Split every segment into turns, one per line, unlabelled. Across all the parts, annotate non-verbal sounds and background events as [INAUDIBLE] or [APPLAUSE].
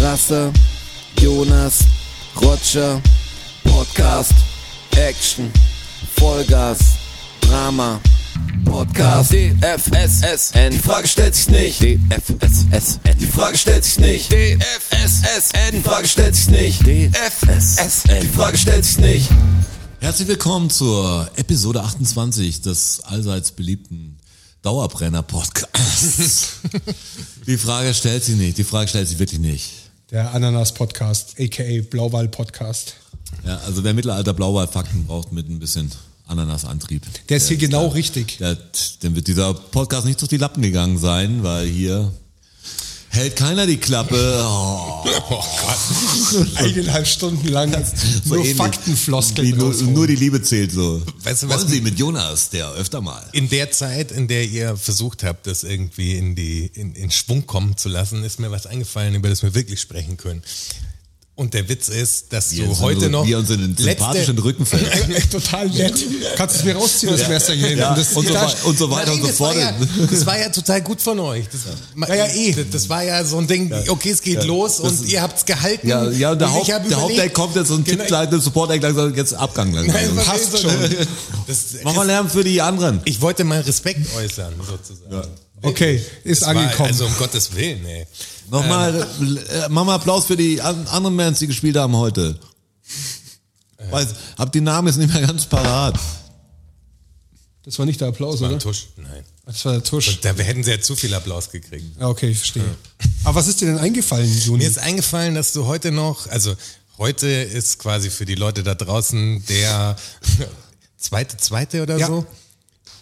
Rasse, Jonas, Roger, Podcast, Action, Vollgas, Drama, Podcast, DFSSN, die Frage stellt sich nicht, DFSSN, die Frage stellt sich nicht, DFSSN, die Frage stellt sich nicht, DFSSN, die Frage stellt sich nicht.
Herzlich willkommen zur Episode 28 des allseits beliebten
[LAUGHS]
Dauerbrenner-Podcasts. die Frage stellt sich nicht, die Frage stellt sich wirklich nicht.
Der Ananas-Podcast, a.k.a. Blauwal-Podcast.
Ja, also wer Mittelalter Blauwal-Fakten braucht mit ein bisschen Ananasantrieb.
Der ist hier genau richtig.
Der, dem wird dieser Podcast nicht durch die Lappen gegangen sein, weil hier hält keiner die Klappe.
[LAUGHS]
Oh,
Eineinhalb Stunden lang
so
nur
ähnlich. Die,
Faktenfloskeln
nur,
raushauen.
nur die Liebe zählt so.
Weißt du, was-
Wollen Sie mit Jonas, der öfter mal.
In der Zeit, in der ihr versucht habt, das irgendwie in, die, in, in Schwung kommen zu lassen, ist mir was eingefallen, über das wir wirklich sprechen können. Und der Witz ist, dass
Wir
du
sind
heute
so-
noch
wir uns in den sympathischen Rücken fällt.
[LAUGHS]
Total nett. Kannst du es mir rausziehen, das Messer hier hinten?
Ja,
Das,
und so
da-
wei- und so weiter
Nein,
und so
das, war
fort.
ja, das war ja total gut von euch. Das war ja, eh. Das, das war ja so ein Ding, okay, es geht los
Das
und
ist-
ihr habt es gehalten.
Ja, ja, der,
und
Haupt,
ich hab
der
überlegt-
Hauptdeck kommt jetzt so ein
Genau.
Tippleiter, Support Act langsam, jetzt Abgang langsam.
Nein, was
Passt
ist so
schon.
eine- [LAUGHS] Das,
[LAUGHS] Mach mal Lärm für die anderen.
ich wollte mal Respekt äußern, sozusagen.
Okay, ist
Das war-
angekommen.
Also um Gottes Willen, ey. Ähm.
Nochmal, äh, mach mal Applaus für die an- anderen Bands, die gespielt haben heute.
Äh.
Weiß, hab die Namen jetzt nicht mehr ganz parat.
das war nicht der Applaus,
War ein
oder?
Tusch? Nein.
Das war der Tusch.
Da hätten sie ja zu viel Applaus gekriegt.
Ja, okay, ich verstehe. Aber was ist dir denn eingefallen, Juni?
Mir ist eingefallen, dass du heute noch, also heute ist quasi für die Leute da draußen der [LAUGHS] zweite, zweite oder
Ja.
so.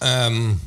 Ähm,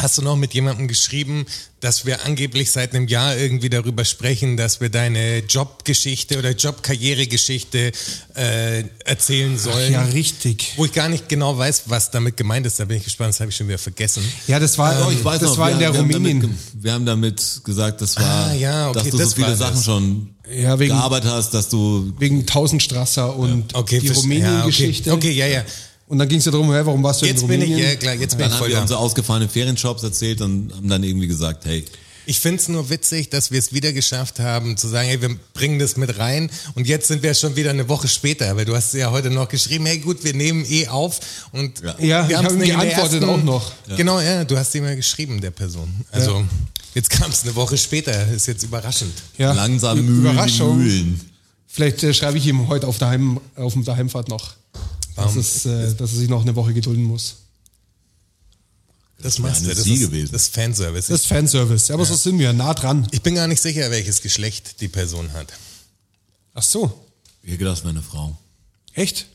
hast du noch mit jemandem geschrieben, dass wir angeblich seit einem Jahr irgendwie darüber sprechen, dass wir deine Jobgeschichte oder Jobkarrieregeschichte äh, erzählen sollen?
Ja, richtig.
Wo ich gar nicht genau weiß, was damit gemeint ist, da bin ich gespannt, das habe ich schon wieder vergessen.
Ja, das war,
Ähm,
Oh, ich weiß
das
noch,
war
wir
in der
haben- wir haben damit
Rumänien.
ge- Wir haben damit gesagt, das war,
Ah, ja, okay,
dass du
das
so viele
war
Sachen
das.
schon
Ja, wegen,
gearbeitet hast, dass du
wegen Tausendstrasser und
Okay,
die
vers-
Rumänien-Geschichte.
Ja, okay. okay, ja, ja.
Und dann ging es ja darum, hey, warum warst du in
Jetzt bin ich,
Rumänien?
ja klar, jetzt bin
dann
ich
haben
voll
wir
da.
unsere ausgefahrenen Ferienjobs erzählt und haben dann irgendwie gesagt, hey,
Ich find's nur witzig, dass wir es wieder geschafft haben, zu sagen, hey, wir bringen das mit rein. Und jetzt sind wir schon wieder eine Woche später, weil du hast ja heute noch geschrieben, hey gut, wir nehmen eh auf. Und
Ja.
Ja, ich
wir haben's
hab ihm
nicht in der
geantwortet auch noch.
Genau, ja, du hast ihm ja geschrieben, der Person. Also jetzt kam's eine Woche später, ist jetzt überraschend.
Ja.
langsam
Ü-
mühlen die
Überraschung.
Mühlen.
Vielleicht äh, schreibe ich ihm heute auf der, Heim, auf der Heimfahrt noch, dass,
Warum?
es, äh, dass er sich noch eine Woche gedulden muss.
Das machst
eine
du, das
Sie
ist,
gewesen.
das ist Fanservice.
Das ist Fanservice. Ja, aber so sind wir, nah dran.
ich bin gar nicht sicher, welches Geschlecht die Person hat.
Ach so,
Hier gedacht, meine Frau.
echt?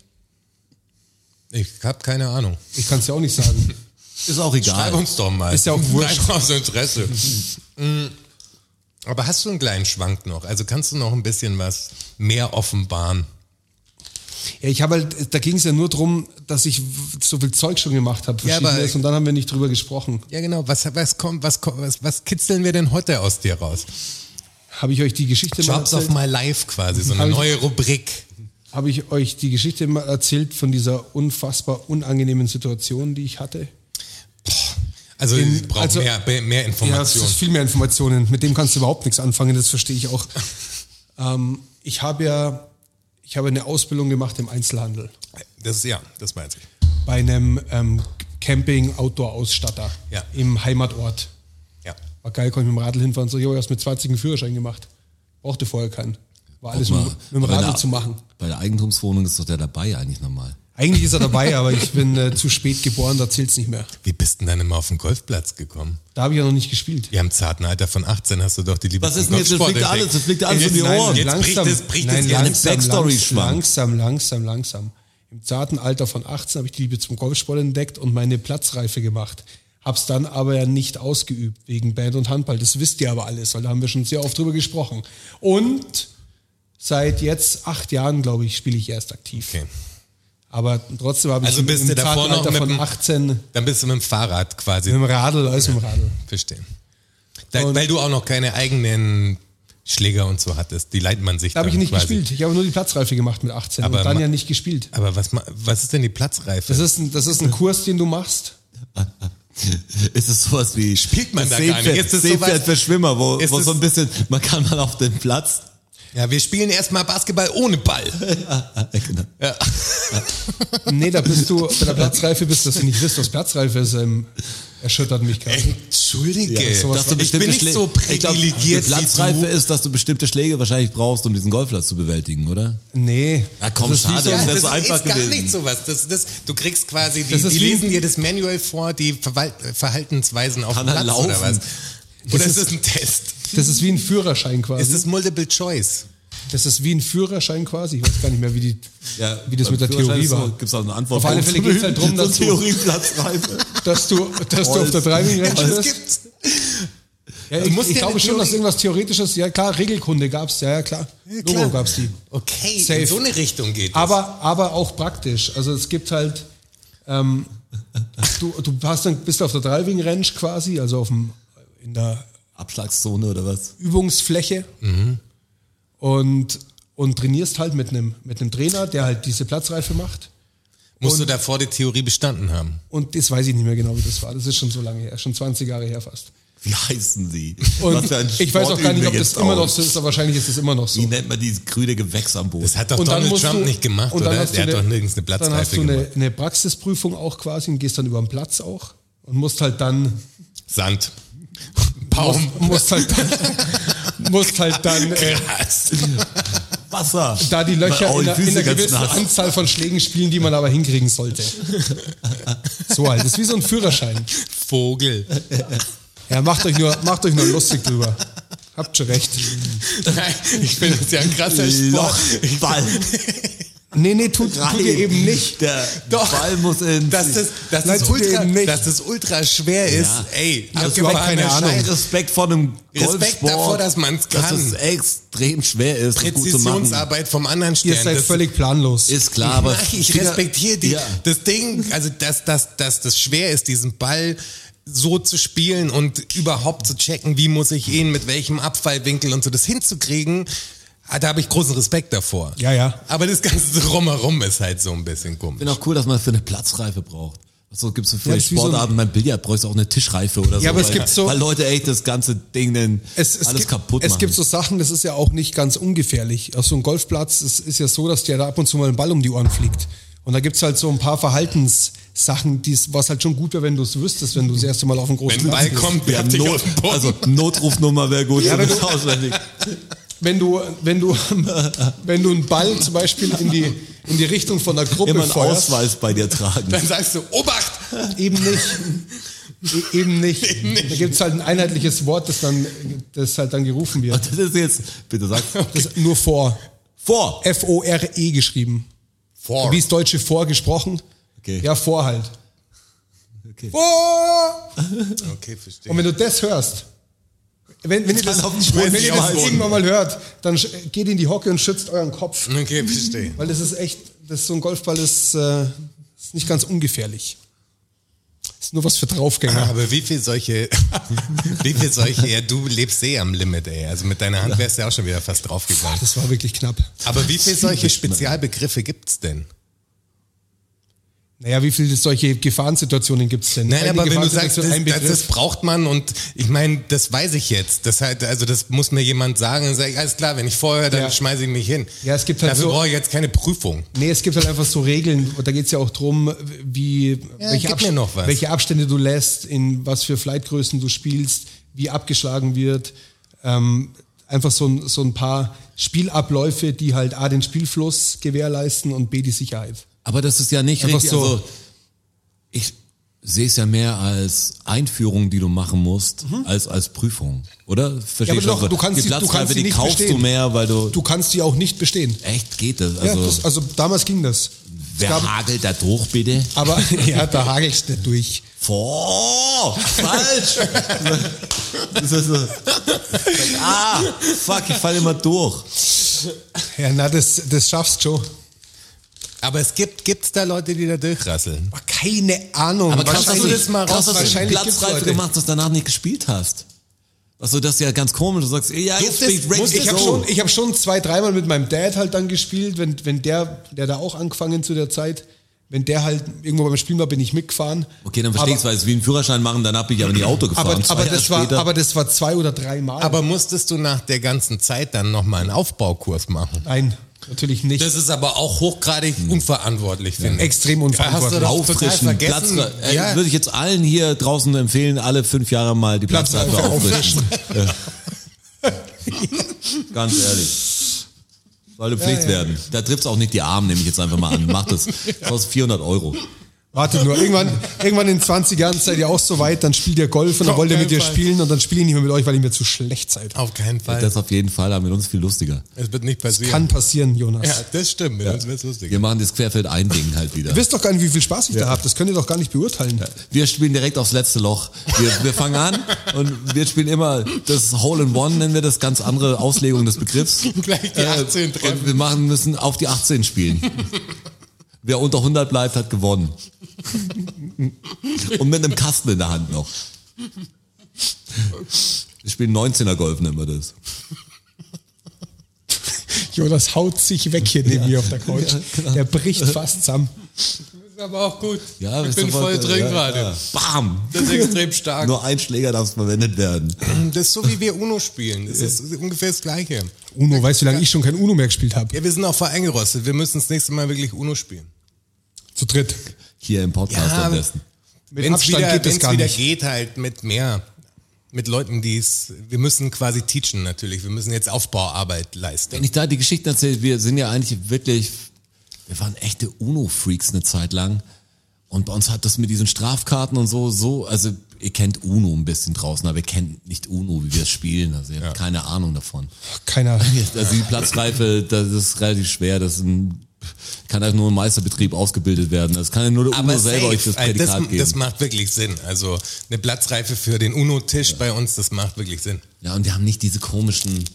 Ich habe keine Ahnung.
Ich kann es ja auch nicht
[LAUGHS]
sagen.
Ist auch egal.
Schreib uns doch mal. [LAUGHS]
Ist ja auch wurscht.
Einfach aus Interesse. Mm. Aber hast du einen kleinen Schwank noch? Also kannst du noch ein bisschen was mehr offenbaren?
ja, ich habe halt, da ging es ja nur darum, dass ich w- so viel Zeug schon gemacht habe,
Ja, aber-
verschiedenes, und dann haben wir nicht drüber gesprochen.
Ja, genau. Was, was, kommt, was, kommt, was, was kitzeln wir denn heute aus dir raus?
Habe ich euch die Geschichte
Jobs
mal
of
erzählt?
my life quasi, so eine
Hab ich-
neue Rubrik.
Habe ich euch die Geschichte mal erzählt von dieser unfassbar unangenehmen Situation, die ich hatte?
Also
In-
ich brauche
also-
mehr, mehr
Ja, es
Informationen.
ist viel mehr Informationen. Mit dem kannst du überhaupt nichts anfangen, das verstehe
[LAUGHS]
ich auch. ähm, ich habe ja ich habe eine Ausbildung gemacht im Einzelhandel
das ist ja, das weiß ich.
bei einem ähm, Camping-Outdoor-Ausstatter
Ja.
im Heimatort.
Ja.
War geil, konnte ich mit dem Radl hinfahren und so, jo, ich habe mit 20 einen Führerschein gemacht. Brauchte vorher keinen. War alles
Guck
mit,
mal,
mit dem
bei der-
Radl zu machen.
Bei der Eigentumswohnung ist doch der dabei eigentlich nochmal.
Eigentlich ist
[LAUGHS]
er dabei, aber ich bin äh, zu spät geboren, da zählt's nicht mehr.
Wie bist du denn dann immer auf den Golfplatz gekommen?
Da habe ich ja noch nicht gespielt.
Ja, im zarten Alter von 18 hast du doch die Liebe
Was ist
zum
denn jetzt? Das
Golfsport
fliegt
entdeckt.
alles, das fliegt alles
Jetzt-
um die
nein,
Ohren.
Jetzt bricht
Also langsam,
es, bricht
nein,
es ja
langsam,
Backstory
langsam,
schwankt.
langsam, langsam, langsam. Im zarten Alter von 18 habe ich die Liebe zum Golfsport entdeckt und meine Platzreife gemacht. Hab's dann aber ja nicht ausgeübt wegen Band und Handball. Das wisst ihr aber alles, weil da haben wir schon sehr oft drüber gesprochen. Und seit jetzt acht Jahren, glaube ich, spiele ich erst aktiv.
Okay.
Aber trotzdem habe ich
Also
im-
bist
im
du davor
zarten
noch
Alter
mit
von
dem-
18
Dann bist du mit dem Fahrrad quasi.
mit dem Radl, alles im Radl.
Verstehe. Da,
Und-
weil du auch noch keine eigenen Schläger und so hattest. Die leiht man sich
Da habe
dann
ich nicht
quasi.
gespielt. Ich habe nur die Platzreife gemacht mit 18
Aber
und dann
ma-
ja nicht gespielt.
Aber was, ma- was ist denn die Platzreife?
Das ist ein, das ist ein Kurs, den du machst.
Ist es sowas wie
Spielt man
das
da gar nicht.
Seepferd,
Ist es sowas-
Seepferd für Schwimmer, wo,
Ist
wo
es-
so ein bisschen, man kann mal auf den Platz
Ja, wir spielen erstmal Basketball ohne
[LAUGHS]
Ball.
genau.
Ja.
Nee, da bist du, bei der Platzreife bist du, dass du nicht wisst, was Platzreife ist, ähm, erschüttert mich gerade.
Entschuldige,
Ja, sowas-
Dass du
ich
bestimmte
bin nicht
Schlä-
so
Ich glaub,
privilegiert
die Platzreife
wie du.
ist, dass du bestimmte Schläge wahrscheinlich brauchst, um diesen Golfplatz zu bewältigen, oder?
Nee.
Ja, komm,
das ist wie
schade.
so,
Ja,
ein-
wär
das
so einfach
ist gar
gewesen.
nicht sowas. Das, das, du kriegst quasi, die,
Das ist
die
wie-
lesen dir das Manual vor, die Verwal äh, Verhaltensweisen auf dem
Kann er
Platz oder was.
laufen?
Oder
Das
ist es ein Test?
das ist wie ein Führerschein quasi.
Ist es Multiple Choice?
das ist wie ein Führerschein quasi. Ich weiß gar nicht mehr, wie, die,
Ja,
wie das mit der
beim Führerschein
Theorie
ist Äh, so-
war.
Gibt's auch eine Antwort?
Auf alle
drauf.
Fälle geht's halt drum,
So
dass du-
Theorieplatzreife.
Dass du, dass du auf der
Rolls.
Driving-Range
Das
bist.
gibt's.
Ja,
Du
ich
musst
ich
ja
glaube
eine
schon, dass
Theorie-
irgendwas Theoretisches, ja klar, Regelkunde gab's, ja, ja klar.
klar.
Logo gab's die.
Okay,
Safe.
in so eine Richtung geht es.
Aber, aber auch praktisch. Also es gibt halt, ähm, du, du hast dann, bist auf der Driving Range quasi, also auf dem, in der
Abschlagszone oder was?
Übungsfläche
Mhm.
und, und trainierst halt mit einem, mit einem Trainer, der halt diese Platzreife macht.
Musst du davor die Theorie bestanden haben.
Und das weiß ich nicht mehr genau, wie das war. Das ist schon so lange her, schon 20 Jahre her fast.
Wie heißen sie?
Und
Was für ein
ich weiß auch
Sport
gar nicht,
üben
ob
wir
das
jetzt
immer noch
aus?
so ist, aber wahrscheinlich ist es immer noch
Wie
so.
nennt man dieses grüne Gewächs am Boden?
Das hat doch
Und dann
Donald
musst
Trump
du-
nicht gemacht,
und dann
oder?
hast
Der
du
hat doch nirgends eine
Dann hast
Platzreife
du
gemacht.
eine, eine Praxisprüfung auch quasi und gehst dann über den Platz auch und musst halt dann
[LAUGHS]
Sand. Baum.
musst
[LAUGHS]
halt dann, musst halt dann äh,
Gras.
Wasser.
da die
Weil-
Löcher
oh,
in, einer-
Füße
in einer
ganz
gewissen
nass.
Anzahl von Schlägen spielen, die man aber hinkriegen sollte. So halt, das ist wie so ein Führerschein.
Vogel.
Ja, macht euch nur, macht euch nur lustig drüber. Habt schon recht.
Nein, ich finde das ja ein krasser Sport.
Loch, Ball.
Nee, nee, [LAUGHS] tut, tut ihr eben nicht.
Der
Doch.
Ball muss in.
Dass das, dass das,
Nein, tut
ultra,
eben nicht.
dass das ultra schwer ist, ey.
Ich habe
also
abgefahrene
überhaupt keine Ahnung.
Scheiße.
Respekt vor einem
Respekt
Golfsport.
davor, dass man's kann.
Dass es extrem schwer ist, das gut zu machen.
Präzisionsarbeit vom anderen Stern.
Ihr seid
das
völlig planlos.
Ist klar, aber...
Nein, ich respektiere die,
Ja.
das Ding, also dass, dass, dass das schwer ist, diesen Ball so zu spielen und überhaupt zu checken, wie muss ich ihn mit welchem Abfallwinkel und so das hinzukriegen, ah, da habe ich großen Respekt davor.
Ja, ja.
Aber das ganze [LAUGHS] Drumherum ist halt so ein bisschen
Ich
komisch.
finde auch cool, dass man das für eine Platzreife braucht. Was so gibt's so viele
Ja, ist wie so ein-
Sportarten? Beim Billard bräuchst du auch eine Tischreife oder so.
aber es
weil,
gibt so-
Weil Leute echt das ganze Ding dann
Es, es
alles
gibt,
kaputt machen.
Es gibt so Sachen, das ist ja auch nicht ganz ungefährlich. Auf so einem Golfplatz es ist ja so, dass dir da ab und zu mal ein Ball um die Ohren fliegt. Und da gibt's halt so ein paar Verhaltenssachen, die's, was halt schon gut wäre, wenn du es wüsstest, wenn du das erste Mal auf einen großen
Wenn ein
Platz
Ball
gehst.
kommt,
ja,
werft dich
Not,
auf den Boden.
also Notrufnummer wäre gut.
Ja,
Ja,
aber du-
auswendig.
Wenn du, wenn du, [LAUGHS] wenn du einen Ball zum Beispiel in die, in die Richtung von der Gruppe
Immer einen
feuerst,
Ausweis bei dir tragen.
dann sagst du, Obacht!
eben nicht. E eben nicht. Da gibt's halt ein einheitliches Wort, das dann, das halt dann gerufen wird.
Und das ist jetzt, bitte
[LAUGHS]
sag,
Das ist nur vor.
vor.
F-O-R-E E geschrieben.
Vor.
Wie ist Deutsche vorgesprochen?
Okay.
Ja, vor halt.
Okay.
Vor!
[LAUGHS] Okay, verstehe.
Und wenn du das hörst, wenn, wenn ihr das,
Dann auf den Schmeiß
wenn
dich
ihr
auf
das
den Boden.
irgendwann mal hört, dann sch- geht in die Hocke und schützt euren Kopf.
Okay, verstehe.
Weil das ist echt, das so ein Golfball ist, äh, ist nicht ganz ungefährlich. Ist nur was für Draufgänger.
Aber wie viel solche, [LAUGHS] wie viel solche, ja, du lebst eh am Limit, ey. Also mit deiner Hand wärst du ja auch schon wieder fast draufgegangen.
Das war wirklich knapp.
Aber wie viel solche Spezialbegriffe gibt's denn?
Naja, wie viele solche Gefahrensituationen gibt's denn?
Nein,
Eine
aber wenn du sagst,
Gefahrensituation,
das,
ein
das,
Begriff.
das braucht man und ich meine, das weiß ich jetzt. Das halt, also das muss mir jemand sagen und sage ich, alles klar, wenn ich vorher, dann
Ja.
schmeiße ich mich hin.
Ja, es gibt halt
Dafür
so-
brauche ich jetzt keine Prüfung.
Nee, es gibt halt einfach so Regeln und da geht's ja auch drum, wie
Ja,
welche,
gib mir noch was.
welche Abstände du lässt, in was für Flightgrößen du spielst, wie abgeschlagen wird. Ähm, einfach so, ein- so ein paar Spielabläufe, die halt A den Spielfluss gewährleisten und B die Sicherheit.
Aber das ist ja nicht
Einfach
richtig.
so.
Also, ich sehe es ja mehr als Einführung, die du machen musst, als als Prüfung, oder? Verstehe
Mhm. aber
ich schon
doch,
so.
du kannst
die
sie- du kannst
Platzreife,
sie
die
nicht
kaufst
verstehen.
du mehr, weil du,
Du kannst die auch nicht bestehen.
echt geht das.
Ja,
Also,
das, also damals ging das. Es
wer
gab-
hagelt da durch bitte?
aber [LAUGHS] ja, da hagelst nicht durch.
Vor! Falsch! das [LAUGHS] ist so. Ah, fuck, ich falle immer durch.
Ja, na, das, das schaffst schon.
Aber es gibt, gibt's da Leute, die da durchrasseln?
Aber Keine Ahnung.
Aber krass, dass du
Wahrscheinlich-
das mal
krass,
raus, dass du
wahrscheinlich gibt's
Platzreife
Leute.
gemacht hast, danach nicht gespielt hast. Also das ist ja ganz komisch. Du sagst, ja, jetzt bin ich ready
ich
to
habe
go.
schon, ich hab schon zwei, dreimal mit meinem Dad halt dann gespielt, wenn, wenn der, der da auch angefangen zu der Zeit, wenn der halt irgendwo beim Spielen war, bin ich mitgefahren.
Okay, dann verstehe ich es, weil es wie einen Führerschein machen, danach bin ich aber nicht Auto gefahren.
Aber,
Zwei
aber,
Jahre
das war,
später.
aber das war zwei oder dreimal.
Aber musstest du nach der ganzen Zeit dann nochmal einen Aufbaukurs machen?
Nein, natürlich nicht.
Das ist aber auch hochgradig unverantwortlich, finde ich.
Extrem unverantwortlich.
Hast du das total
auffrischen,
vergessen?
Platzre äh,
ja.
Würde ich jetzt allen hier draußen empfehlen, alle fünf Jahre mal die Platzreife
Platzreife
auffrischen.
[LAUGHS]
Ja. Ganz ehrlich. Sollte Pflicht werden. Da trifft es auch nicht die Armen, nehme ich jetzt einfach mal an. Macht das. Kostet 400 Euro.
Warte nur, irgendwann, irgendwann in 20 Jahren seid ihr auch so weit, dann spielt ihr Golf und dann
Auf
wollt ihr mit
keinen
dir
Fall.
spielen und dann spiele ich nicht mehr mit euch, weil ihr mir zu schlecht seid.
Auf keinen Fall.
Das auf jeden Fall, aber mit uns viel lustiger.
es wird nicht passieren.
Kann passieren, Jonas.
ja, das stimmt. Das wird lustig.
Wir machen das Querfeld-Ein-Ding halt wieder.
Ihr wisst doch gar nicht, wie viel Spaß ich da habe. Das könnt ihr doch gar nicht beurteilen.
Wir spielen direkt aufs letzte Loch. Wir, wir fangen an und wir spielen immer das Hole in One, nennen wir das, ganz andere Auslegung des Begriffs.
Gleich die 18 treffen.
Und wir machen müssen auf die 18
[LAUGHS]
spielen. Wer unter 100 bleibt, hat gewonnen. Und mit einem Kasten in der Hand noch. Wir spielen 19er Golf, nennen wir das.
Jonas haut sich weg hier neben mir auf der
[LAUGHS]
Couch. Der bricht fast zusammen.
ist aber auch gut. ich
ist
bin voll
sofort-
drin
ja,
gerade.
ja. Bam!
Das ist extrem stark.
Nur ein Schläger darf verwendet werden.
Das ist so, wie wir UNO spielen. Das ist ungefähr das Gleiche.
Uno, weißt du, wie lange ich schon kein Uno mehr gespielt habe?
Ja, wir sind auch voll eingerostet. Wir müssen das nächste Mal wirklich UNO spielen.
Zu dritt.
Hier im Podcast
Ja,
am besten.
Mit
Wenn's
Abstand
wieder,
geht das
wenn's
gar
wieder
nicht.
geht halt mit mehr. Mit Leuten, die es, wir müssen quasi teachen natürlich. Wir müssen jetzt Aufbauarbeit
Wenn
leisten.
ich da die Geschichten erzähle, wir sind ja eigentlich wirklich, wir waren echte UNO-Freaks eine Zeit lang. Und bei uns hat das mit diesen Strafkarten und so, so, also ihr kennt UNO ein bisschen draußen, aber ihr kennt nicht UNO, wie wir es spielen. Also ihr habt keine Ahnung davon.
[LAUGHS]
Keiner.
Also die Platzreife, das ist relativ schwer. Das ist ein, kann halt nur im Meisterbetrieb ausgebildet werden. Das kann ja nur der UNO selber euch das
äh, das,
Prädikat geben.
das macht wirklich Sinn. Also eine Platzreife für den UNO-Tisch bei uns, das macht wirklich Sinn.
Ja, und wir haben nicht diese komischen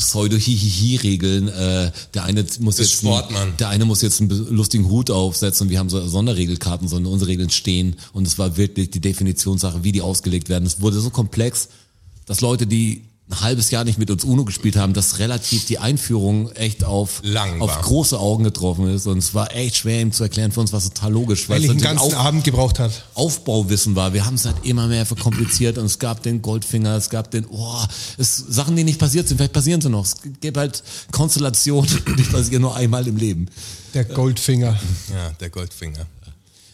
Pseudo-Hihihi-Regeln. Äh, der eine muss
Das
jetzt
ist Sport, Mann.
einen, der eine muss jetzt einen be- lustigen Hut aufsetzen und wir haben so Sonderregelkarten, sondern unsere Regeln stehen. Und es war wirklich die Definitionssache, wie die ausgelegt werden. Es wurde so komplex, dass Leute, die ein halbes Jahr nicht mit uns UNO gespielt haben, dass relativ die Einführung echt auf,
Lang
auf
war.
große Augen getroffen ist. Und es war echt schwer, ihm zu erklären. Für uns war es total logisch.
Weil
es
ich den
natürlich
ganzen
auch-
Abend gebraucht hat.
Aufbauwissen war. Wir haben es halt immer mehr verkompliziert und es gab den Goldfinger, es gab den, oh, es, Sachen, die nicht passiert sind, vielleicht passieren sie noch. Es gibt halt Konstellationen, [LAUGHS] die passieren nur einmal im Leben.
Der Goldfinger.
Ja, der Goldfinger.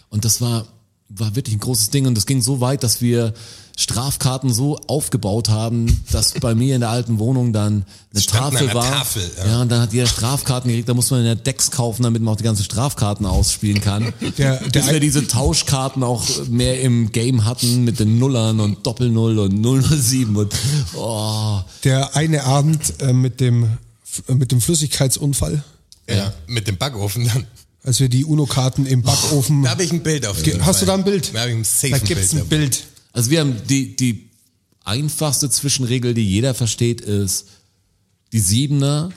Und das war, war wirklich ein großes Ding und das ging so weit, dass wir Strafkarten so aufgebaut haben, dass bei mir in der alten Wohnung dann eine
stand an
Tafel
einer
war.
Tafel, ja.
ja. und dann hat jeder Strafkarten gekriegt, da muss man ja Decks kaufen, damit man auch die ganzen Strafkarten ausspielen kann.
[LAUGHS] Der- der
Bis wir diese Tauschkarten auch mehr im Game hatten mit den Nullern und Doppel-Null und 007 und oh,
Der eine Abend äh, mit, dem, F- mit dem Flüssigkeitsunfall,
Ja. Mit dem Backofen dann.
als wir die Uno-Karten im Backofen.
Da habe ich ein Bild auf
Ge-
jeden
Hast du
Fall.
da ein Bild?
Da habe ich ein safe
Da
ein
gibt's
Bild.
ein
dabei.
Bild.
Also wir haben die, die einfachste Zwischenregel, die jeder versteht, ist die Siebener.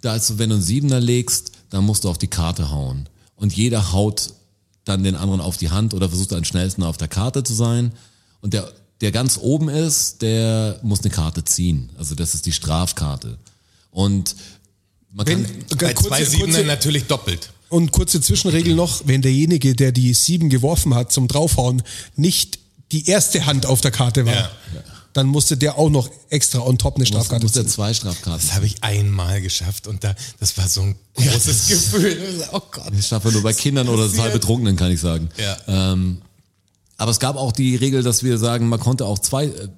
Da ist so, wenn du einen Siebener legst, dann musst du auf die Karte hauen. Und jeder haut dann den anderen auf die Hand oder versucht am schnellsten auf der Karte zu sein. Und der, der ganz oben ist, der muss eine Karte ziehen. Also das ist die Strafkarte. Und man kann,
Bei
Kurze-
zwei Siebener
kurze-
natürlich doppelt.
Und kurze Zwischenregel noch, wenn derjenige, der die sieben geworfen hat zum Draufhauen, nicht die erste Hand auf der Karte war,
Ja.
dann musste der auch noch extra on top eine
muss,
Strafkarte
muss der
ziehen.
zwei Strafkarten.
Das habe ich einmal geschafft und da, das war so ein großes [LAUGHS] Gefühl. Oh Gott.
Das schafft man nur bei Kindern oder total Betrunkenen, kann ich sagen.
Ja.
Ähm, aber es gab auch die Regel, dass wir sagen, man konnte auch zwei, äh,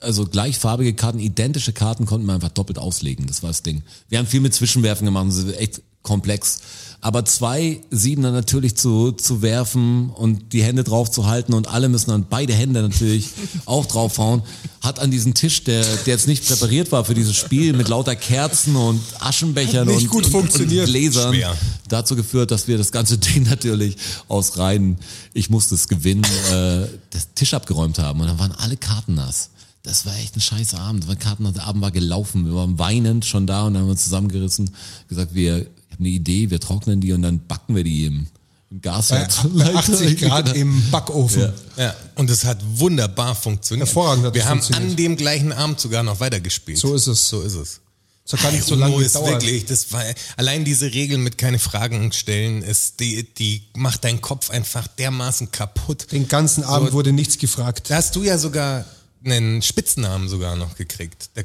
also gleichfarbige Karten, identische Karten konnten wir einfach doppelt auslegen. Das war das Ding. Wir haben viel mit Zwischenwerfen gemacht, das ist echt komplex. Aber zwei Siebener natürlich zu, zu werfen und die Hände drauf zu halten und alle müssen dann beide Hände natürlich [LAUGHS] auch draufhauen, hat an diesem Tisch, der, der jetzt nicht präpariert war für dieses Spiel mit lauter Kerzen und Aschenbechern
Nicht
und,
gut
und, und
funktioniert.
Gläsern
Schwer.
[LAUGHS] dazu geführt, dass wir das ganze [LAUGHS] Ding natürlich aus rein, ich musste es gewinnen, äh, das Tisch abgeräumt haben und dann waren alle Karten nass. Das war echt ein scheiß Abend. Mein Karten der Abend war gelaufen. Wir waren weinend schon da und dann haben wir uns zusammengerissen, gesagt, wir haben eine Idee, wir trocknen die und dann backen wir die im, im
Bei
Gasherd. [LAUGHS]
80 Grad im Backofen.
Ja, und es hat wunderbar funktioniert.
Hervorragend hat
Wir
es
haben
funktioniert.
an dem gleichen Abend sogar noch weitergespielt.
So ist es.
So ist es.
So kann nicht so
Hugo
lange
ist
dauern.
wirklich, das war, allein diese Regel mit keine Fragen stellen, ist, die, die macht deinen Kopf einfach dermaßen kaputt.
Den ganzen Abend
So-
wurde nichts gefragt.
Da hast du ja sogar einen Spitznamen sogar noch gekriegt. Der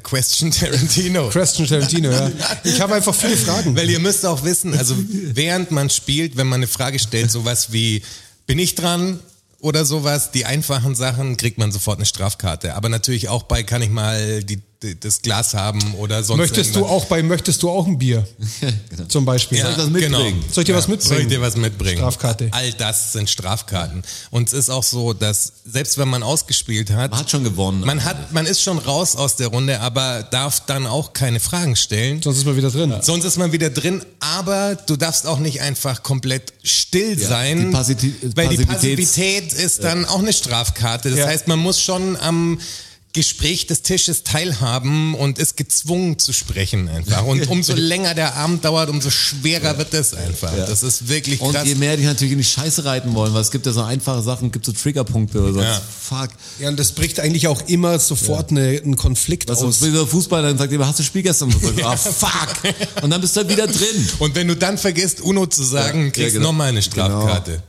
[LAUGHS]
Question Tarantino.
Preston Tarantino, ja. Ich habe einfach viele Fragen.
Weil ihr müsst auch wissen,
[LAUGHS]
also während man spielt, wenn man eine Frage stellt, sowas wie bin ich dran oder sowas, die einfachen Sachen kriegt man sofort eine Strafkarte. Aber natürlich auch bei kann ich mal die, die, das Glas haben oder sonst
möchtest du
irgendwas.
auch bei möchtest du auch ein Bier?
[LAUGHS] Genau.
Zum Beispiel. Genau.
Ja, genau.
ich was mitbringen?
Soll ich dir was mitbringen?
Soll ich dir was mitbringen?
Strafkarte.
All das sind Strafkarten. Und es ist auch so, dass selbst wenn man ausgespielt hat,
Man hat schon gewonnen.
man, hat, man ist schon raus aus der Runde, aber darf dann auch keine Fragen stellen.
Sonst ist man wieder drin.
Sonst ist man wieder drin, aber du darfst auch nicht einfach komplett still
Ja,
sein,
die Passiti-
weil die
Passivitäts-
Passivität ist dann auch eine Strafkarte. Das
Ja.
heißt, man muss schon am Gespräch des Tisches teilhaben und ist gezwungen zu sprechen einfach.
[LAUGHS]
Und umso länger der Abend dauert, umso schwerer wird das einfach. Das ist wirklich
Und
krass. [LAUGHS]
je mehr die natürlich in die Scheiße reiten wollen, weil es gibt ja so einfache Sachen, gibt so Triggerpunkte oder so.
Ja.
Fuck.
Ja, und das bricht eigentlich auch immer sofort eine, einen Konflikt
Was
aus.
sonst will der Fußball dann sagt, hast du das Spiel gestern? Und,
[LAUGHS]
sagt, ah, fuck. und dann bist du halt wieder drin.
und wenn du dann vergisst, Uno zu sagen,
Ja,
kriegst
ja, genau.
nochmal eine Strafkarte.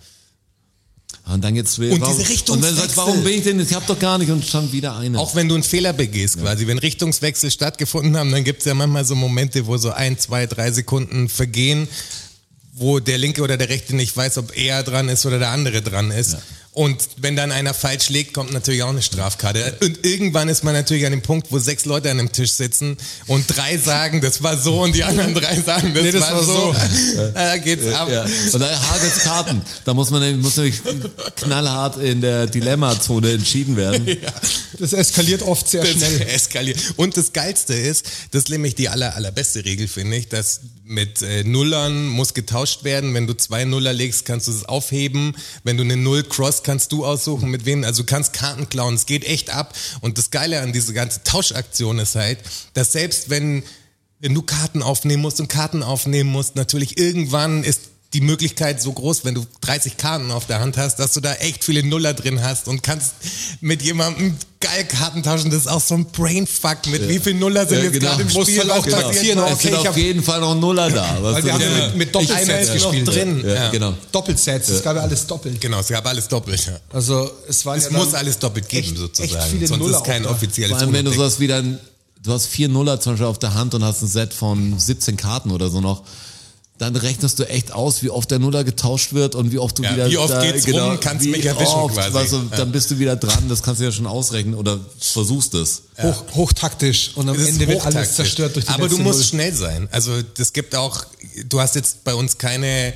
Und dann jetzt
Und diese
Und dann sagst
Richtungswechsel.
du, warum bin ich denn? Ich hab doch gar nicht und schon wieder eine.
Auch wenn du einen Fehler begehst, quasi, wenn Richtungswechsel stattgefunden haben, dann gibt's ja manchmal so Momente, wo so ein, zwei, drei Sekunden vergehen, wo der linke oder der rechte nicht weiß, ob er dran ist oder der andere dran ist. Und wenn dann einer falsch legt, kommt natürlich auch eine Strafkarte. Und irgendwann ist man natürlich an dem Punkt, wo sechs Leute an einem Tisch sitzen und drei sagen, das war so und die anderen drei sagen, das,
das
war,
war
so.
so.
[LAUGHS] da geht's ab.
Ja. Und dann hart jetzt Karten. Da muss man nämlich- muss nämlich knallhart in der Dilemma-Zone entschieden werden.
Hm.
[LAUGHS]
Das eskaliert oft sehr
Das
schnell.
[LAUGHS] eskaliert. Und das Geilste ist, das ist nämlich die aller, allerbeste Regel, finde ich, dass mit äh, Nullern muss getauscht werden. Wenn du zwei Nuller legst, kannst du es aufheben. Wenn du eine Null cross, kannst du aussuchen, mit wem. Also du kannst Karten klauen. Es geht echt ab. Und das Geile an dieser ganzen Tauschaktion ist halt, dass selbst wenn, wenn du Karten aufnehmen musst und Karten aufnehmen musst, natürlich irgendwann ist die Möglichkeit so groß, wenn du 30 Karten auf der Hand hast, dass du da echt viele Nuller drin hast und kannst mit jemandem geil Karten tauschen. Das ist auch so ein Brainfuck mit wie viel Nuller sind
Ja,
jetzt
genau.
gerade im
Musst
Spiel.
halt auch
was
taktieren,
passiert noch?
genau. es sind
ich
auf
hab-
jeden Fall noch ein Nuller da. Weil
wir haben mit- mit Doppelsets
Einer ist noch
gespielt.
drin.
Ja,
Ja.
genau.
Doppelsets, es gab ja alles doppelt.
Genau, es gab alles doppelt. Ja.
Also es war
Es
ja
muss
dann-
alles doppelt geben,
echt-
sozusagen.
echt viele
Sonst
Nuller
ist kein
auch da.
offizielles
Vor allem, wenn du
Unentschieden.
sowas wie dann, du hast vier Nuller zum Beispiel auf der Hand und hast ein Set von 17 Karten oder so noch, dann rechnest du echt aus, wie oft der Nuller getauscht wird und wie oft du
Ja,
wieder
wie oft
da, genau,
geht's rum, kannst
wie
mich erwischen
oft,
quasi.
Weißt du,
Ja.
Dann bist du wieder dran, das kannst du ja schon ausrechnen oder versuchst es.
hoch, hochtaktisch und am
Es ist
Ende wird alles
hochtaktisch.
zerstört durch die
Aber du
letzte
musst
Null.
schnell sein. Also das gibt auch, du hast jetzt bei uns keine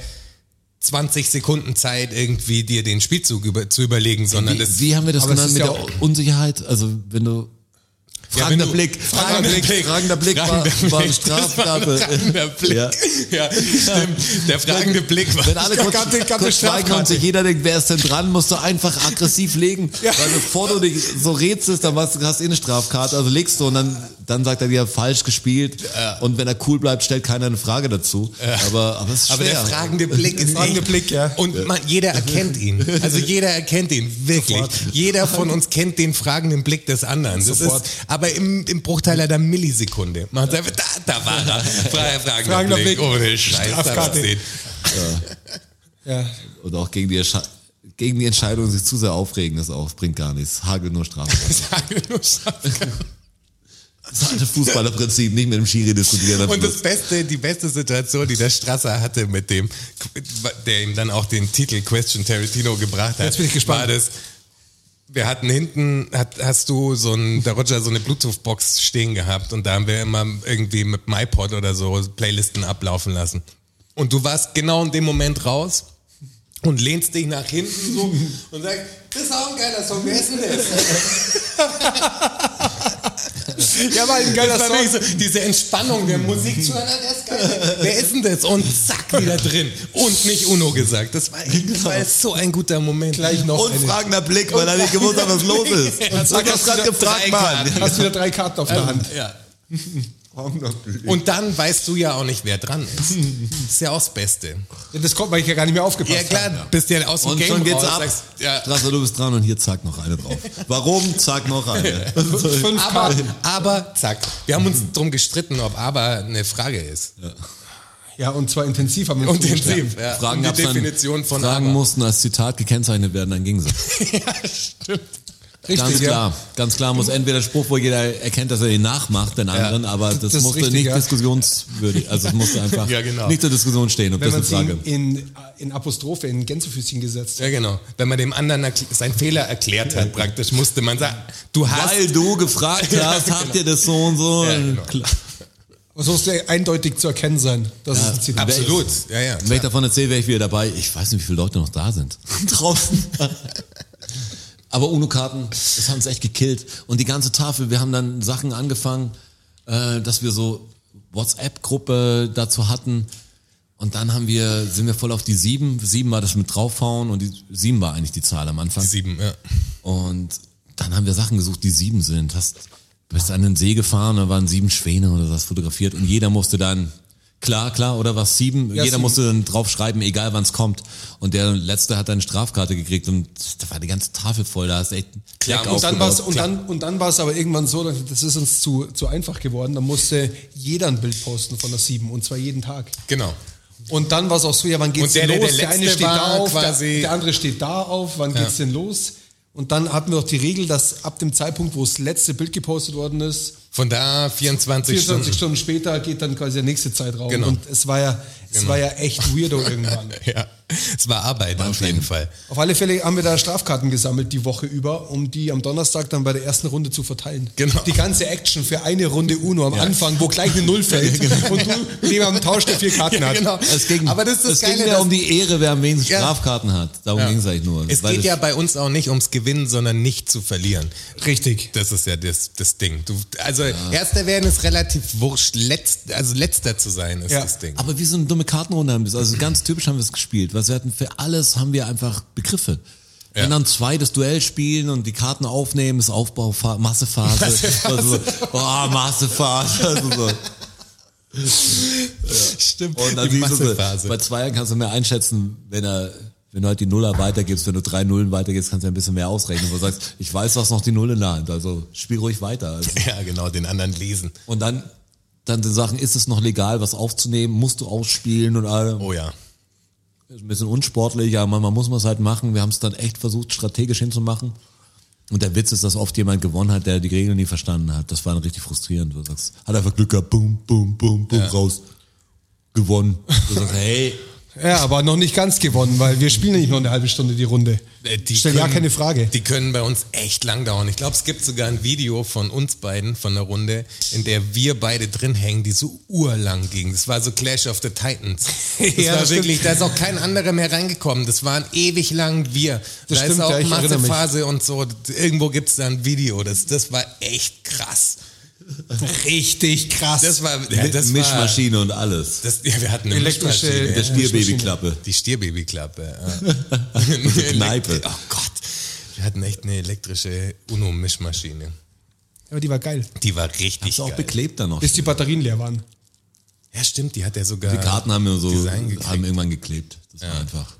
20 Sekunden Zeit, irgendwie dir den Spielzug über, zu überlegen, sondern das
Wie, wie haben wir das
aber es
genannt mit
ist ja
der Unsicherheit? Also wenn du
Ja,
Fragender
wenn du-
Blick, fragender Blick, fragender Blick war,
fragender
war
Blick,
Strafkarte.
Fragender Blick. Ja.
Ja.
stimmt. Der fragende Blick war.
Wenn alle kurz,
gab den- gab den
kurz schweigen und
Strafkarte.
sich jeder denkt, wer ist denn dran, musst du einfach aggressiv
[LAUGHS]
legen. Weil bevor du dich so rätselst, dann hast, hast du eh eine Strafkarte, also legst du und dann, dann sagt er dir falsch gespielt. Und wenn er cool bleibt, stellt keiner eine Frage dazu. Aber, aber es ist schwer.
aber der fragende Blick ist
Fragende
echt-
Blick, ja.
Und man, jeder erkennt ihn.
[LAUGHS]
Also jeder erkennt ihn, wirklich. Jeder von uns kennt den fragenden Blick des anderen. Das ist,
Sofort.
aber im, im Bruchteil einer Millisekunde. Man sagt, da, da war er. Fra- Fragender,
Fragender
Blick.
Blick.
Ohne Scheiß. da
Strafkarte.
war's
[LAUGHS]
den.
Ja.
und auch gegen die, Ersche- gegen die Entscheidung sich zu sehr aufregen, das auch, bringt gar nichts. Hagel nur
[LAUGHS]
Strafkarte.
Sage nur Strafkarte.
Das ist halt das Fußballerprinzip, nicht mit dem Schiri diskutieren. am
Und
Schluss.
das Beste, die beste Situation, die der Strasser hatte mit dem, der ihm dann auch den Titel Question Tarantino gebracht hat,
Jetzt bin ich gespannt.
war das, wir hatten hinten, hat, hast du so ein, der Roger so eine Bluetooth-Box stehen gehabt und da haben wir immer irgendwie mit dem iPod oder so Playlisten ablaufen lassen. Und du warst genau in dem Moment raus und lehnst dich nach hinten so und sagst, das ist auch ein geiler Song, wer ist denn das?
ja, war ein geiler
Das war
Song.
wirklich so, diese Entspannung der Musik zu hören, ah, das ist geil. Wer ist denn das? Und zack, wieder drin. Und nicht Uno gesagt. Das war, das war so ein guter Moment.
Gleich noch
Und
eine.
fragender Blick, weil er nicht gewusst
[LAUGHS]
hat, was los ist. Und
Sag
sag, was
das
gerade
wieder
gefragt,
drei
Mann.
Hast wieder drei Karten auf der Hand.
Ja.
haben natürlich.
Und dann weißt du ja auch nicht, wer dran ist. ist ja auch das Beste.
Das kommt, weil ich ja gar nicht mehr aufgepasst
Ja klar,
habe.
bist ja aus dem
Und
Game
schon geht's
raus,
ab.
sagst, ja.
Strasser, du bist dran und hier zack noch eine drauf. Warum? Zack noch
[LAUGHS]
eine. Also,
Fünf
Aber,
Karten.
aber, zack. Wir haben uns drum gestritten, ob aber eine Frage ist.
Ja, und zwar intensiv haben wir uns zugeschlagen.
Intensiv. Ja.
Fragen
Und
gab's
die Definition
dann,
von
Fragen
aber.
mussten als Zitat gekennzeichnet werden, dann ging's.
[LAUGHS] ja, stimmt.
Richtig,
Ganz
ja.
klar, ganz klar muss entweder Spruch, wo jeder erkennt, dass er ihn nachmacht, den anderen, aber das,
das ist
musste
richtig,
nicht
ja.
diskussionswürdig, also es musste einfach
[LAUGHS] Ja, genau.
nicht zur Diskussion stehen, ob
Wenn
das
man
eine
es
Frage
in, in, in Apostrophe, in Gänsefüßchen gesetzt
Ja, genau. Wenn man dem anderen erkl- seinen Fehler erklärt hat, praktisch, musste man sagen, du hast.
Weil du
[LAUGHS]
gefragt
Ja,
hast, habt
genau.
ihr das so und so?
Ja, genau.
Klar.
So muss der eindeutig zu erkennen sein. Das ist ein Zitat.
Absolut. Ja, ja.
Wenn ich davon erzähle, wäre ich wieder dabei. Ich weiß nicht, wie viele Leute noch da sind. Draußen. [LAUGHS] Aber UNO-Karten, das haben sie echt gekillt. Und die ganze Tafel, wir haben dann Sachen angefangen, äh, dass wir so WhatsApp-Gruppe dazu hatten. Und dann haben wir, sind wir voll auf die sieben. Sieben war das mit draufhauen und die sieben war eigentlich die Zahl am Anfang.
Sieben, ja.
Und dann haben wir Sachen gesucht, die sieben sind. Hast, bist an den See gefahren, da waren sieben Schwäne oder was fotografiert und jeder musste dann, klar, klar, oder was sieben,
Ja,
jeder
sieben.
musste dann draufschreiben, egal wann es kommt. Und der Letzte hat dann Strafkarte gekriegt und da war die ganze Tafel voll, da hast du echt einen Kleck
und
aufgebaut.
Und dann war es und dann, und dann war's aber irgendwann so, dass- das ist uns zu, zu einfach geworden. Da musste jeder ein Bild posten von der Sieben und zwar jeden Tag.
Genau.
Und dann war es auch so, ja, wann geht's
Und der,
denn
der
los?
der
Der, eine
Letzte
steht da
war
auf,
quasi-
der, der andere steht da auf, wann geht's denn los? Und dann hatten wir auch die Regel, dass ab dem Zeitpunkt, wo das letzte Bild gepostet worden ist,
Von da 24,
24
Stunden.
Stunden später geht dann quasi der nächste Zeitraum.
Genau.
Und es war ja, es war ja echt
[LAUGHS]
weirdo irgendwann.
Ja. Es war Arbeit auf jeden Fall.
Auf alle Fälle haben wir da Strafkarten gesammelt die Woche über, um die am Donnerstag dann bei der ersten Runde zu verteilen.
Genau.
Die ganze Action für eine Runde UNO am Anfang, wo gleich eine Null
[LAUGHS]
fällt und du dem am Tausch der vier Karten
genau. Ja,
hat.
genau.
es ging,
Aber das ist das
es ging
Geile,
ja
dass-
um die Ehre, wer am wenigsten
Ja.
Strafkarten hat. Darum
Ja.
ging es eigentlich nur.
Es
Weil
geht ja bei uns auch nicht ums Gewinnen, sondern nicht zu verlieren.
Richtig.
Das ist ja das, das Ding. Du, also Erster werden ist relativ wurscht. Letzt, also Letzter zu sein ist
Ja.
das Ding.
Aber wie so eine dumme Kartenrunde haben wir es. Also ganz typisch haben wir es gespielt. Was wir hatten für alles haben wir einfach Begriffe. Wenn
Ja.
dann zwei das Duell spielen und die Karten aufnehmen, ist Aufbau, Massephase.
[LAUGHS]
Also, oh, Massephase. [LAUGHS] Also so.
[LAUGHS]
Stimmt.
Und dann
die
siehst du, so,
Massephase.
bei Zweiern kannst du mehr einschätzen, wenn er, wenn du halt die Nuller weitergibst, wenn du drei Nullen weitergibst, kannst du ein bisschen mehr ausrechnen, wo du sagst, ich weiß, was noch die Null in der Hand, also spiel ruhig weiter. Also.
ja, genau, den anderen lesen.
Und dann, dann die Sachen, ist es noch legal, was aufzunehmen, musst du ausspielen und alle.
Oh ja.
Ist ein bisschen unsportlich, aber manchmal muss man es halt machen. Wir haben es dann echt versucht, strategisch hinzumachen. Und der Witz ist, dass oft jemand gewonnen hat, der die Regeln nie verstanden hat. Das war dann richtig frustrierend. Du sagst, hat einfach Glück gehabt, boom, boom, boom, boom, raus. Gewonnen. Du sagst, hey,
Ja, aber noch nicht ganz gewonnen, weil wir spielen nicht nur eine halbe Stunde die Runde.
Äh, die
Stell ja
können-
keine Frage.
Die können bei uns echt lang dauern. Ich glaube, es gibt sogar ein Video von uns beiden von der Runde, in der wir beide drin hängen, die so urlang ging. Das war so Clash of the Titans. Das
[LAUGHS] Ja,
war
das
wirklich,
stimmt.
da ist auch kein anderer mehr reingekommen. Das waren ewig lang wir.
Das
da
stimmt,
ist auch
ja, ich erinnere mich.
Massephase und so. Irgendwo gibt es da ein Video. Das, das war echt krass.
Richtig krass.
Das war, [LAUGHS] ja, das war,
Mischmaschine und alles.
das, ja, wir hatten eine
Elektrische-
Mischmaschine.
Der
ja.
Stierbabyklappe.
Die Stierbabyklappe.
[LAUGHS]
Eine Kneipe.
Oh Gott. Wir hatten echt eine elektrische UNO-Mischmaschine.
aber die war geil.
Die war richtig
Ist auch
geil.
beklebt dann noch.
Bis die Batterien leer waren.
Ja, stimmt, die hat er sogar.
Die Karten haben wir so,
Design gekriegt.
haben irgendwann geklebt. Das war einfach.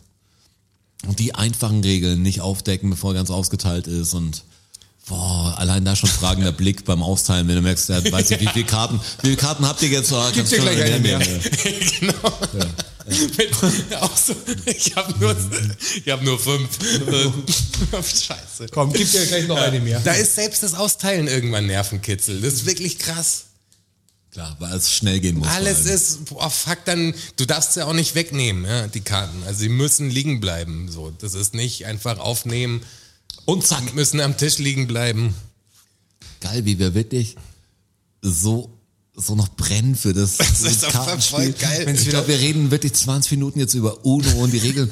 Und die einfachen Regeln nicht aufdecken, bevor ganz ausgeteilt ist und boah, allein da schon fragender Blick beim Austeilen, wenn du merkst, der hat, weiß
[LAUGHS]
nicht, wie viele Karten, wie viele Karten habt ihr jetzt? Oh,
Gib dir gleich eine mehr.
[LAUGHS] genau. Mit, auch so, ich habe nur, ich hab
[LAUGHS]
nur fünf. Scheiße.
Komm, gib dir gleich noch eine mehr.
Da ist selbst das Austeilen irgendwann Nervenkitzel. Das ist wirklich krass.
Klar, weil es schnell gehen muss.
Alles
vor allem.
ist, oh fuck, dann, du darfst sie auch nicht wegnehmen, ja, die Karten. Also, sie müssen liegen bleiben. So, das ist nicht einfach aufnehmen,
Und zack.
müssen am Tisch liegen bleiben.
Geil, wie wir wirklich so, so noch brennen für
[LAUGHS]
das, das
ist doch voll geil.
Ich glaube, wir reden wirklich 20 Minuten jetzt über UNO und die Regeln.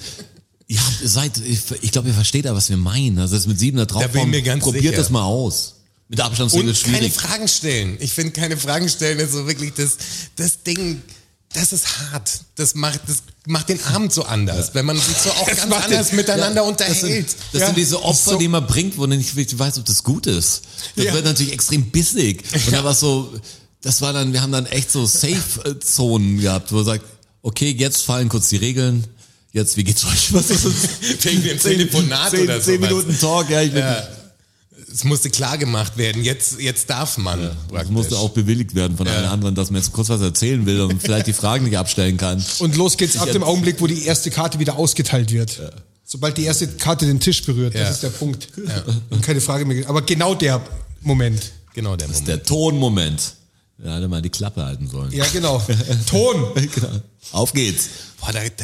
Ihr habt, ihr seid, ich, ich glaube, ihr versteht da, was wir meinen. Also das mit sieben da drauf
Da bin ich
kommen,
mir ganz
probiert
sicher.
das mal aus. Mit Abstandsregel
Und
ist schwierig.
keine Fragen stellen. Ich finde, keine Fragen stellen ist so wirklich das, das Ding, das ist hart. Das macht, das macht den Abend so anders, wenn man sich
[LAUGHS]
so auch ganz
macht den-
anders miteinander
Ja,
unterhält.
Das, sind, das
Ja,
sind diese
das ist
Opfer,
so-
die man bringt, wo man nicht wirklich weiß, ob das gut ist. Das
Ja.
wird natürlich extrem bissig. Und da war es so, das war dann, wir haben dann echt so Safe-Zonen gehabt, wo man sagt, okay, jetzt fallen kurz die Regeln, jetzt, wie geht's euch? Was ist das?
[LAUGHS] Wegen dem Telefonat
Zehn-
oder so.
Zehn Minuten Talk, ja, ich bin,
Es musste klar gemacht werden, jetzt, jetzt darf man.
das
praktisch.
musste auch bewilligt werden von allen anderen, dass man jetzt kurz was erzählen will und vielleicht die Fragen nicht abstellen kann.
Und los geht's ab dem
jetzt-
Augenblick, wo die erste Karte wieder ausgeteilt wird. Sobald die erste Karte den Tisch berührt,
Ja.
das ist der Punkt. Und keine Frage mehr. Aber genau der Moment.
Genau der Moment.
Der Tonmoment. Da hätte man die Klappe halten sollen. [LAUGHS] Genau.
Ja, genau. Ton.
Auf geht's.
Boah, da, da,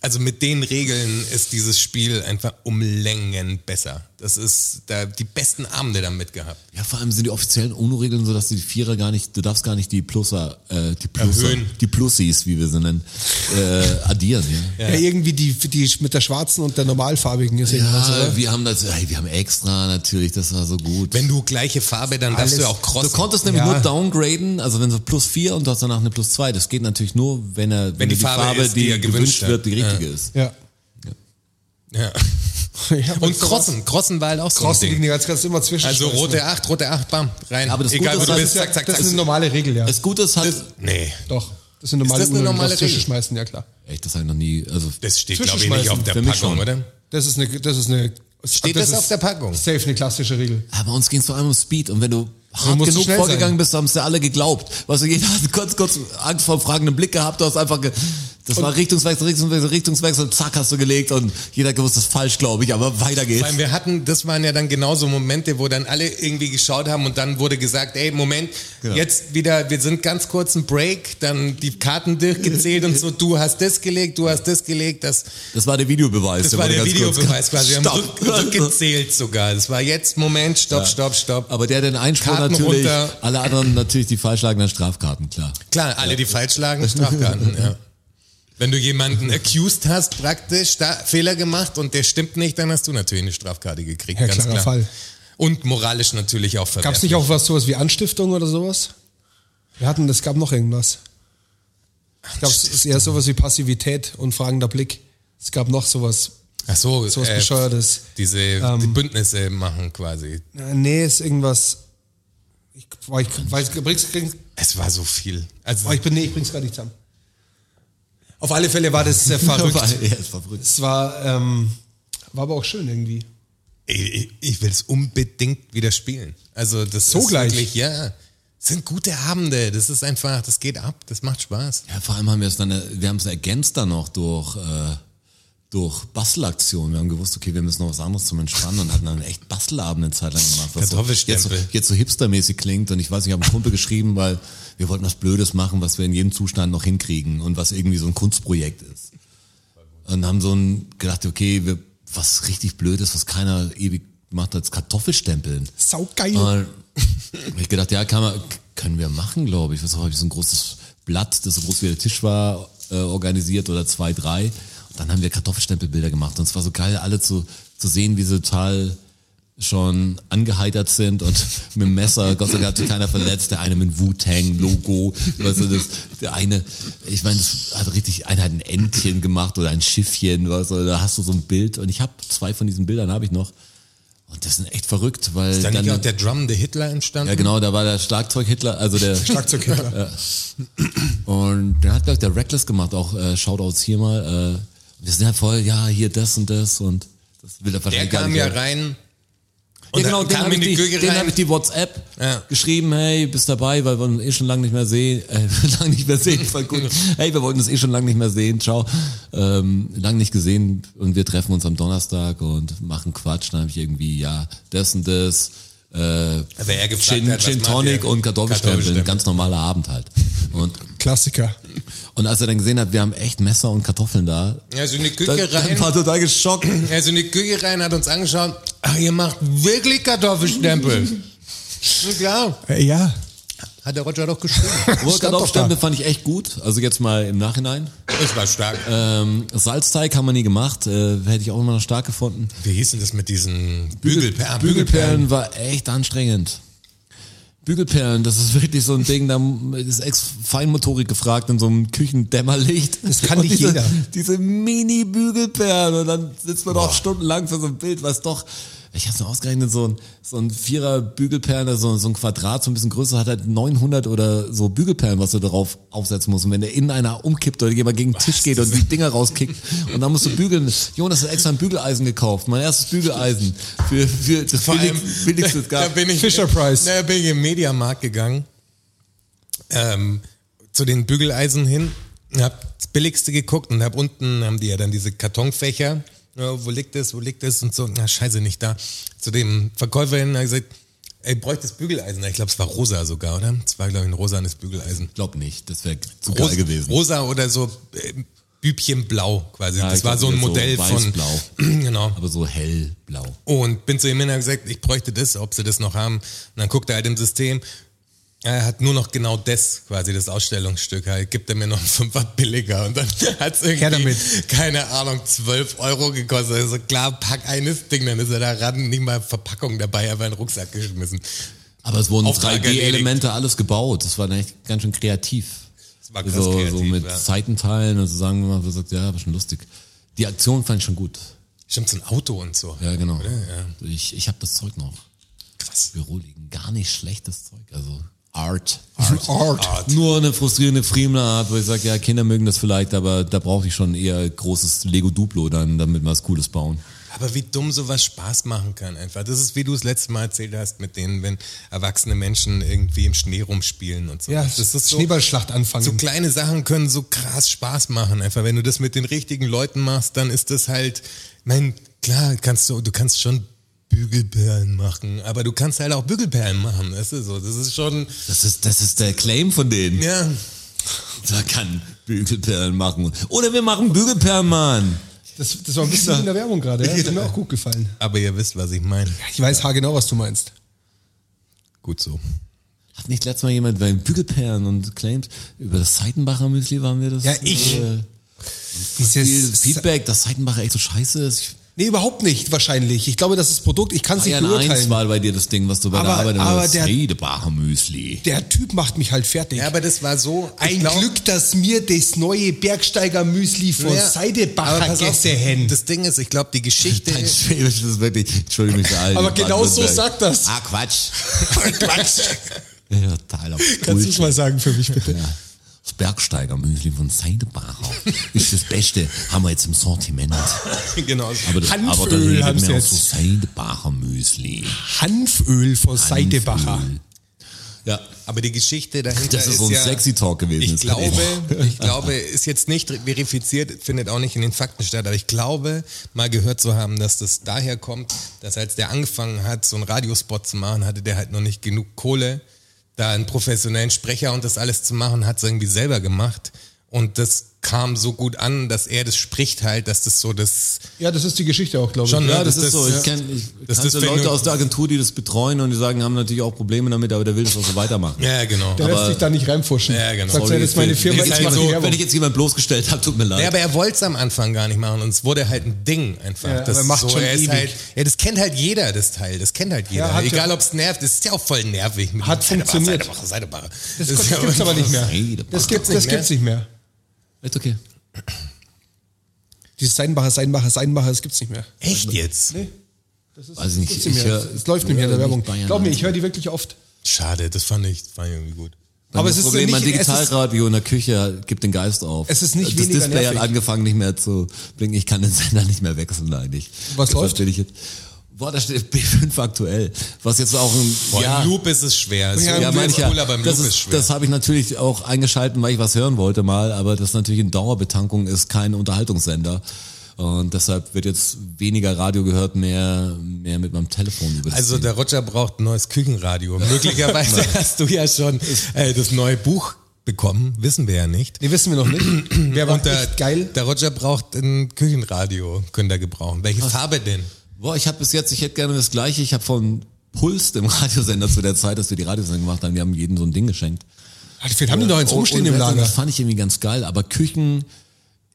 also mit den Regeln ist dieses Spiel einfach um Längen besser. Das ist da die besten Abende damit gehabt.
Ja, vor allem sind die offiziellen UNO-Regeln so, dass du die Vierer gar nicht, du darfst gar nicht die Plusser, äh, die Plusser,
Erhöhen.
die Plussis, wie wir sie nennen, äh, addieren. Ja,
Ja. irgendwie die, die mit der schwarzen und der normalfarbigen ist irgendwas,
ja,
oder?
wir haben das, ey, wir haben extra natürlich, das war so gut.
Wenn du gleiche Farbe, dann darfst
Alles-
du auch crossen.
du konntest nämlich
Ja.
nur downgraden, also wenn so plus vier und du hast danach eine plus zwei, das geht natürlich nur, wenn er, wenn,
die
die,
Farbe
Farbe,
ist, die
die,
er gewünscht
gewünscht
hat.
wird, die richtige ist.
Ja.
ja.
ja.
Und crossen. Crossen war halt auch so
Crossen
ein
liegen
Ding.
die ganz, ganz immer zwischen.
Also rote acht, rote acht, bam, rein.
Aber das
Egal,
Gute
wo
ist,
du
das
bist,
ist ja-
zack, zack,
Das
zack.
ist eine normale Regel, ja.
Das Gute ist halt,
nee,
Doch. Das ist eine normale
Ist das eine
Regel,
normale
das Tische
Regel?
schmeißen, ja klar.
echt, das habe ich noch nie, also,
das steht glaube ich nicht
Zwischenschmeißen,
auf der
für mich
Packung,
schon.
oder?
Das ist eine, das ist eine,
Steht das auf
ist
der Packung?
Safe, eine klassische Regel.
aber uns ging es vor allem um Speed und wenn du hart
musst du
genug
schnell
vorgegangen
sein.
bist, haben es ja alle geglaubt. Weißt du, jeder hat kurz, kurz Angst vor fragenden Blick gehabt, du hast einfach, ge das war Richtungswechsel, Richtungswechsel, Richtungswechsel, zack, hast du gelegt und jeder hat gewusst, das ist falsch, glaube ich, aber weiter geht's.
Vor allem, wir hatten, das waren ja dann genauso Momente, wo dann alle irgendwie geschaut haben und dann wurde gesagt, ey, Moment,
Genau.
jetzt wieder, wir sind ganz kurz ein Break, dann die Karten durchgezählt und so, du hast das gelegt, du hast das gelegt, das,
Das war der Videobeweis.
das war
wurde
der
ganz kurz-
Videobeweis quasi, wir haben
Stopp.
rück- rückgezählt sogar, das war jetzt, Moment, stopp, stopp, stopp.
Aber der den Einspruch
Karten
natürlich,
runter.
alle anderen natürlich die falschlagenden Strafkarten, klar.
Klar, alle, die falsch lagen, Strafkarten, ja. Wenn du jemanden accused hast, praktisch, da Fehler gemacht und der stimmt nicht, dann hast du natürlich eine Strafkarte gekriegt,
Ja,
ganz
klarer
klar.
Fall.
Und moralisch natürlich auch
Gab es
verwerflich.
nicht auch was sowas wie Anstiftung oder sowas? Wir hatten, es gab noch irgendwas. Ich glaube, es ist eher sowas wie Passivität und fragender Blick. Es gab noch sowas,
Ach so,
sowas
äh,
Bescheuertes.
diese
Ähm.
die Bündnisse machen quasi.
Äh, Nee, ist irgendwas. Ich, boah, ich, weiß, bring's, bring's,
Es war so viel. Also
boah, Oh, ich, bin, nee, ich bring's gar nicht zusammen. Auf alle Fälle war das sehr verrückt.
[LAUGHS] Ja, es war verrückt.
Es war, ähm, war aber auch schön irgendwie.
ich, ich, ich will es unbedingt wieder spielen. Also das
So
ist
gleich?
wirklich, ja. Es sind gute Abende. Das ist einfach, das geht ab, das macht Spaß.
Ja, vor allem haben wir es dann, äh, wir haben es ergänzt dann noch durch, äh, durch Bastelaktionen. Wir haben gewusst, okay, wir müssen noch was anderes zum Entspannen und hatten dann echt Bastelabende eine Zeit lang gemacht. was so- jetzt, so,
Kartoffelstempel.
jetzt so hipstermäßig klingt und ich weiß, ich habe einen Kumpel geschrieben, weil wir wollten was Blödes machen, was wir in jedem Zustand noch hinkriegen und was irgendwie so ein Kunstprojekt ist. Und haben so ein, gedacht, okay, wir, was richtig Blödes, was keiner ewig gemacht hat, ist Kartoffelstempeln.
Saugeil.
Mal hab ich gedacht, ja, kann man, können wir machen, glaube ich. Was habe ich so ein großes Blatt, das so groß wie der Tisch war, äh, organisiert oder zwei, drei. Und dann haben wir Kartoffelstempelbilder gemacht und es war so geil, alle zu, zu sehen, wie sie total schon angeheitert sind und [LAUGHS] mit dem Messer, Gott sei Dank hat sich keiner verletzt, der eine mit dem Wu-Tang-Logo, weißt du, das, der eine, ich meine, das hat richtig, einer hat ein Entchen gemacht oder ein Schiffchen, weißt du, da hast du so ein Bild und ich habe zwei von diesen Bildern habe ich noch und das sind echt verrückt, weil
Dann,
dann
dann auch der Drum the Hitler entstanden.
ja, genau, da war der Schlagzeug-Hitler, also
[LAUGHS]
der.
[LAUGHS] Schlagzeugkinder.
und der hat, glaube ich, der Reckless gemacht, auch äh, Shoutouts hier mal. Äh, wir sind halt voll, ja, hier das und das und das will er
Der
wahrscheinlich gar
kam
nicht.
ja
hören.
rein.
Ja,
Und
genau,
dann
den
kam
habe
in die
ich, die-
Küche
den
rein.
hab ich die WhatsApp
Ja.
geschrieben, hey, bist dabei, weil wir uns eh schon lange nicht mehr sehen, äh, [LAUGHS] lange nicht mehr sehen, voll
[LAUGHS]
gut. Hey, wir wollten uns eh schon lange nicht mehr sehen, ciao. Ähm, lang nicht gesehen und wir treffen uns am Donnerstag und machen Quatsch, dann habe ich irgendwie, ja, das und das, äh,
Also er gefragt
Gin,
hat, was
Gin
macht
Tonic
ihr?
und Kartoffelstempel,
Kartoffelstempel.
ein ganz normaler Abend halt. Und,
Klassiker.
und als er dann gesehen hat, wir haben echt Messer und Kartoffeln da,
Also in die
dann,
Küche rein.
dann war er total geschockt.
Also in die Küche rein, hat uns angeschaut. Ach, ihr macht wirklich
[LAUGHS]
Kartoffelstempel. Na klar.
Äh, ja.
Hat der Roger doch geschrieben.
Obwohl,
Stand doch da.
Kartoffelstempel fand ich echt gut, also jetzt mal im Nachhinein.
Das war stark.
Ähm, Salzteig haben wir nie gemacht, äh, hätte ich auch immer noch stark gefunden.
Wie hieß denn das mit diesen Bügelperlen?
Bügelperlen war echt anstrengend. Bügelperlen, das ist wirklich so ein Ding, da ist ex Feinmotorik gefragt in so einem Küchendämmerlicht. Das
kann nicht
diese,
jeder.
Diese Mini-Bügelperlen und dann sitzt man auch stundenlang für so ein Bild, was doch ich hab's mir ausgerechnet, so ein, so ein Vierer Bügelperlen, so, so ein Quadrat, so ein bisschen größer, hat halt 900 oder so Bügelperlen, was du darauf aufsetzen musst. Und wenn der in einer umkippt oder jemand gegen den Tisch geht und die Dinger rauskickt und dann musst du bügeln. Jonas hat extra ein Bügeleisen gekauft, mein erstes Bügeleisen für, für das
Vor
billig,
allem,
billigste
[LAUGHS]
es
da
gab.
bin ich,
Fisher Price.
Da bin ich im Mediamarkt gegangen, ähm, zu den Bügeleisen hin, hab das Billigste geguckt und hab unten, haben die ja dann diese Kartonfächer, ja, wo liegt es, wo liegt es und so, na scheiße, nicht da. Zu dem Verkäufer hin, hab ich gesagt, ey, bräuchte das Bügeleisen? Ich glaube, es war rosa sogar, oder? Es war, glaube ich, ein rosanes Bügeleisen.
Glaub nicht, das wäre zu
Rosa,
geil gewesen.
rosa oder so äh, Bübchenblau quasi.
Ja,
das
ich
war
glaub,
so ein
so
Modell von...
weiß-blau.
[CLEARS THROAT] genau.
Aber so hellblau.
Und bin zu ihm hin und hab gesagt, ich bräuchte das, ob sie das noch haben. Und dann guckt er halt im System, er hat nur noch genau das, quasi das Ausstellungsstück, halt, gibt er mir noch einen Fünfer billiger. Und dann [LAUGHS] hat's
Her
irgendwie,
damit.
keine Ahnung, 12 Euro gekostet. Also klar, pack eines Ding, dann ist er da ran, nicht mal Verpackung dabei, aber in den Rucksack geschmissen.
Aber es wurden
Auftrag erledigt.
3D-Elemente alles gebaut. Das war echt ganz schön kreativ.
Das war krass
So,
kreativ,
so mit
ja.
Seitenteilen und so sagen wir mal, so sagt, ja, war schon lustig. Die Aktion fand ich schon gut.
Stimmt, so ein Auto und so.
Ja, genau. Ich, ich habe das Zeug noch.
Krass.
Büro liegen. Gar nicht schlechtes Zeug. Also Art. Art. [LAUGHS]
Art.
Nur eine frustrierende Friemler Art, wo ich sage, ja, Kinder mögen das vielleicht, aber da brauche ich schon eher großes Lego Duplo dann, damit wir was Cooles bauen.
Aber wie dumm sowas Spaß machen kann einfach. Das ist, wie du es letztes Mal erzählt hast, mit denen, wenn erwachsene Menschen irgendwie im Schnee rumspielen und so.
Ja,
das ist so,
Schneeballschlacht anfangen.
so kleine Sachen können so krass Spaß machen. Einfach, wenn du das mit den richtigen Leuten machst, dann ist das halt, mein, klar, kannst du, du kannst schon Bügelperlen machen, aber du kannst halt auch Bügelperlen machen. Das ist so, das ist schon,
Das ist, das ist der Claim von denen.
ja,
Da kann Bügelperlen machen. Oder wir machen Bügelperlen, Mann.
Das, das war ein bisschen wie in der Werbung gerade. Ja? Das hat mir auch gut gefallen.
aber ihr wisst, was ich meine.
Ich weiß haargenau, was du meinst.
Gut so.
Hat nicht letztes Mal jemand bei Bügelperlen und Claims über das Seitenbacher Müsli waren wir das?
Ja, ich.
Äh, viel
Dieses
Feedback, dass Seitenbacher echt so scheiße ist. Ich,
nee, überhaupt nicht wahrscheinlich. Ich glaube, das ist Produkt, ich kann es nicht
Bayern 1
beurteilen.
war bei dir das Ding, was du bei
Aber-
der Arbeit
aber
hast.
der-
Seitenbacher Müsli.
Der Typ macht mich halt fertig.
Ja, aber das war so, ich
ein
glaub-
Glück, dass mir das neue Bergsteiger-Müsli von
Ja, aber
Seidebacher
pass auf,
gestehen.
Das Ding ist, ich glaube, die
[LAUGHS]
Geschichte.
Dein Schwäbisch ist wirklich, entschuldige mich für all die
Aber genau so
Baden-Württemberg.
sagt das.
Ah, Quatsch.
[LAUGHS]
Quatsch.
Ja, Totaler
Kannst du es mal sagen für mich bitte?
Ja. Das Bergsteigermüsli von Seidebacher ist das Beste, haben wir jetzt im Sortiment.
genau.
Aber das, aber da
Hanföl
redet
haben's
mir auch
jetzt.
so Seidebacher Müsli.
Hanföl von Seidebacher.
Hanföl. Ja,
Aber die Geschichte dahinter
Das ist so ein
ja,
sexy Talk gewesen.
Ich
Das kann
glaube, [LAUGHS] ich glaube, ist jetzt nicht verifiziert, findet auch nicht in den Fakten statt, aber ich glaube, mal gehört zu haben, dass das daher kommt, dass als der angefangen hat, so einen Radiospot zu machen, hatte der halt noch nicht genug Kohle, da einen professionellen Sprecher und das alles zu machen, hat es irgendwie selber gemacht. Und das kam so gut an, dass er das spricht halt, dass das so das,
Ja, das ist die Geschichte auch, glaube ich.
Schon,
Ja,
ne?
das,
Das
ist so.
ist-
Ich kenne ich
Das
kannte
ist, wenn
Leute
du-
aus der Agentur, die das betreuen und die sagen, haben natürlich auch Probleme damit, aber der will das auch so weitermachen.
ja genau.
Der lässt sich da nicht reinfuschen.
Ja, genau.
Sagt,
Sorry,
das ist meine
jetzt-
Firma,
jetzt
ich
halt
mache
so,
die
Wenn
Werbung.
ich jetzt jemand bloßgestellt habe, tut mir leid.
Ja, aber er wollte es am Anfang gar nicht machen und es wurde halt ein Ding einfach.
Ja,
das
aber er macht
so,
schon
er ist
ewig.
Halt, ja, das kennt halt jeder, das Teil. Das kennt halt jeder.
Ja, hat ja-
Egal, ob es nervt, das ist ja auch voll nervig. Mit
Hat
Seite Bar,
funktioniert.
Seite Bar, Seite Bar.
Das,
ist
das
ja
gibt's aber nicht mehr.
Seidebacher.
Das gibt's, das gibt's nicht mehr.
Ist okay.
Dieses Seidenbacher, Seidenbacher, Seidenbacher, das gibt's nicht mehr.
Echt jetzt?
Weiß ich nicht.
Gibt's
ich
nicht mehr.
hör-
es läuft nicht mehr in der
höre
Werbung.
Bayern
Glaub mir,
an.
ich höre die wirklich oft.
Schade, das fand ich, fand ich irgendwie gut.
Dann
Aber
das
es ist
Problem
nicht-
an
es ist-
Digitalradio in der Küche gibt den Geist auf.
Es ist nicht
Das
weniger
Display
nervig.
hat angefangen nicht mehr zu blinken. Ich kann den Sender nicht mehr wechseln eigentlich.
Was
Deshalb
läuft?
bin Ich jetzt, boah, da steht B5 aktuell. Was jetzt auch ein
Boah,
ja,
im Loop ist es schwer. So
Ja,
ja,
ist
meine ich ja.
cool, aber im
das
Loop ist,
ist,
schwer.
das habe ich natürlich auch eingeschalten, weil ich was hören wollte mal, aber das ist natürlich in Dauerbetankung ist kein Unterhaltungssender. Und deshalb wird jetzt weniger Radio gehört, mehr, mehr mit meinem Telefon über das
also
Ding.
der Roger braucht ein neues Küchenradio.
[LAUGHS]
Möglicherweise hast du ja schon äh, das neue Buch bekommen, wissen wir ja nicht.
Nee, wissen wir noch nicht. Wer war
Und der,
echt geil?
der Roger braucht ein Küchenradio, könnt ihr gebrauchen. Welche Farbe denn?
Boah, ich habe bis jetzt, ich hätte gerne das gleiche, ich habe von Puls, dem [LAUGHS] Radiosender zu der Zeit, dass wir die Radiosender gemacht haben, die haben jedem so ein Ding geschenkt.
Ah, Vielleicht haben die noch eins rumstehen im
und
Lager.
Das fand ich irgendwie ganz geil, aber Küchen,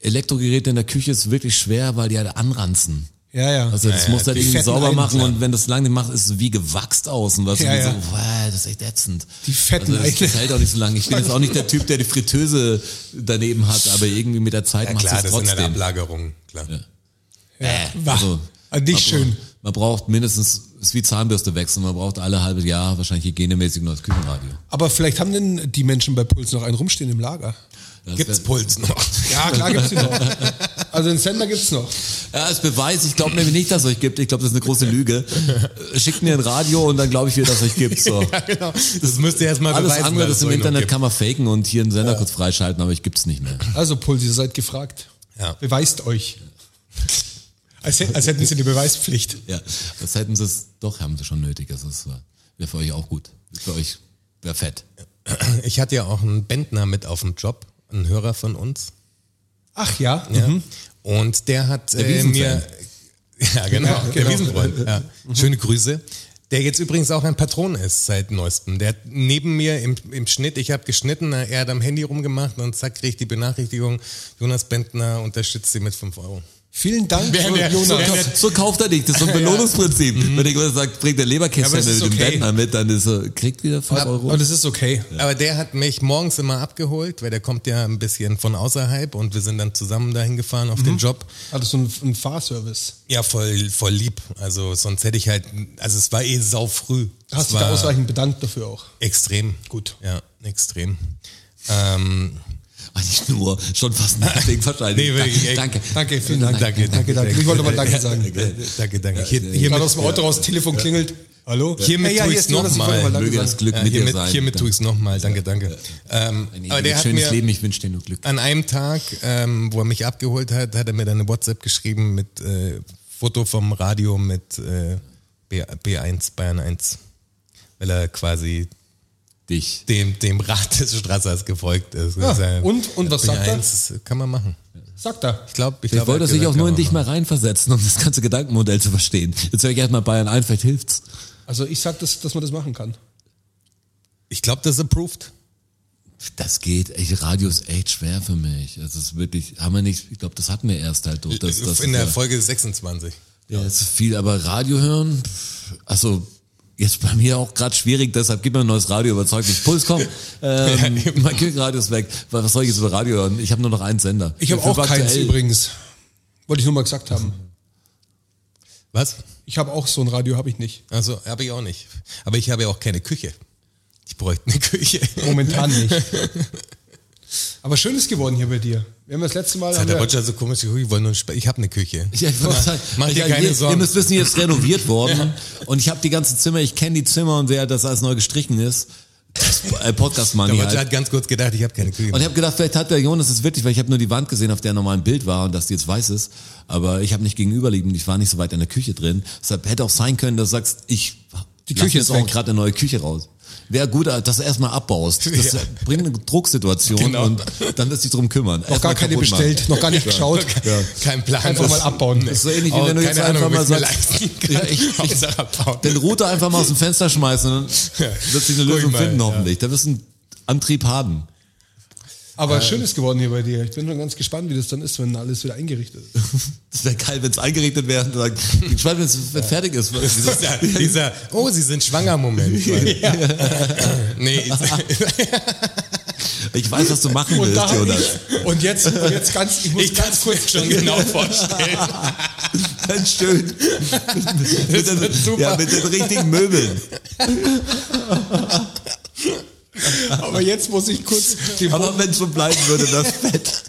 Elektrogeräte in der Küche ist wirklich schwer, weil die halt anranzen.
Ja, ja.
Also das
Ja,
musst du halt
die
irgendwie
fetten
sauber
Leiden,
machen
klar.
und wenn das lange machst, ist es wie gewachst außen. Weißt
Ja,
du,
ja.
so, wow, das ist echt ätzend.
Die
also
fetten
das,
Leiden.
das hält auch nicht so lange. Ich bin jetzt auch nicht der Typ, der die Fritteuse daneben hat, aber irgendwie mit der Zeit
Ja
macht
klar,
es
das sind halt
trotzdem.
Ablagerungen. Klar.
Äh,
Wah. Ah, nicht
ab-
schön.
Man braucht mindestens, ist wie Zahnbürste wechseln, man braucht alle halbe Jahr wahrscheinlich hygienemäßig nur das Küchenradio.
Aber vielleicht haben denn die Menschen bei Puls noch einen rumstehen im Lager.
Das
Gibt's
wär-
Puls noch? [LAUGHS]
Ja, klar gibt's die noch. [LAUGHS] Also den Sender gibt's noch.
Ja, ist Beweis. Ich glaube nämlich nicht, dass es euch gibt. Ich glaube, das ist eine große Lüge. Äh, Schickt mir ein Radio und dann glaube ich wieder, dass es euch gibt.
[LAUGHS]
So.
genau. Das müsst ihr erstmal
Alles
beweisen.
andere, das
dass es
im
euch noch
Internet
gibt.
kann man faken und hier einen Sender kurz freischalten, aber ich gibt's nicht mehr.
Also Puls, ihr seid gefragt.
Ja.
Beweist euch. Als, hä- als hätten sie eine Beweispflicht.
Ja, das hätten sie es, doch haben sie schon nötig. Das ist, äh, wäre für euch auch gut. Für euch wäre fett.
Ich hatte ja auch einen Bändner mit auf dem Job, einen Hörer von uns.
Ach ja. Mhm.
Ja. Und der hat äh,
Wiesenfan.
mir. [LAUGHS] Ja, genau,
Ja,
der
genau.
Wiesenfreund. Ja. Schöne Grüße. Der jetzt übrigens auch ein Patron ist seit neuestem. Der hat neben mir im, im Schnitt, ich habe geschnitten, er hat am Handy rumgemacht und zack, kriege ich die Benachrichtigung, Jonas Bentner unterstützt sie mit 5 Euro.
Vielen Dank,
Wer- wer-
So,
wer-
Jonas.
der-
so kauft er nicht. Das ist
[LAUGHS]
so ein Belohnungsprinzip. Wenn jemand sagt, bringt der Leberkäse
Mhm. Ja, aber es
mit
ist
dem
okay.
Bettner mit, dann ist er, kriegt wieder 5
Aber-
Euro.
Und es ist okay.
Aber der hat mich morgens immer abgeholt, weil der kommt ja ein bisschen von außerhalb und wir sind dann zusammen dahin gefahren auf
Mhm.
den Job.
Hattest du einen, einen Fahrservice?
Ja, voll, voll lieb. Also sonst hätte ich halt, also es war eh sau früh.
Hast
es
du
war
da ausreichend bedankt dafür auch?
Extrem.
Gut.
Ja, extrem. Ähm,
Eigentlich nur, schon fast ein Ding wahrscheinlich.
[LAUGHS] Nee, wirklich, echt.
danke.
Danke, vielen Dank.
danke, danke,
danke. Ich wollte mal Danke sagen.
danke, danke. Hier,
Hier
hiermit
aus dem Auto raus, Telefon klingelt. Hallo?
Hiermit
Hey, ja,
tu
hier
ich's
ist Jonas, ich wollte mal
nochmal.
Danke
Äh, Möge
sagen.
das Glück
ja,
mit dir
hiermit,
sein.
hiermit tue ich's nochmal. Danke, danke. Ähm,
Ein
aber der
ewiges
hat
schönes
mir
Leben, ich wünsche dir nur Glück.
an einem Tag, ähm, wo er mich abgeholt hat, hat er mir dann eine WhatsApp geschrieben mit äh, Foto vom Radio mit äh, B, B1 Bayern 1. Weil er quasi
Dich.
dem, dem Rat des Strassers gefolgt ist.
Ja,
Das ist, äh,
und- und was sagt er?
B1 er? kann man machen.
Sagt er.
Ich glaube, ich,
Ich
glaub, er
wollte
hat
sich
gesagt,
auch nur
kann
in
man
dich mal reinversetzen, um das ganze Gedankenmodell zu verstehen. Jetzt höre ich erstmal Bayern ein, vielleicht hilft's.
Also ich sag, das, dass man das machen kann.
Ich glaube, das ist approved.
Das geht, echt, Radio ist echt schwer für mich. Also es ist wirklich, haben wir nicht, ich glaube, das hatten wir erst halt durch. Das, das
Äh, in
ist
der
ja-
Folge 26.
Ja, es ist viel, aber Radio hören, pff, also jetzt bei mir auch gerade schwierig, deshalb gib mir ein neues Radio, überzeugt mich. Puls,
[LAUGHS]
komm, ähm, mein Küchenradio ist weg. Was was soll ich jetzt über Radio hören? Ich habe nur noch einen Sender.
Ich habe
Für
auch keins
aktuell.
übrigens. Wollte ich nur mal gesagt haben.
Was?
Ich habe auch so ein Radio, habe ich nicht.
Also habe ich auch nicht. Aber ich habe ja auch keine Küche. Ich bräuchte eine Küche. [LAUGHS]
Momentan nicht. Aber schön ist geworden hier bei dir. Wir haben das letzte Mal.
Das hat
Haben
der
wir,
Roger so komisch gesagt, ich wollte nur einen Spe- Ich habe eine Küche.
[LAUGHS] [LAUGHS] Ja, ich wollte sagen,
Mach dir
ich,
keine
ihr, ihr
Sorgen.
müsst wissen, hier ist
[LAUGHS]
renoviert worden und ich habe die ganzen Zimmer, ich kenne die Zimmer und wer das alles neu gestrichen ist, das äh,
Der
Podcast-Money
Roger
halt.
hat ganz kurz gedacht, ich habe keine Küche.
Und ich habe gedacht, vielleicht hat der Jonas es wirklich, weil ich habe nur die Wand gesehen, auf der normal ein Bild war und dass die jetzt weiß ist. Aber ich habe nicht gegenüberliegend, ich war nicht so weit in der Küche drin. Deshalb hätte auch sein können, dass du sagst, ich die
Küche
jetzt
ist
auch
weg.
gerade eine neue Küche raus. Wäre gut, äh, dass du erstmal
[LAUGHS]
abbaust. Das
Ja.
bringt eine Drucksituation
Genau.
und dann wirst du dich drum kümmern.
noch gar keine bestellt, noch gar nicht geschaut.
[LAUGHS] Kein Plan.
Einfach
das-
mal abbauen.
Das ist so ähnlich, wie
Oh,
wenn du jetzt
keine Ahnung,
einfach mal
wie viel
sagst,
leisten
[LAUGHS]
kann.
ja, ich, ich,
Hauptsache abbauen.
den Router einfach mal aus dem Fenster schmeißen und dann wird sich eine
Guck
Lösung
mal,
finden
ja.
hoffentlich. Da wirst du einen Antrieb haben.
Aber schön ist geworden hier bei dir. Ich bin schon ganz gespannt, wie das dann ist, wenn alles wieder eingerichtet ist.
Das wäre geil, wenn es eingerichtet wäre und dann ich schreibe, wenn es fertig
[LAUGHS]
ist. Dieses-
[LAUGHS] dieser, dieser, oh, sie sind
[LAUGHS]
schwanger Moment. [LAUGHS] nee, ich,
Ich weiß, was du machen
Und,
willst,
da
Jonas.
und jetzt, und jetzt ganz, ich muss
ich kann
ganz
es
kurz.
kurz schon genau vorstellen.
[LAUGHS] Ganz schön. mit, den,
super.
Ja, mit den richtigen Möbeln.
[LAUGHS] Aber jetzt muss ich kurz
Genau.
den
Aber wenn es so bleiben würde, das Fett.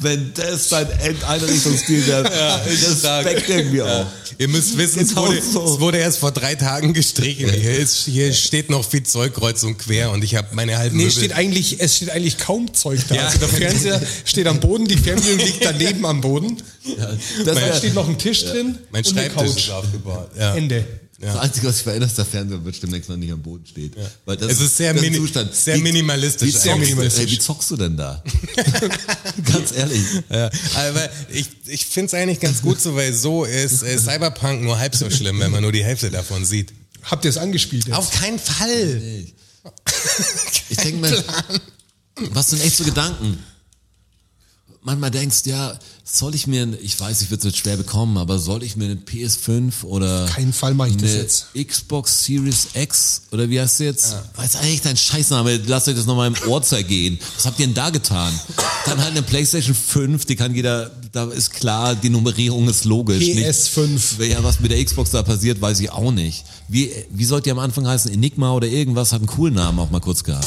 Wenn das dein End- Einrichtungsstil wäre, das weckt irgendwie auch.
Ihr müsst wissen, es
Genau
wurde,
so.
es wurde erst vor drei Tagen gestrichen. Hier, ist, hier steht noch viel Zeug kreuz und quer und ich habe meine halben
Nee,
Möbel.
steht eigentlich, es steht eigentlich kaum Zeug da.
Ja.
Also der Fernseher steht am Boden, die Fernbedienung liegt daneben am Boden.
Das
Da
wär-
steht noch ein Tisch drin
mein
und eine
Schreibtisch ist
Couch.
aufgebaut. Ja.
Ende.
Das Einzige, was sich verändert, ist, der Fernseher wird demnächst noch nicht am Boden steht. Weil das
Es ist sehr,
das
mini
Zustand.
sehr
Wie-
minimalistisch.
Wie
eigentlich.
zockst, du- ey, wie zockst du denn
[LAUGHS]
da? Ganz ehrlich.
Ja, aber ich, ich finde es eigentlich ganz gut so, weil so ist äh, Cyberpunk nur halb so schlimm, wenn man nur die Hälfte davon sieht.
Habt ihr es angespielt? Jetzt?
Auf keinen Fall.
Ich denke mir, was sind echt so Gedanken? manchmal denkst, ja, soll ich mir, ein- ich weiß, ich würde es jetzt schwer bekommen, aber soll ich mir eine PS5 oder
keinen Fall mache ich das
eine
jetzt.
Xbox Series X oder wie heißt sie jetzt? Weiß eigentlich dein Scheißname, lasst euch das nochmal im Ohr zergehen. Was habt ihr denn da getan? Dann halt eine Playstation 5, die kann jeder, da ist klar, die Nummerierung ist logisch.
PS5.
Nicht, ja, was mit der Xbox da passiert, weiß ich auch nicht. Wie, wie sollte die am Anfang heißen? Enigma oder irgendwas hat einen coolen Namen auch mal kurz gehabt.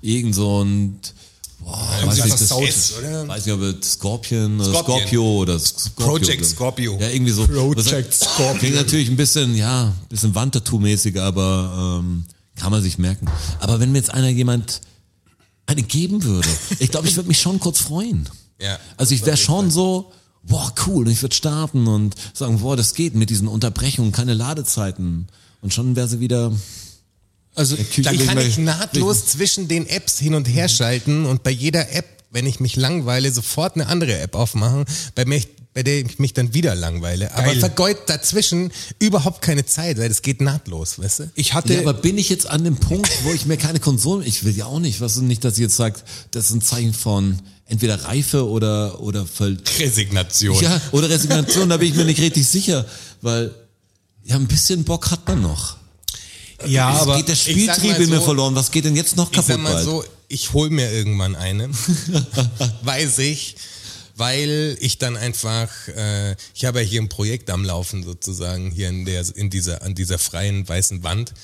Irgend so ein, boah, weiß
sie
nicht,
was
das,
versaut.
S, oder?
weiß nicht, ob es Scorpion oder
Scorpion.
Scorpio oder Scorpio,
Project
glaub ich.
Scorpio.
Ja, irgendwie so.
Project
Was-
Scorpio.
Klingt natürlich ein bisschen, ja, ein bisschen Wandtattoo-mäßig, aber ähm, kann man sich merken. Aber wenn mir jetzt einer jemand eine geben würde, ich glaube, ich würde mich schon kurz freuen.
Ja.
Also ich wäre
Wirklich,
schon so, boah, cool, und ich würde starten und sagen, boah, das geht mit diesen Unterbrechungen, keine Ladezeiten. Und schon wäre sie wieder,
Also
Da
Ich
kann
will-
ich nahtlos zwischen den Apps hin und her schalten und bei jeder App, wenn ich mich langweile, sofort eine andere App aufmachen, bei, mir, bei der ich mich dann wieder langweile. Aber
Geil.
vergeud dazwischen überhaupt keine Zeit, weil das geht nahtlos, weißt du?
ich hatte
Ja, aber bin ich jetzt an dem Punkt, wo ich mir keine Konsole, ich will ja auch nicht, was nicht, dass ihr jetzt sagt, das ist ein Zeichen von entweder Reife oder, oder Ver
Resignation.
ja, oder Resignation, da bin ich mir nicht richtig sicher, weil ja, ein bisschen Bock hat man noch.
ja,
Es
aber
geht der
ich sag mal
Spieltrieb in mir
so,
verloren, was geht denn jetzt noch
Ich
kaputt
sag mal
bald?
so, ich hol mir irgendwann eine, [LAUGHS] weiß ich, weil ich dann einfach, äh, ich habe ja hier ein Projekt am Laufen sozusagen, hier in der, in dieser, an dieser freien weißen Wand.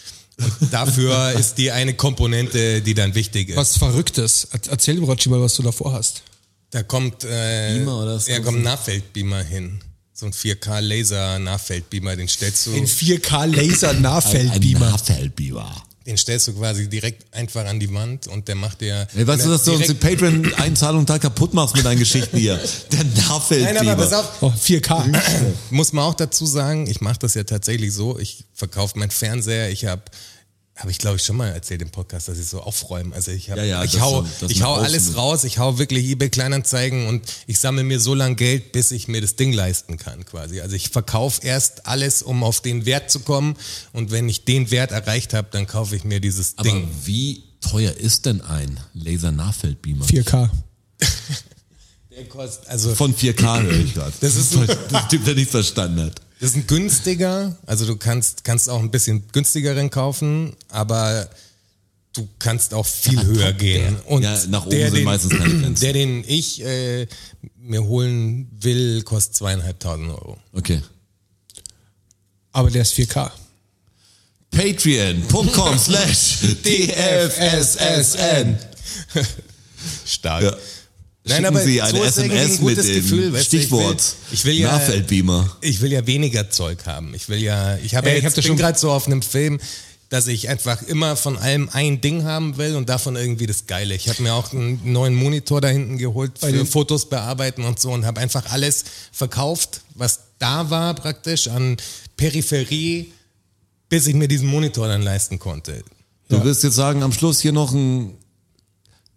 [LAUGHS]
Und dafür ist die eine Komponente, die dann wichtig ist.
was Verrücktes. Er- Erzähl dem Rotschi mal, was du davor hast.
Da kommt, äh,
Beamer oder was
ja,
kommt
kommt ein
denn?
Nahfeldbeamer hin. So ein 4K-Laser-Nahfeldbeamer, den stellst du.
In 4K Laser
ein
Nahfeldbeamer.
Nahfeldbeamer.
Den stellst du quasi direkt einfach an die Wand und der macht dir.
Ey, weißt du, dass du uns die
direkt-
Patreon-Einzahlung da kaputt machst mit deinen Geschichten hier? Der Nahfeldbeamer.
Nein, aber pass auf,
Oh, 4K.
muss man auch dazu sagen, ich mache das ja tatsächlich so, ich verkaufe meinen Fernseher, ich habe habe ich glaube ich schon mal erzählt im Podcast, dass ich so aufräume. Also ich, hab,
Ja, ja,
ich
das
hau,
so- das
ich
nach
hau
außen
alles
hin.
raus, ich hau wirklich eBay Kleinanzeigen und ich sammle mir so lange Geld, bis ich mir das Ding leisten kann quasi. Also ich verkaufe erst alles, um auf den Wert zu kommen und wenn ich den Wert erreicht habe, dann kaufe ich mir dieses
Aber
Ding.
wie teuer ist denn ein Laser-Nahfeldbeamer?
4K.
Der kostet, also
Von 4K höre ich gerade. [LAUGHS]
Das ist-
das Typ, der nichts verstanden hat.
Das ist ein günstiger, also du kannst, kannst auch ein bisschen günstigeren kaufen, aber du kannst auch viel höher gehen. Und
Ja, nach oben
der,
sind
den,
meistens keine Grenzen.
[CLEARS THROAT] Der, den ich äh, mir holen will, kostet zweieinhalbtausend Euro.
Okay.
Aber der ist 4K.
Patreon.com slash DFSSN.
[LAUGHS] Stark.
Ja. Schicken Sie eine
so ist irgendwie
SMS
ein
mit
gutes
dem
Gefühl, weißt du,
Stichwort
Ich will, ich will ja,
Nahfeldbeamer.
ich will ja weniger Zeug haben. Ich will ja, ich habe
Ey,
ja
ich hab
jetzt,
das
bin
schon-
gerade so auf einem Film, dass ich einfach immer von allem ein Ding haben will und davon irgendwie das Geile. Ich habe mir auch einen neuen Monitor da hinten geholt für
den-
Fotos bearbeiten und so und habe einfach alles verkauft, was da war praktisch an Peripherie, bis ich mir diesen Monitor dann leisten konnte.
Du wirst jetzt sagen, am Schluss hier noch ein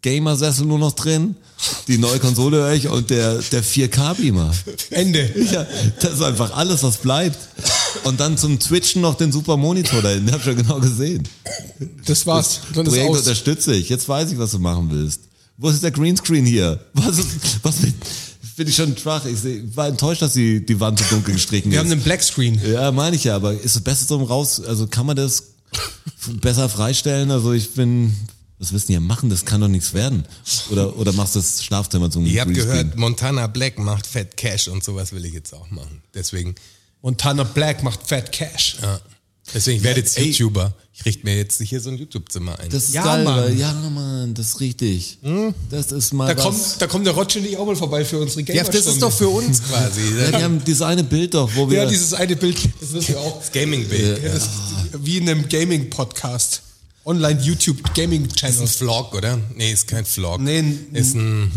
Gamersessel nur noch drin, die neue Konsole höre ich und der, der [LAUGHS] 4K-Beamer.
Ende.
Ja, das ist einfach alles, was bleibt. Und dann zum Twitchen noch den super Monitor dahin. Hab schon genau gesehen.
Das war's. Dann ist
Projekt
aus.
unterstütze ich. Jetzt weiß ich, was du machen willst. Wo ist der Greenscreen hier? Was ist, was bin, bin ich schon schwach? Ich seh, war enttäuscht, dass die, die Wand so dunkel gestrichen
Wir
ist.
haben einen Blackscreen.
Ja, meine ich ja, aber ist es besser zum raus, also kann man das f- besser freistellen? Also ich bin, was wissen die, machen, das kann doch nichts werden. Oder, oder machst das Schlafzimmer zum
Ihr habt
Greenscreen?
gehört, Montana Black macht Fat Cash und sowas will ich jetzt auch machen. Deswegen
Und Tana Black macht Fat Cash.
Ja. Deswegen werde jetzt
ey.
YouTuber. Ich richte mir jetzt hier so ein YouTube-Zimmer ein.
Das ist
Ja,
geil,
Mann.
weil- ja, Mann, das ist richtig. Das ist mal
Da
was.
kommt, da kommt der Rotschi nicht auch mal vorbei für unsere Gamer
ja, das ist doch
[LAUGHS]
für uns quasi. ne?
ja, die haben dieses eine Bild doch, wo wir,
Ja, dieses eine Bild, das wissen wir auch.
Das Gaming-Bild.
Ja, das ist wie in einem Gaming-Podcast. Online-YouTube-Gaming-Channel.
Das ist ein Vlog, oder? Nee, ist kein Vlog.
Nee, ein-
Ist ein,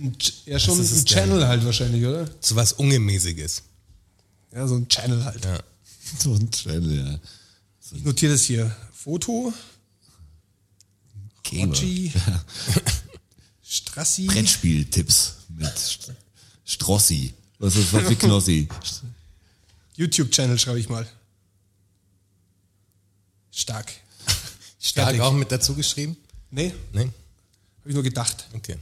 Ein Ch- Ja, schon
Was ist es
ein Channel halt wahrscheinlich, oder?
so was Ungemäßiges.
Ja, so ein Channel halt.
Ja.
so ein Channel, ja.
Ich notiere das hier. Foto,
Gamer.
Rotschi, [LAUGHS] Strassi.
Brettspieltipps mit St- Strossi. Was ist was wie Knossi?
YouTube-Channel schreibe ich mal.
[LAUGHS]
Stark.
Stark auch mit dazu geschrieben?
Nee,
Nee?
habe ich nur gedacht.
Okay.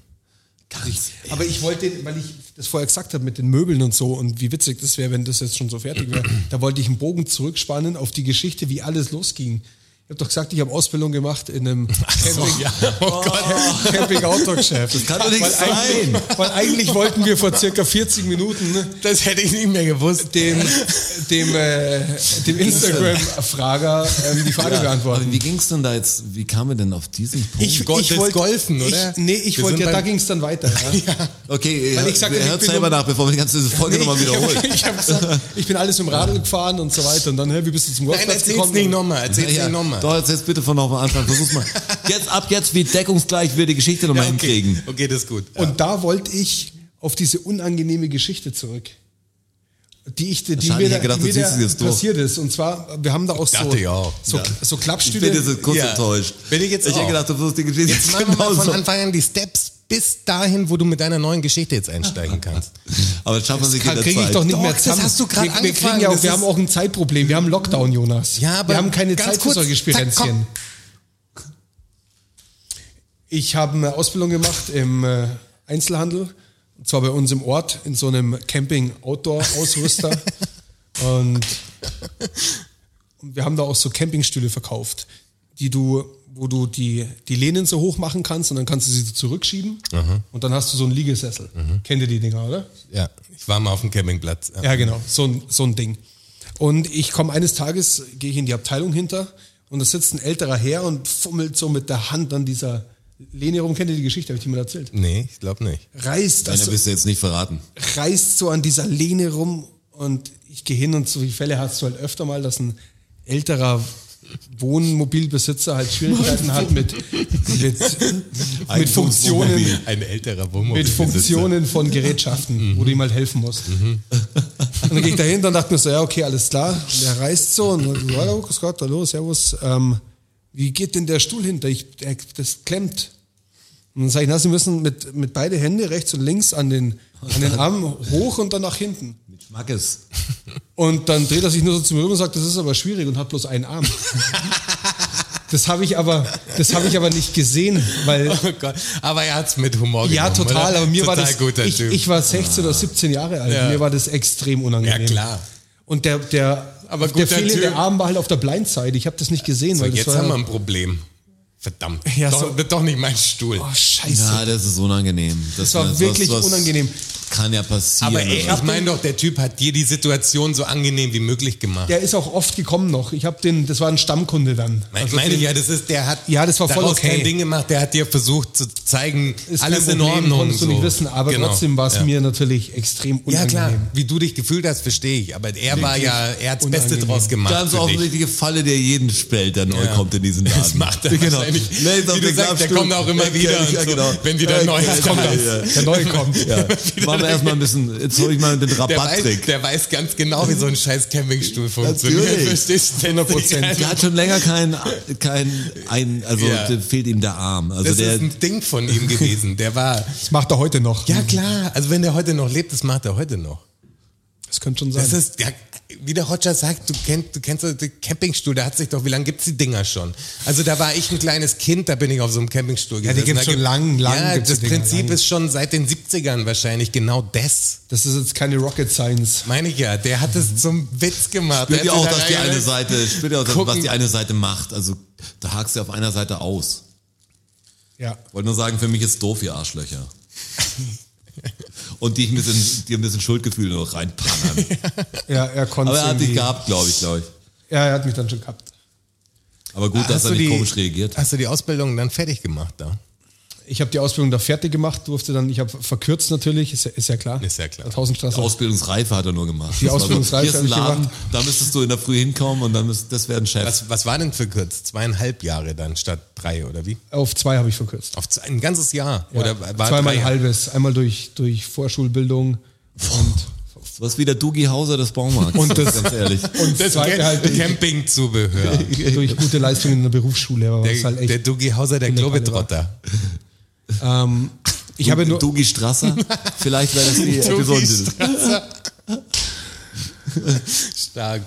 Ganz
Aber ich wollte, den- weil ich das vorher gesagt habe mit den Möbeln und so und wie witzig das wäre, wenn das jetzt schon so fertig wäre, da wollte ich einen Bogen zurückspannen auf die Geschichte, wie alles losging. Ich habe doch gesagt, ich habe Ausbildung gemacht
[LAUGHS]
in einem Camping,
Oh Gott.
Camping Outdoor Geschäft. Das
kann doch nicht sein.
Weil eigentlich wollten wir vor circa 40 Minuten ne,
Das hätte ich nicht mehr gewusst.
dem, dem, äh, dem Instagram-Frager ähm, die Frage beantworten.
Aber wie ging's denn da jetzt, wie kamen wir denn auf diesen Punkt?
Ich- Gott, das Golfen, oder?
Ich, nee, ich
Wir
wollte
sind
ja, da
beim-
ging es dann weiter. Ja.
okay,
Weil
ihr,
ich sag,
ihr
ich
hört
bin
selber
um-
nach, bevor wir die ganze Folge nochmal wiederholen.
[LAUGHS] Ich habe gesagt, ich bin alles im Radl gefahren und so weiter. Und dann, hä, wie bist du zum
Nein,
Golfplatz
erzähl's
gekommen?
nicht nochmal. Erzähl's
Ja,
nicht nochmal.
Doch, jetzt bitte von auf Anfang. Versuch's mal. Jetzt ab jetzt, wie deckungsgleich wir die Geschichte nochmal
Ja, okay.
hinkriegen.
okay, das ist gut.
und da wollte ich auf diese unangenehme Geschichte zurück. Die ich, die
Wahrscheinlich
mir da,
hätte gedacht,
die
du
mir da
ziehst es jetzt durch.
passiert ist. Und zwar, wir haben da auch so,
Dachte ich auch.
so,
Ja.
so
Ich
Klappstühle.
bin jetzt kurz
Ja.
enttäuscht.
Bin ich jetzt
Ich hätte
auch.
gedacht, du versuchst die Geschichte
Jetzt machen wir mal
genauso.
von Anfang an die Steps bis dahin, wo du mit deiner neuen Geschichte jetzt einsteigen kannst.
Aber das schafft man sich in
Kann-
der
kriege ich
Zeit.
doch nicht
Doch,
mehr
das
zusammen.
hast du gerade
wir, wir, kriegen
angefangen,
ja
das
auch, wir
ist-
haben auch ein Zeitproblem. Wir haben Lockdown, Jonas.
Ja, aber
wir haben keine
ganz
Zeit für
kurz,
solche
zack,
Spirenzchen.
komm.
Ich habe eine Ausbildung gemacht im äh, Einzelhandel. Und zwar bei uns im Ort, in so einem
[LAUGHS]
Camping-Outdoor-Ausrüster. und, und wir haben da auch so Campingstühle verkauft, die du, wo du die, die Lehnen so hoch machen kannst und dann kannst du sie so zurückschieben. Und dann hast du so einen Liegesessel.
Mhm.
Kennt ihr die Dinger, oder?
Ja, ich war mal auf dem Campingplatz.
Ja, genau, so ein, so ein Ding. Und ich komme eines Tages, gehe ich in die Abteilung hinter und da sitzt ein älterer Herr und fummelt so mit der Hand an dieser Lehne rum. Kennt ihr die Geschichte? Habe ich die mal erzählt?
Nee, ich glaube nicht.
Reißt,
Deiner
also,
bist du jetzt nicht verraten.
reißt so an dieser Lehne rum und ich gehe hin und so viele Fälle hast du halt öfter mal, dass ein älterer Wohnmobilbesitzer halt Schwierigkeiten hat mit, mit, mit Funktionen,
Ein älterer Wohnmobil.
mit
[LAUGHS]
Funktionen von Gerätschaften, wo du ihm halt helfen musst. Und dann ging ich da hin, dann dachte ich mir so, ja, okay, alles klar. Und er reist so und sagt, hallo, grüß Gott, hallo, servus. Ähm, wie geht denn der Stuhl hinter? Ich, der, das klemmt. Und dann sage ich, na, Sie müssen mit, mit beide Hände rechts und links an den, an den Arm hoch und dann nach hinten.
Mit Schmackes.
Und dann dreht er sich nur so zu mir rüber und sagt, das ist aber schwierig und hat bloß einen Arm. Das habe ich aber, das habe ich aber nicht gesehen, weil
Oh Gott. Aber er hat's mit Humor
ja,
genommen,
total,
oder?
aber mir
total
war das,
guter
ich,
Typ.
ich war 16 oder 17 Jahre alt,
Ja.
mir war das extrem unangenehm.
Ja, klar.
Und der, der,
Aber
der
guter
fehlende
Typ.
Arm war halt auf der Blindside, ich habe das nicht gesehen.
so,
weil das
jetzt
war halt-
haben wir ein Problem. Verdammt.
Ja,
doch,
so-
wird doch nicht mein Stuhl.
oh, scheiße.
Ja, das ist unangenehm.
das war wirklich unangenehm.
Kann ja passieren.
aber ey,
oder?
ich meine doch, der Typ hat dir die Situation so angenehm wie möglich gemacht.
Der ist auch oft gekommen noch. Ich habe den, das war ein Stammkunde dann.
Mein,
Also
meine
den-
ich ja, das ist, der hat
Ja, das war voll
daraus
okay.
kein Ding gemacht, der hat dir versucht zu zeigen,
ist
alles
kein
in
Problem,
Ordnung.
Konntest du
so.
nicht wissen, aber
Genau.
trotzdem war es
ja.
mir natürlich extrem
Ja
unangenehm.
klar, wie du dich gefühlt hast, verstehe ich. Aber er war ja, er hat's Beste
unangenehm.
draus gemacht.
Ganz
für dich.
offensichtliche Falle, der jeden spellt, der neu
Ja.
kommt in diesen Laden.
Das macht [LAUGHS] er
genau.
wahrscheinlich.
Nee, ist auf
Wie du
den
sagst, der
Klappstuhl.
kommt auch immer wieder
Ja,
und so,
genau.
wenn wieder
Ja,
Neues
ja,
kommt,
ja,
dann- [LAUGHS]
ja.
Der neue kommt.
Ja. Machen wir erstmal ein bisschen, jetzt hol ich mal den
Der weiß,
Rabatttrick.
der weiß ganz genau, wie so ein scheiß Campingstuhl funktioniert.
Natürlich.
Verstehst du?
100%.
Der hat schon länger keinen, kein, ein, also
Ja.
der- fehlt ihm der Arm. Also
Das
der,
ist ein Ding von ihm gewesen. Der war.
Das macht er heute noch.
Ja klar, also wenn der heute noch lebt, das macht er heute noch.
Das könnte schon sein.
Das ist, ja, wie der Roger sagt, du kennst, du kennst doch den Campingstuhl, da hat sich doch, wie lange gibt's die Dinger schon? Also da war ich ein kleines Kind, da bin ich auf so einem Campingstuhl
Ja, die
gesessen.
gibt's
Da
schon
gibt-
lang, lang
Ja,
gibt's die
das
Dinger,
Prinzip
lang.
ist schon seit den 70ern wahrscheinlich genau das.
das ist jetzt keine Rocket Science.
Meine ich ja, der hat es zum Witz gemacht.
spürt
Der
ja
hat
auch,
sich
dass die
da
eine
rein-
Seite, spürt ja auch, dass- was
ne? Gucken.
die eine Seite macht. Also da hakst du auf einer Seite aus.
Ja.
Wollte nur sagen, für mich ist doof, ihr
[LAUGHS]
Arschlöcher. Und die ich ein bisschen, die ein bisschen Schuldgefühl noch reinpannern.
[LAUGHS]
Ja, er konnte
Aber
es
er hat dich
irgendwie-
gehabt, glaube ich, glaube ich.
Ja, er hat mich dann schon gehabt.
Aber gut, dass
Hast
er
du
nicht
die-
komisch reagiert.
Hast du die Ausbildung dann fertig gemacht da?
Ich habe die Ausbildung da fertig gemacht, durfte dann, ich habe verkürzt natürlich, ist ja, ist ja klar.
Ist ja klar.
Tausendstraße.
Ausbildungsreife hat er nur gemacht.
Die
Das war so,
Ausbildungsreife
hier ist ein
hab ich
Laden,
gemacht.
da müsstest du in der Früh hinkommen und dann müsst, das wäre ein Chef.
Was, was war denn verkürzt? Zweieinhalb Jahre dann statt drei oder wie?
Auf zwei habe ich verkürzt.
Auf zwei, ein ganzes Jahr? Oder war
Zweimal
drei-
ein halbes. Einmal durch, durch Vorschulbildung
[LAUGHS]
und,
Was wie der Dougie Hauser des Baumarkts.
Und das-
ganz ehrlich.
[LAUGHS] und das
Das
zweite halt
Camp
durch,
Campingzubehör.
[LAUGHS]
durch gute Leistungen in der Berufsschule. Aber was
Der,
halt
der
echt,
Dougie Hauser, der
Falle war.
Globetrotter.
ähm, ich habe nur,
Dougie Strasser. Vielleicht wäre das die
[LAUGHS]
Episode.
Strasser. Stark.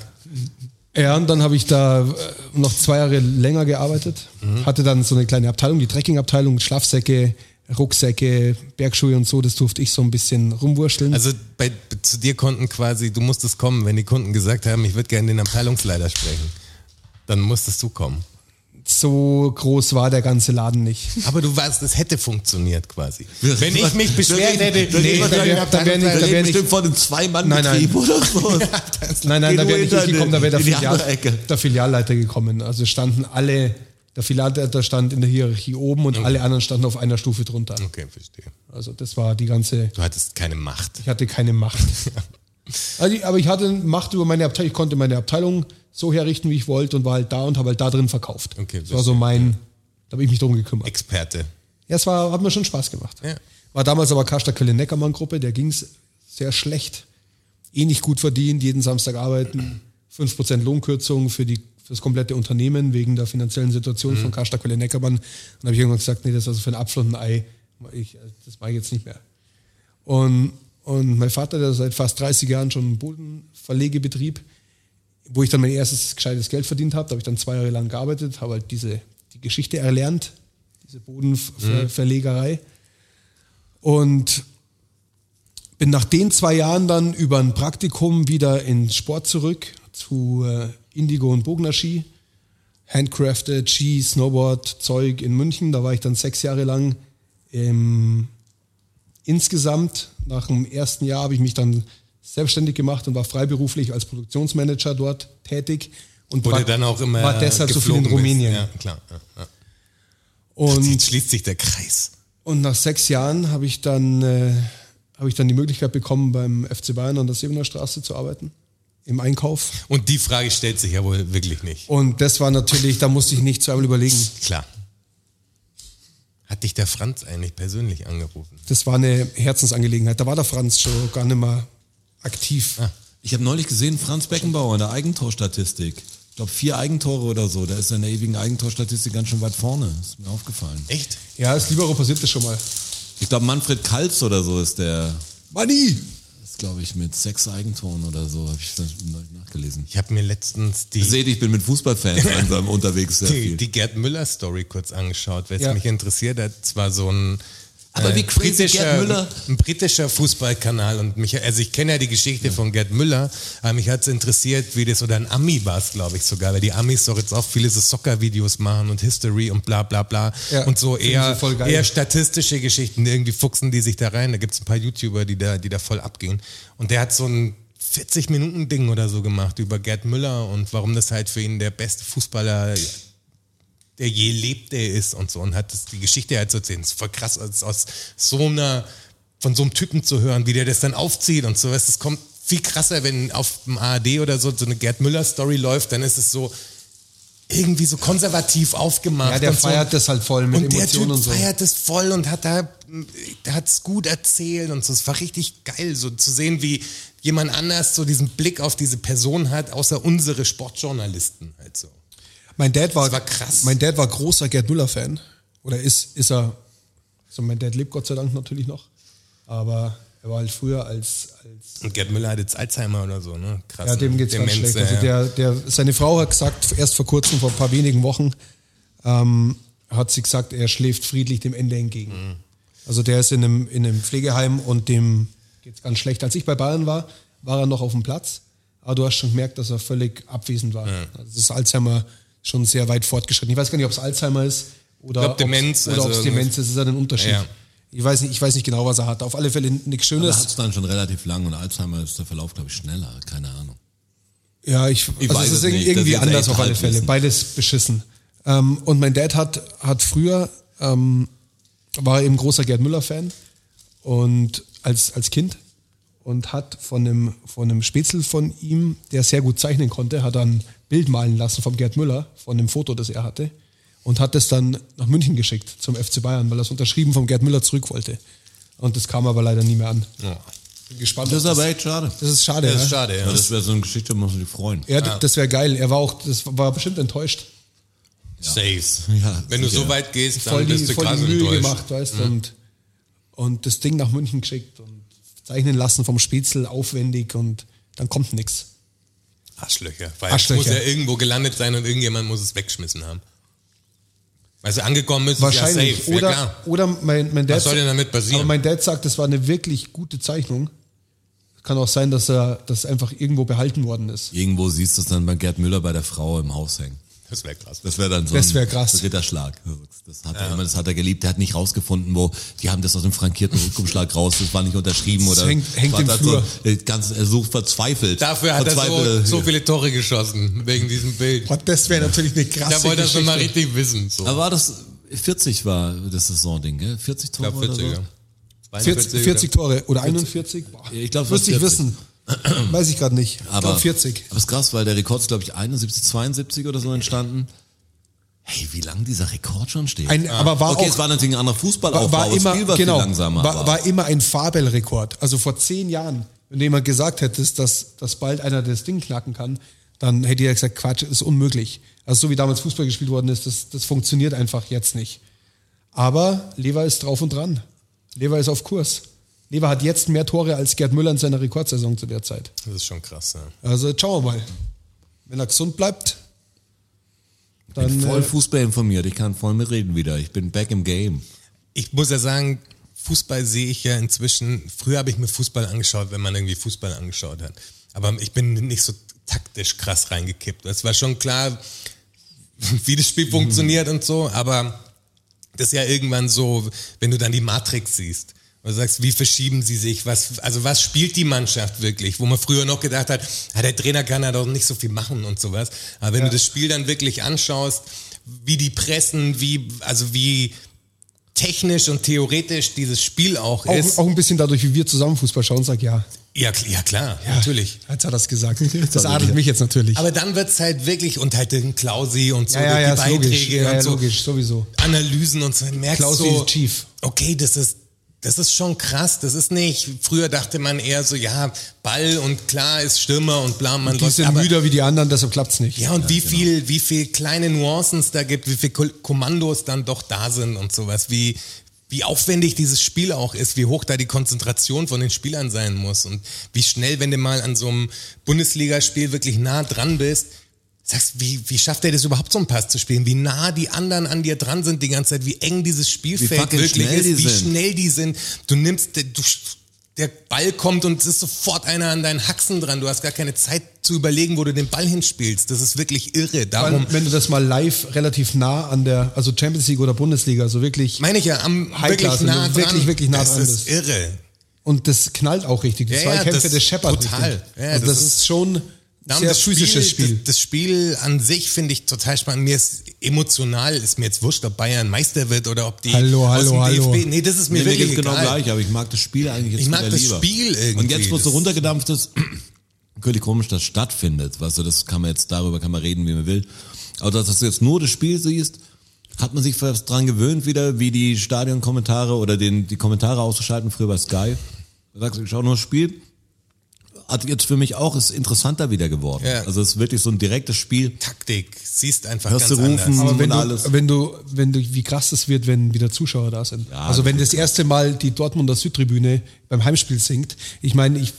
Ja, und dann habe ich da äh,
Mhm.
noch zwei Jahre länger gearbeitet, hatte dann so eine kleine Abteilung, die Trekking-Abteilung, Schlafsäcke, Rucksäcke, Bergschuhe und so, das durfte ich so ein bisschen rumwurschteln.
Also bei, zu dir konnten quasi, du musstest kommen, wenn die Kunden gesagt haben, ich würde gerne den Abteilungsleiter sprechen. Dann musstest du kommen.
so groß war der ganze Laden nicht.
Aber du weißt, es hätte funktioniert quasi.
Wir
Wenn
reden-
ich mich
wir
beschwert
reden-
hätte,
wir
nee,
reden-
dann
wir-
wär-
dann wär
Wir
nicht-
reden
wär nicht-
bestimmt von einem
Nein, [LAUGHS] nein.
Zwei-Mann-Betrieb oder so.
Nein, nein,
Geh
da
du
wäre nicht ich
hinter
gekommen, da wäre der,
in die andere
Filial,
Ecke.
der Filialleiter gekommen. Also standen alle, der Filialleiter stand in der Hierarchie oben und alle anderen standen auf einer Stufe drunter.
Okay, verstehe.
Also das war die ganze,
Du hattest keine Macht.
ich hatte keine Macht. Also ich, aber ich hatte Macht über meine Abteilung, ich konnte meine Abteilung so herrichten, wie ich wollte und war halt da und habe halt da drin verkauft.
Okay,
das war so mein, da habe ich mich drum gekümmert.
Experte.
Ja, es war, hat mir schon Spaß gemacht.
Ja.
War damals aber Karstadt Quelle Neckermann Gruppe, der ging es sehr schlecht. Eh nicht gut verdient, jeden Samstag arbeiten, 5% Lohnkürzung für, die, für das komplette Unternehmen wegen der finanziellen Situation von Karstadt Quelle Neckermann. Und da habe ich irgendwann gesagt, nee, das ist also für ein Apfel und ein Ei. Ich, das mache ich jetzt nicht mehr. Und, und mein Vater, der seit fast 30 Jahren schon einen Bodenverlegebetrieb, wo ich dann mein erstes gescheites Geld verdient habe, da habe ich dann zwei Jahre lang gearbeitet, habe halt diese die Geschichte erlernt, diese Bodenverlegerei. Und bin nach den zwei Jahren dann über ein Praktikum wieder in Sport zurück zu äh, Indigo und Bogner Ski. Handcrafted Ski, Snowboard, Zeug in München. Da war ich dann sechs Jahre lang. Ähm, insgesamt, nach dem ersten Jahr habe ich mich dann selbstständig gemacht und war freiberuflich als Produktionsmanager dort tätig. Und
Wurde
war,
dann auch immer.
war deshalb so viel in
geflogen bist.
Rumänien.
Ja, klar. Ja, ja.
Und
Jetzt schließt sich der Kreis.
Und nach sechs Jahren habe ich dann äh, habe ich dann die Möglichkeit bekommen, beim FC Bayern an der Siebener Straße zu arbeiten im Einkauf.
Und die Frage stellt sich ja wohl wirklich nicht.
Und das war natürlich, da musste ich nicht zweimal überlegen.
Klar. Hat dich der Franz eigentlich persönlich angerufen?
Das war eine Herzensangelegenheit. Da war der Franz schon gar nicht mehr aktiv.
Ah,
Ich habe neulich gesehen, Franz Beckenbauer in der Eigentorstatistik. Ich glaube, vier Eigentore oder so. Da ist er in der ewigen Eigentorstatistik ganz schön weit vorne. Ist mir aufgefallen.
Echt?
Ja, ist lieber passiert das schon mal.
Ich glaube, Manfred Kalz oder so ist der,
Money!
ist glaube ich mit sechs Eigentoren oder so, habe ich das neulich nachgelesen.
Ich habe mir letztens die,
Seht, ich bin mit [LAUGHS] Fußballfans langsam unterwegs sehr
die,
viel.
die Gerd Müller-Story kurz angeschaut, weil es
Ja.
mich interessiert hat. Zwar so ein. äh,
Aber wie crazy Gerd Müller-
Ein britischer Fußballkanal und mich, also ich kenne ja die Geschichte von Gerd Müller, aber mich hat es interessiert, wie das, oder ein Ami war es, glaube ich sogar, weil die Amis doch jetzt auch viele so Soccer-Videos machen und History und bla bla bla
Ja,
und so
finden
eher,
sie voll geil.
eher statistische Geschichten, irgendwie fuchsen die sich da rein, da gibt es ein paar YouTuber, die da, die da voll abgehen und der hat so ein 40-Minuten-Ding oder so gemacht über Gerd Müller und warum das halt für ihn der beste Fußballer der je lebte ist und so und hat das, die Geschichte halt so erzählt. Es ist voll krass, als aus so einer, von so einem Typen zu hören, wie der das dann aufzieht und so. Weißt, das kommt viel krasser, wenn auf dem ARD oder so so eine Gerd Müller-Story läuft, dann ist es so irgendwie so konservativ aufgemacht.
Ja, der
und so.
feiert das halt voll mit
und der
Emotionen
typ
und so.
feiert das voll und hat da, der hat's gut erzählt und so. Es war richtig geil, so zu sehen, wie jemand anders so diesen Blick auf diese Person hat, außer unsere Sportjournalisten halt so.
Mein Dad war,
Das war krass.
Mein Dad war großer Gerd Müller Fan oder ist ist er. Also mein Dad lebt Gott sei Dank natürlich noch, aber er war halt früher als als
Und Gerd Müller hat jetzt Alzheimer oder so, ne? Krass.
Ja, dem
ne?
geht's ganz
Demenz,
schlecht. Also
ja.
der, der, seine Frau hat gesagt, erst vor kurzem, vor ein paar wenigen Wochen, ähm, hat sie gesagt, er schläft friedlich dem Ende entgegen.
Mhm.
Also der ist in einem, in einem Pflegeheim und dem geht's ganz schlecht. Als ich bei Bayern war, war er noch auf dem Platz, aber du hast schon gemerkt, dass er völlig abwesend war. Also das ist Alzheimer schon sehr weit fortgeschritten. Ich weiß gar nicht, ob es Alzheimer ist oder
glaub,
ob's-
Demenz,
oder
also
ob's Demenz ist, ist ja ein Unterschied.
Ja.
Ich weiß, nicht, ich weiß nicht genau, was er hat. Auf alle Fälle nichts
Da
Schönes.
hat es dann schon relativ lang und Alzheimer ist der Verlauf, glaube ich, schneller. Keine Ahnung.
Ja, ich, also
weiß
es
es
ist
nicht. Das ist
irgendwie
jetzt
anders
echt
auf alle
Halbwissen.
Fälle. Beides beschissen. Ähm, und mein Dad hat, hat früher, ähm, war eben großer Gerd Müller-Fan und als, als Kind und hat von einem, von einem Spätzle von ihm, der sehr gut zeichnen konnte, hat er ein Bild malen lassen vom Gerd Müller, von dem Foto, das er hatte und hat das dann nach München geschickt zum FC Bayern, weil er es unterschrieben vom Gerd Müller zurück wollte. Und das kam aber leider nie mehr an.
Ja.
Bin gespannt.
Das ist
ob
aber echt schade.
das ist schade.
Das
ja?
ist schade, ja.
Ja, das wäre so eine Geschichte, muss man sich freuen.
Ja,
Ah.
d- das wäre geil. Er war auch, das war bestimmt enttäuscht.
Safe.
Ja,
Wenn du
sicher.
so weit gehst, dann
Voll die,
bist du
voll
krass
die Mühe
enttäuscht. Mhm.
gemacht, weißt du. Und, und das Ding nach München geschickt und zeichnen lassen vom Spätzl aufwendig und dann kommt nix.
Arschlöcher. Weil
Arschlöcher.
es muss ja irgendwo gelandet sein und irgendjemand muss es weggeschmissen haben. Also angekommen ist es ja
Wahrscheinlich.
safe.
oder,
ja, klar.
oder mein, mein Dad.
Was soll denn damit passieren?
Aber mein Dad sagt, das war eine wirklich gute Zeichnung. Kann auch sein, dass er das einfach irgendwo behalten worden ist.
Irgendwo siehst du es dann bei Gerd Müller bei der Frau im Haus hängen.
Das wäre krass.
Das wäre dann so
Das
ein
wär krass.
Ritterschlag. Das hat, er, das hat er geliebt. Er hat nicht rausgefunden, wo die haben das aus dem frankierten Rückumschlag raus. Das war nicht unterschrieben oder
hängt- hängt
war
im
das
Flur.
So, äh, ganz, er sucht verzweifelt.
Dafür hat er so,
Verzweifelte-
so viele Tore geschossen, wegen diesem Bild.
Boah, das wäre natürlich eine krasse
Da wollte er schon mal
Geschichte.
richtig wissen. So.
Aber war das 40 war das Saisonding, gell? 40 Tore
Ich glaube 40,
oder
ja.
so?
40, 40 Tore oder 41? Boah,
Ich glaub, es
müsste ich
waren
wissen. Weiß ich gerade nicht. ich
Aber,
glaub, 40.
aber ist krass, weil der Rekord ist, glaube ich, 71, 72 oder so entstanden. Hey, wie lange dieser Rekord schon steht?
Ein, Aber war
okay,
auch
es war natürlich ein anderer Fußballaufbau,
war, war
aber das
immer
Spiel war
genau,
viel langsamer.
war,
aber-
war immer ein Fabel-Rekord. Also vor zehn Jahren, wenn du jemand gesagt hättest, dass, dass bald einer das Ding knacken kann, dann hätte jeder gesagt, Quatsch, ist unmöglich. Also so wie damals Fußball gespielt worden ist, das, das funktioniert einfach jetzt nicht. Aber Lever ist drauf und dran. Lever ist auf Kurs. Lever hat jetzt mehr Tore als Gerd Müller in seiner Rekordsaison zu der Zeit.
Das ist schon krass, ja.
Also jetzt schauen wir mal. Wenn er gesund bleibt,
Ich
dann
bin voll
äh,
Fußball informiert, ich kann voll mitreden wieder. Ich bin back im Game.
ich muss ja sagen, Fußball sehe ich ja inzwischen. Früher habe ich mir Fußball angeschaut, wenn man irgendwie Fußball angeschaut hat. Aber ich bin nicht so taktisch krass reingekippt. Es war schon klar, [LAUGHS] wie das
Mhm.
Spiel funktioniert und so, aber das ist ja irgendwann so, wenn du dann die Matrix siehst und sagst, wie verschieben sie sich, was, also was spielt die Mannschaft wirklich, wo man früher noch gedacht hat, ah, der Trainer kann ja doch nicht so viel machen und sowas. Aber wenn du das Spiel dann wirklich anschaust, wie die pressen, wie, also wie technisch und theoretisch dieses Spiel auch,
auch,
ist.
auch ein bisschen dadurch, wie wir zusammen Fußball schauen, sag ja.
Ja, kl- ja klar, natürlich.
Als er das gesagt. Das adelt mich jetzt natürlich.
Aber dann wird's halt wirklich, und halt den Klausi und so,
ja, ja,
die
ja, ist logisch.
Beiträge
Ja,
und
ja,
so.
logisch, sowieso.
Analysen und so, merkst
Klaus
so,
ist Chief.
okay, das ist, das ist schon krass, das ist nicht, früher dachte man eher so, ja, Ball und klar ist Stürmer und bla, man
Die
läuft,
sind
aber-
müder wie die anderen, deshalb klappt's nicht.
Ja, und wie
genau.
viel, wie viel kleine Nuancen es da gibt, wie viel Ko- Kommandos dann doch da sind und sowas, wie, wie aufwendig dieses Spiel auch ist, wie hoch da die Konzentration von den Spielern sein muss und wie schnell, wenn du mal an so einem Bundesligaspiel wirklich nah dran bist, sagst, wie, wie schafft er das überhaupt, so einen Pass zu spielen? Wie nah die anderen an dir dran sind die ganze Zeit, wie eng dieses Spielfeld
fucking
wirklich
schnell die
ist, wie
sind.
schnell die sind. Du nimmst, du, der Ball kommt und es ist sofort einer an deinen Haxen dran. Du hast gar keine Zeit zu überlegen, wo du den Ball hinspielst. Das ist wirklich irre.
Vor allem,
Darum
wenn du das mal live relativ nah an der, also Champions League oder Bundesliga, so wirklich.
meine ich ja, am
High
wirklich
Class, wenn du
nah dran.
wirklich, wirklich nah
das
dran
ist
bist.
irre.
Und das knallt auch richtig. Die
Ja,
zwei
ja,
Kämpfe,
das
das scheppert
total.
richtig.
Ja,
also
das
das,
ist-
ist schon
Darum
sehr physisches Spiel.
Das, das Spiel an sich finde ich total spannend. Mir ist emotional, ist mir jetzt wurscht, ob Bayern Meister wird oder ob die
Hallo,
aus dem
hallo, hallo.
DFB. Nee, das ist mir
Nee, mir
wirklich
geht's genau
egal.
gleich, aber ich mag das Spiel eigentlich jetzt
Ich mag
wieder
das
lieber.
Spiel irgendwie.
Und jetzt, wo es so
Das-
runtergedampft ist, [CLEARS THROAT] natürlich komisch, dass stattfindet. Weißt du, das kann man jetzt, darüber kann man reden, wie man will. Aber dass dass du jetzt nur das Spiel siehst, hat man sich fast dran gewöhnt wieder, wie die Stadionkommentare oder den, die Kommentare auszuschalten, früher bei Sky. Da sagst du, ich schau nur das Spiel. Hat jetzt für mich auch, ist interessanter wieder geworden.
Ja.
Also es ist wirklich so ein direktes Spiel.
Taktik. Siehst einfach
Hörst
ganz
du rufen,
anders.
Aber wenn
und
du,
alles.
wenn du, wenn du, wie krass das wird, wenn wieder Zuschauer da sind.
Ja,
also wenn das erste Mal die Dortmunder Südtribüne beim Heimspiel singt. Ich meine, ich,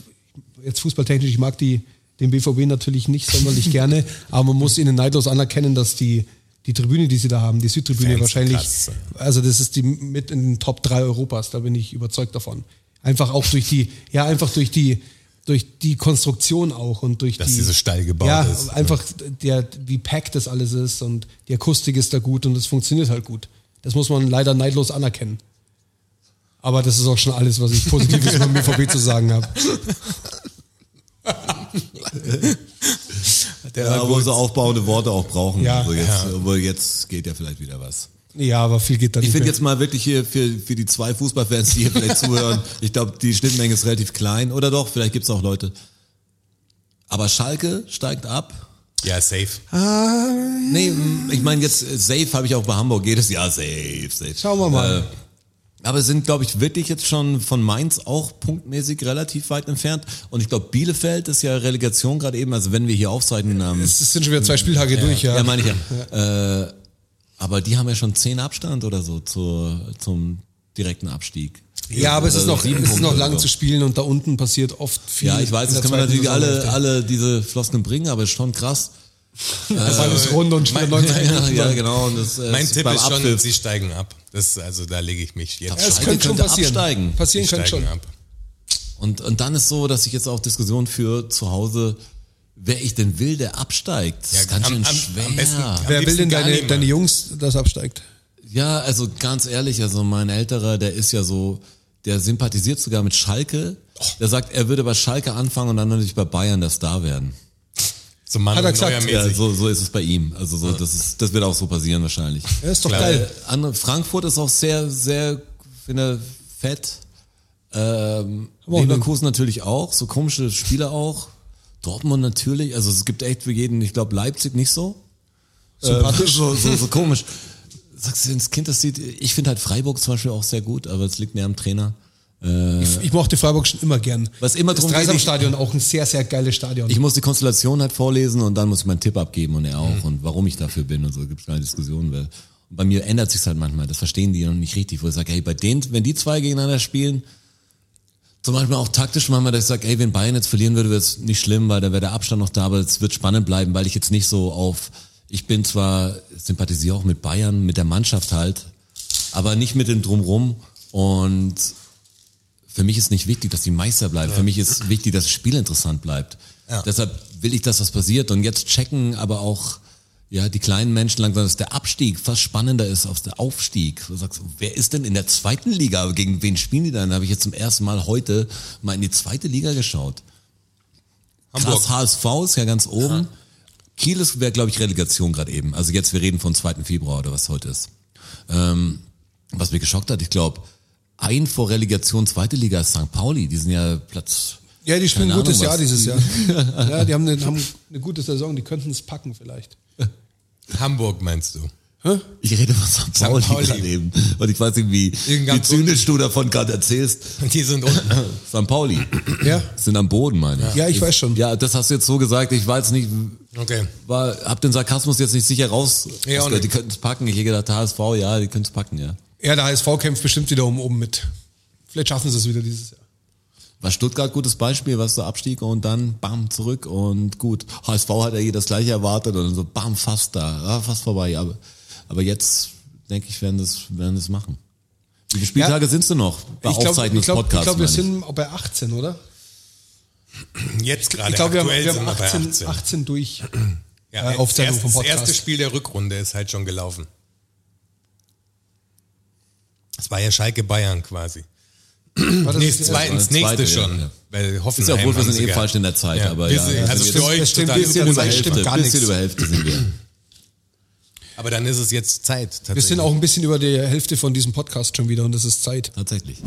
jetzt fußballtechnisch, ich mag die, den BVB natürlich
[LAUGHS]
nicht sonderlich gerne, aber man muss ihnen neidlos anerkennen, dass die, die Tribüne, die sie da haben, die Südtribüne
Fans,
wahrscheinlich,
krass.
also das ist die mit in den Top 3 Europas, da bin ich überzeugt davon. Einfach auch durch die, ja, einfach durch die, durch die Konstruktion auch und durch
Dass
die,
sie so steil gebaut
ja,
ist. ne?
einfach der, wie packt das alles ist und die Akustik ist da gut und es funktioniert halt gut. Das muss man leider neidlos anerkennen. Aber das ist auch schon alles, was ich
[LAUGHS]
Positives über den BVB zu sagen habe.
Der war
Ja, wo
gut.
sie aufbauende Worte auch brauchen.
Ja.
also jetzt, obwohl jetzt geht ja vielleicht wieder was.
Ja, aber viel geht da
Ich
nicht.
finde
mehr.
jetzt mal wirklich hier für, für die zwei Fußballfans, die hier
[LAUGHS]
vielleicht zuhören, ich glaube, die Schnittmenge ist relativ klein. Oder doch, vielleicht gibt's auch Leute. Aber Schalke steigt ab.
Ja, safe.
Nee, m, ich meine jetzt äh, safe habe ich auch bei Hamburg jedes Jahr safe, safe.
Schauen wir mal.
Äh, aber sind, glaube ich, wirklich jetzt schon von Mainz auch punktmäßig relativ weit entfernt. Und ich glaube, Bielefeld ist ja Relegation gerade eben, also wenn wir hier aufzeichnen ähm, haben.
Es sind schon wieder zwei Spieltage durch, ja.
Ja, meine
[LAUGHS]
ich ja. Äh, aber die haben ja schon zehn Abstand oder so zur, zum direkten Abstieg.
ja, aber es
Oder
ist noch,
also sieben
es ist noch
Punkte
lang
oder so.
zu spielen und da unten passiert oft viel.
Ja, ich weiß,
in
das
der
kann man
zweiten
natürlich alle,
Saisonhälfte.
alle diese Floskeln bringen, aber ist schon krass,
Das alles rund und schnell
mein-
90 Minuten.
ja, [LAUGHS] ja,
lang.
genau. Und das, äh,
Mein
ist
Tipp
beim
ist schon,
Abpfiff.
sie steigen ab. Das, also da lege ich mich jetzt.
Ja,
Es
Schalke
könnte schon
könnte
passieren.
absteigen.
Passieren
Sie
könnte schon.
steigen ab.
Und, und dann ist so, dass ich jetzt auch Diskussion für zu Hause, wer ich denn will, der absteigt. Das ist
Ja,
ganz
am-
schön
am- am
schwer.
besten- am
Wer will
liebsten
denn
gar
deine,
niemand.
deine Jungs, das absteigt?
Ja, also ganz ehrlich, also mein älterer, der ist ja so, der sympathisiert sogar mit Schalke. Der sagt, er würde bei Schalke anfangen und dann natürlich bei Bayern der Star werden.
So Mann
Hat er gesagt.
Ja,
neuermäßig.
so, so ist es bei ihm. Also so, das ist, das wird auch so passieren wahrscheinlich. Äh,
Ja, ist doch
Klar.
geil.
Andere, Frankfurt ist auch sehr, sehr, finde fett. Ähm,
auch
Leverkusen natürlich auch, so komische Spieler auch. Dortmund natürlich, also es gibt echt für jeden, ich glaube Leipzig nicht so.
Sympathisch.
Ähm, [LAUGHS] so, so, so komisch. Sagst du ins Kind, das sieht, ich finde halt Freiburg zum Beispiel auch sehr gut, aber es liegt mehr am Trainer.
Ich, ich mochte Freiburg schon immer gern.
Was immer
das
drum geht, ich-
Dreisamstadion auch ein sehr, sehr geiles Stadion.
Ich muss die Konstellation halt vorlesen und dann muss ich meinen Tipp abgeben und er auch und warum ich dafür bin und so gibt es keine Diskussion. Weil und bei mir ändert sich halt manchmal, das verstehen die noch nicht richtig, wo ich sage, hey, bei denen, wenn die zwei gegeneinander spielen, zum Beispiel auch taktisch manchmal, dass ich sage, ey, wenn Bayern jetzt verlieren würde, wäre es nicht schlimm, weil da wäre der Abstand noch da, aber es wird spannend bleiben, weil ich jetzt nicht so auf, ich bin zwar, sympathisiere auch mit Bayern, mit der Mannschaft halt, aber nicht mit dem Drumrum und für mich ist nicht wichtig, dass die Meister bleiben. Für mich ist wichtig, dass das Spiel interessant bleibt.
Ja.
Deshalb will ich, dass das passiert. Und jetzt checken aber auch ja, die kleinen Menschen langsam, dass der Abstieg fast spannender ist als der Aufstieg. Du sagst, wer ist denn in der zweiten Liga? Gegen wen spielen die dann? Da habe ich jetzt zum ersten Mal heute mal in die zweite Liga geschaut. Krass,
Hamburg.
HSV ist ja ganz oben. Kiel ist, wäre, glaube ich, Relegation gerade eben. Also jetzt, wir reden vom 2. Februar oder was heute ist. Ähm, was mich geschockt hat, ich glaube, ein vor Relegation zweite Liga ist St. Pauli. Die sind ja Platz.
ja, die spielen ein
keine
gutes
Ahnung,
Jahr
was.
dieses Jahr. ja, die haben eine, haben eine gute Saison, die könnten es packen vielleicht.
Hamburg meinst du? [LAUGHS]
Ich rede von St. Pauli,
Pauli.
gerade eben. Und ich weiß nicht, wie,
Irgend
wie
ganz
zynisch du davon gerade erzählst.
Die sind unten.
St. Pauli
Ja,
sind am Boden, meine ich.
Ja, ich weiß schon.
Ja, das hast du jetzt so gesagt. Ich weiß nicht,
Okay.
war, hab den Sarkasmus jetzt nicht sicher raus.
Ja, auch
die
nicht.
könnten es packen. Ich hätte gedacht, HSV, ja, die könnten es packen, ja.
ja der HSV kämpft bestimmt wieder um oben mit. Vielleicht schaffen sie es wieder dieses Jahr.
War Stuttgart gutes Beispiel, was so Abstieg und dann bam zurück und gut. HSV hat ja hier das gleiche erwartet und so bam fast da, ja, fast vorbei. Aber, aber jetzt denke ich, werden das werden das machen. Wie viele Spieltage sind's denn noch bei
ich glaube,
Aufzeichnung
ich
des
glaub, ich
Podcasts?
glaub, wir
meine ich.
sind bei 18, oder?
Jetzt gerade.
Ich glaube, wir haben,
Also aktuell
wir
sind
haben
bei
18, 18. durch.
Ja,
äh, Aufzeichnung
das
vom
Das
Podcast.
erste Spiel der Rückrunde ist halt schon gelaufen. Es war ja Schalke Bayern quasi.
War das
Nee,
das erste?
zweitens,
zweite,
nächste
ja,
schon.
ja.
Weil
Ist
Hoffenheim
ja wohl, wir
haben
sind
sie
eh
gehabt.
falsch in der Zeit, aber
wir
ja.
sind-
also
also
jetzt
für euch
das stimmt,
total
wir sind
bisschen über
Zeit
überraschend.
Hälfte,
stimmt gar
bisschen
nichts.
über Hälfte sind
[LAUGHS]
wir.
Aber dann ist es jetzt Zeit.
Wir sind
tatsächlich.
auch ein bisschen über die Hälfte von diesem Podcast schon wieder und das ist Zeit.
Tatsächlich.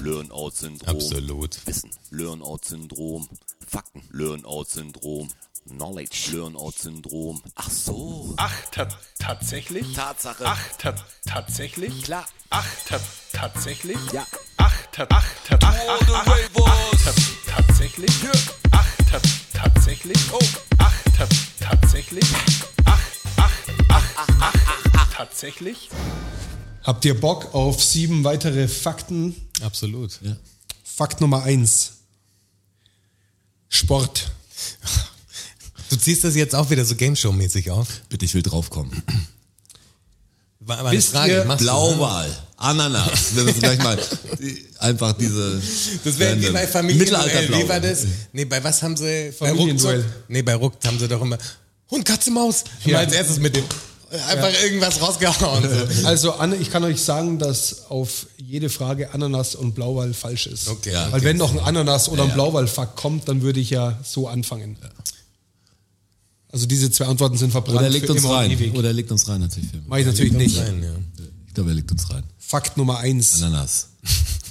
Learn-out-Syndrom.
Absolut.
Wissen. Learn-out-Syndrom. Fakten. Learn-out-Syndrom. Knowledge. Learn-out-Syndrom. Ach so.
Ach, ta tatsächlich?
Tatsache.
Ach, ta tatsächlich?
Klar.
Ach, ta tatsächlich?
Ja.
Ach, ta ach, ta ach, ach, ach, ach, ta tatsächlich? Ach, ta tatsächlich? Oh. Ach, ta tatsächlich? Ach, ach, ach, ach, ach, ach, tatsächlich?
Habt ihr Bock auf sieben weitere Fakten?
Absolut.
Ja.
Fakt Nummer eins. Sport.
Du ziehst das jetzt auch wieder so Game Show mäßig auf.
Bitte, ich will draufkommen.
War, war eine
Wisst
Frage.
ihr-
machst du, ne?
Blauwal, Ananas. Wir müssen gleich mal die- einfach diese.
Das wäre wie
random-
bei
Äh,
Familienduell.
Mittelalter-Blauwal.
Wie war das? Nee, bei was haben sie? Bei
Familienduell.
Ruckzuck? Nee, bei Ruckt haben sie doch immer Hund, Katze, Maus.
Ja.
Immer als erstes mit dem einfach irgendwas rausgehauen. [LAUGHS] So.
Also Anne, ich kann euch sagen, dass auf jede Frage Ananas und Blauwal falsch ist.
Okay, ja,
Weil
okay.
wenn noch ein Ananas oder ein Blauwal-Fakt kommt, dann würde ich ja so anfangen. Also diese zwei Antworten sind verbrannt.
Oder er legt
für
uns
immer und
rein.
ewig.
Oder er legt uns rein natürlich. Film.
Mach ich natürlich nicht.
Nein, ja.
Ich glaube, er legt uns rein.
Fakt Nummer eins.
Ananas.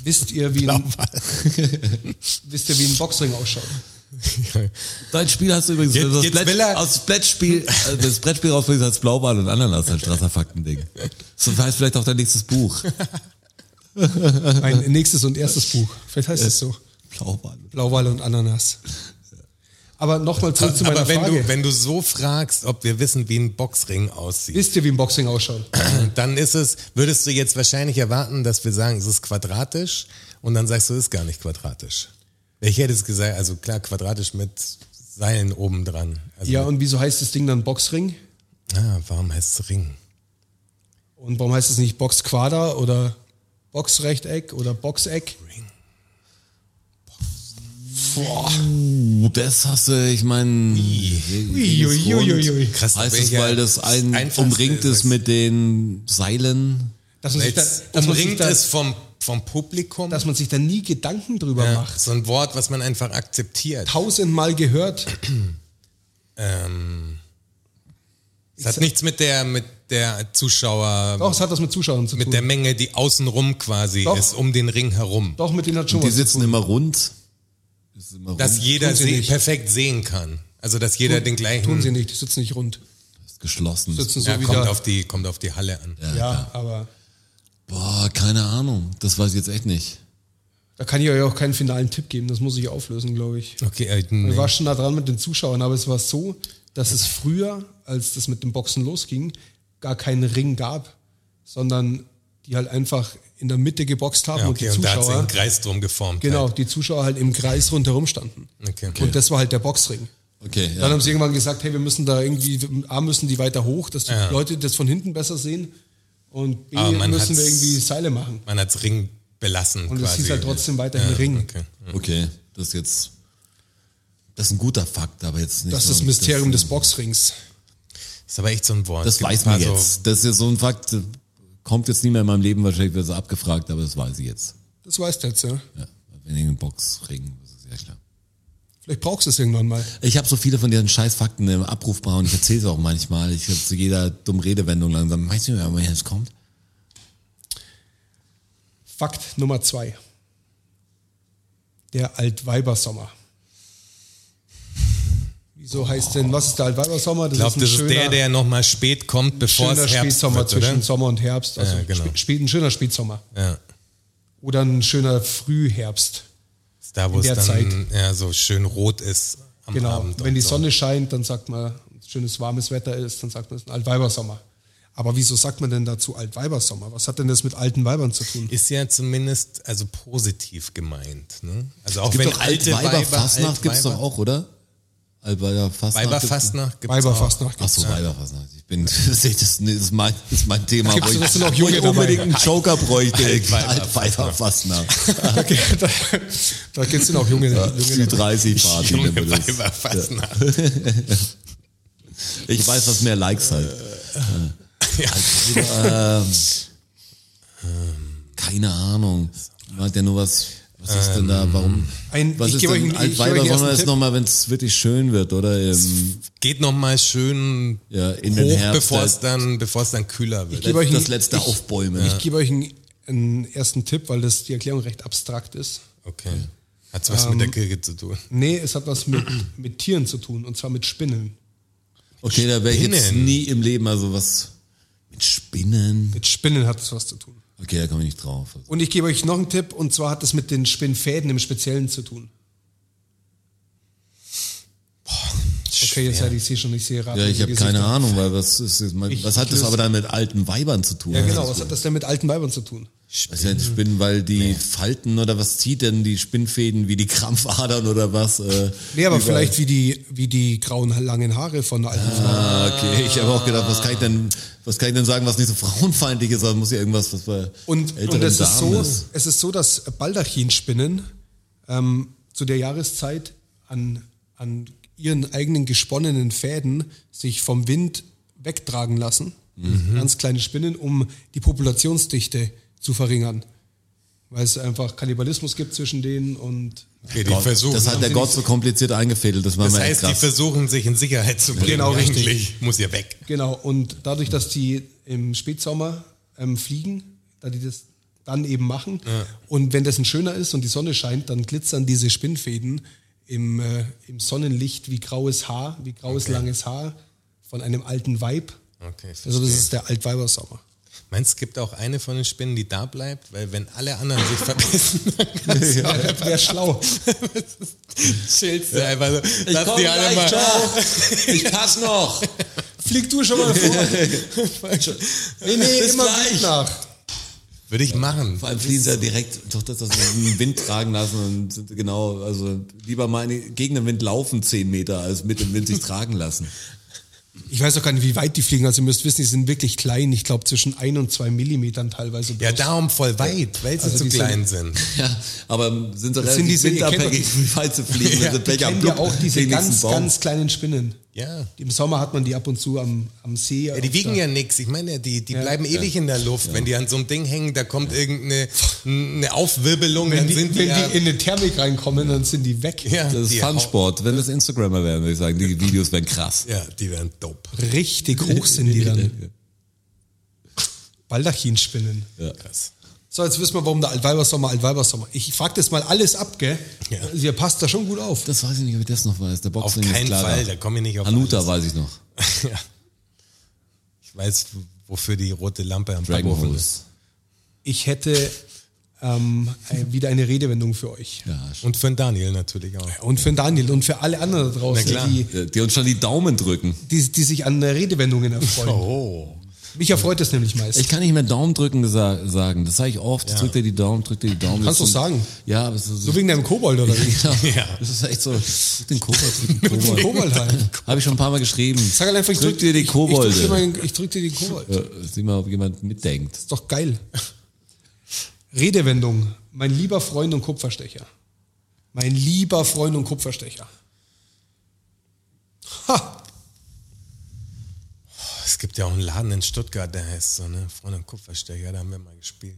Wisst ihr, wie ein, [LAUGHS] wisst ihr, wie ein Boxring ausschaut?
[LAUGHS]
Dein Spiel hast du übrigens
Jetzt-
das,
jetzt
Brett,
will er-
aus Brettspiel, äh, das Brettspiel rausbringst als Blauwal und Ananas, ein Strasserfakten-Ding. So heißt vielleicht auch dein nächstes Buch.
Mein nächstes und erstes Buch. Vielleicht heißt es so.
Blauwal.
Blauwal und Ananas. Aber nochmal zurück zu meiner
Äh, Aber wenn
Frage.
du, wenn du so fragst, ob wir wissen, wie ein Boxring aussieht,
Wisst ihr, wie ein Boxring ausschaut?
[CLEARS THROAT] dann ist es, würdest du jetzt wahrscheinlich erwarten, dass wir sagen, es ist quadratisch und dann sagst du, es ist gar nicht quadratisch. Ich hätte es gesagt, also klar, quadratisch mit Seilen obendran. Also,
Ja, und wieso heißt das Ding dann Boxring?
ah, warum heißt es Ring?
Und warum heißt es nicht Boxquader oder Boxrechteck oder Boxeck?
Boah, Oh, das hasse ich meine.
Uiuiuiui.
Krass,
Heißt
wär
es,
ja
weil das ein
Einfachste
umringt ist
was-
mit den Seilen?
Dass man,
weil
sich da,
es
dass, man sich
umringt
da,
ist vom, vom Publikum.
dass man sich da nie Gedanken drüber
ja,
macht.
so ein Wort, was man einfach akzeptiert.
Tausendmal gehört.
Ähm, es hat nichts mit der, mit der Zuschauer,
Doch, es hat was mit Zuschauern zu
mit der
tun.
Menge, die außenrum quasi
Doch.
ist, um den Ring herum.
Doch, mit denen hat schon
Die
was zu
sitzen immer rund. Das ist immer
Dass
rund.
jeder
tun sie
se
nicht.
perfekt sehen kann. Also, dass jeder
tun.
den gleichen...
Tun sie nicht, die sitzen nicht rund.
Ist geschlossen.
Sitzen so
ja,
wie
kommt
da.
auf, die, kommt auf die Halle an.
ja, aber
Boah, keine Ahnung. Das weiß ich jetzt echt nicht.
da kann ich euch auch keinen finalen Tipp geben. Das muss ich auflösen, glaube ich.
Okay, äh,
Wir
nee.
waren schon da dran mit den Zuschauern, aber es war so, dass es früher, als das mit dem Boxen losging, gar keinen Ring gab, sondern die halt einfach in der Mitte geboxt haben
ja, okay,
und die
und da hat sich
Zuschauer,
ein Kreis drum geformt.
genau,
Halt.
die Zuschauer halt im Kreis rundherum standen.
Okay.
Und das war halt der Boxring.
Okay, ja.
Dann haben sie irgendwann gesagt, hey, wir müssen da irgendwie, A, müssen die weiter hoch, dass die
Ja.
Leute das von hinten besser sehen und B,
Aber man
müssen wir
hat's-
irgendwie Seile machen.
Man hat's Ring belassen
Und
quasi.
es hieß halt trotzdem weiterhin Ring.
Okay.
Mhm. Okay, das ist jetzt. Das ist ein guter Fakt, aber jetzt nicht.
Das
so-
ist das Mysterium
das,
des Boxrings.
Ist aber echt so ein Wort. Es
Das
gibt
weiß
ein
man
paar
jetzt. Das ist jetzt so ein Fakt, kommt jetzt nie mehr in meinem Leben, wahrscheinlich wird es abgefragt, aber das weiß ich jetzt.
Das weißt du jetzt, ja.
Ja. Wenn ich einen Boxring, das ist ja klar.
Vielleicht brauchst du es irgendwann mal.
Ich habe so viele von diesen Scheißfakten im Abrufbar und ich erzähle es auch manchmal. Ich habe zu jeder dummen Redewendung langsam. Weißt du, wer mir jetzt kommt?
Fakt Nummer zwei. Der Altweibersommer. Wieso heißt denn, was ist der Altweibersommer? Das
Ich glaube,
ein
das
schöner,
ist der, der nochmal spät kommt, bevor
schöner
es Herbst
Spätsommer
wird,
zwischen
oder?
Sommer und Herbst. Also
Ja, genau.
spä- spät, ein schöner Spätsommer.
Ja.
Oder ein schöner Frühherbst.
Ist Da, wo es
der
dann
Zeit.
Ja, so schön rot ist am
Genau.
Abend.
Wenn
und
die
so.
Sonne scheint, dann sagt man, schönes warmes Wetter ist, dann sagt man, es ist ein Altweibersommer. Aber wieso sagt man denn dazu Altweibersommer? Was hat denn das mit alten Weibern zu tun?
Ist ja zumindest also positiv gemeint. Ne? Also
Es
auch
gibt
wenn
doch
alte
Altweiber,
Weiber,
Fastnacht gibt's doch auch, oder? Altweiber Fastnacht.
Weiberfastnacht gibt es auch.
Weiberfastnacht.
Ach so, Weiberfastnacht. Ich bin, [LAUGHS] das ist, nee, das ist, mein, das ist mein Thema.
Gibst
wo
du
ich-
das sind auch Junge
wo ich unbedingt
dabei.
einen Joker bräuchte. halt
Altweiber-
Altweiberfastnacht.
Okay, [LAUGHS] da, da gibt es dann auch junge, junge
Ü30-Party.
Junge
nennen wir das.
Weiberfastnacht.
Ich weiß, was mehr Likes halt.
Ja.
Keine Ahnung. Meint der nur was? Was ist denn da? Warum?
Ein-
was
Ähm, ich
ist
gebe euch
denn
einen- ich gebe euch
Altweiber,
einen
sondern
ersten
erst
Tipp.
nochmal, wenn es wirklich schön wird, oder? Im,
Geht nochmal schön
ja, in den
hoch,
Herbst.
bevor es
halt
dann, bevor es dann kühler wird.
gebe euch
das
einen-
letzte
ich-
Aufbäumen.
Ich gebe euch einen, einen ersten Tipp, weil das die Erklärung recht abstrakt ist.
Okay. Hat's was mit der Kirche zu tun?
Nee, es hat
[CLEARS THROAT]
was mit, mit Tieren zu tun, und zwar mit Spinnen.
okay, da wäre ich jetzt
Spinnen.
nie im Leben. Also was mit Spinnen?
Mit Spinnen hat es was zu tun.
Okay, da komme ich nicht drauf. Also,
Und ich gebe euch noch einen Tipp, und zwar hat es mit den Spinnfäden im Speziellen zu tun. Okay, jetzt
Schwer.
seid ich sehe schon, ich sehe Raten.
Ja, ich
im
habe
Gesicht.
keine Ahnung, weil was ist jetzt mal,
Ich-
was hat
ich
das
löse-
aber dann mit alten Weibern zu tun?
Ja, genau. Was hat das denn mit alten Weibern zu tun?
Also ja, Spinnen, weil die Falten oder was zieht denn die Spinnfäden wie die Krampfadern oder was? Äh,
Nee, aber
überall?
vielleicht wie die, wie die grauen, langen Haare von alten Frauen.
Ah, okay. Ich habe auch gedacht, was kann ich denn, was kann ich denn sagen, was nicht so frauenfeindlich ist, aber muss ja irgendwas, was bei
Und,
älteren
und es, ist
Damen
so,
ist.
es ist so, dass Baldachinspinnen ähm, zu der Jahreszeit an, an ihren eigenen gesponnenen Fäden sich vom Wind wegtragen lassen.
Mhm.
Ganz kleine Spinnen, um die Populationsdichte zu verringern. Weil es einfach Kannibalismus gibt zwischen denen und
Okay, die versuchen.
Das hat der Gott so kompliziert eingefädelt, das war
Das
mir echt
heißt, die
krass.
versuchen sich in Sicherheit zu bringen.
Genau, richtig.
Eigentlich Muss ja weg.
Genau, und dadurch, dass die im Spätsommer ähm, fliegen, da die das dann eben machen, und wenn das ein schöner ist und die Sonne scheint, dann glitzern diese Spinnfäden im, äh, im Sonnenlicht wie graues Haar, wie graues
Okay.
langes Haar von einem alten Weib.
Okay,
Also
verstehe.
das ist der Altweibersommer.
Meinst du, es gibt auch eine von den Spinnen, die da bleibt? Weil wenn alle anderen sich [LAUGHS] verpissen, dann
Ja, [LAUGHS] Wäre schlau.
chillst du einfach so.
Ich
Lass
komm
die alle
gleich,
mal. [LAUGHS]
ciao. Ich pass noch.
Flieg du schon mal vor.
nee,
Nee,
Bis
immer
gleich.
gut nach.
Würde ich machen.
Vor allem fliehen sie ja direkt, doch, dass das in den Wind tragen lassen und sind genau, also lieber mal in den- gegen den Wind laufen zehn Meter, als mit dem Wind sich tragen lassen.
Ich weiß auch gar nicht, wie weit die fliegen. Also ihr müsst wissen, die sind wirklich klein. Ich glaube zwischen ein und zwei Millimetern teilweise.
Ja,
bloß.
darum voll weit, weil sie
Also
zu
die sind-
klein sind.
Ja, aber sind sie
sind
relativ
diese- ihr kennt
windabhängig, [LAUGHS] wie weit sie fliegen, wenn sie
die
Pech haben.
kennen ja auch diese
wenigsten
ganz,
Baum.
ganz kleinen Spinnen.
Ja.
Im Sommer hat man die ab und zu am, am See.
Ja, die wiegen ja nix. Ich meine, ja, die, die bleiben ewig in der Luft. Wenn die an so einem Ding hängen, da kommt irgendeine eine Aufwirbelung,
Wenn
dann
die,
sind die,
wenn
ja,
die in eine Thermik reinkommen, dann sind die weg.
ja,
Das ist
die
Fun-Sport. Wenn das Instagrammer wären, würde ich sagen, die Videos wären krass.
hau- Ja, die werden dope.
Richtig hoch sind die dann. Baldachinspinnen.
Krass.
So, jetzt wissen wir, warum der Altweibersommer Altweibersommer. Ich frag das mal alles ab, gell?
Ja.
Also ihr passt da schon gut auf.
Das weiß ich nicht, ob ich das noch weiß. Der
Auf
Boxring ist
keinen
klar.
Fall, da komme ich nicht auf
Hanuta
alles.
weiß ich noch.
ja. Ich weiß, wofür die rote Lampe am
Dragon
Backofen
Ball.
ist.
Ich hätte ähm, äh, wieder eine Redewendung für euch.
Ja,
Und für den Daniel natürlich auch.
Und für den Daniel und für alle anderen da draußen,
Na klar.
die,
die uns schon die Daumen drücken.
die, die sich an Redewendungen erfreuen.
Oh.
Mich erfreut das nämlich meist.
Ich kann nicht mehr Daumen drücken gesa- sagen. Das sage ich oft.
Ja.
Drückt dir die Daumen, drückt dir die Daumen.
Kannst
Das
du's
ist so-
sagen?
Ja, aber es ist
so wegen deinem Kobold oder
[LAUGHS]
wie?
ja.
Ja.
Das ist echt so. drück Den Kobold, drück den
Mit dem
Kobold.
Kobold halt.
Habe ich schon ein paar Mal geschrieben.
Sag halt einfach, ich drück,
drück dir die
ich- Ich, drück dir
Kobolde.
mal- ich drück dir den Kobold.
Ja, Sieh mal, ob jemand mitdenkt.
Ist doch geil. Redewendung. Mein lieber Freund und Kupferstecher. Mein lieber Freund und Kupferstecher. Ha!
Es gibt ja auch einen Laden in Stuttgart, der heißt so, ne? Freund und Kupferstecher, da haben wir mal gespielt.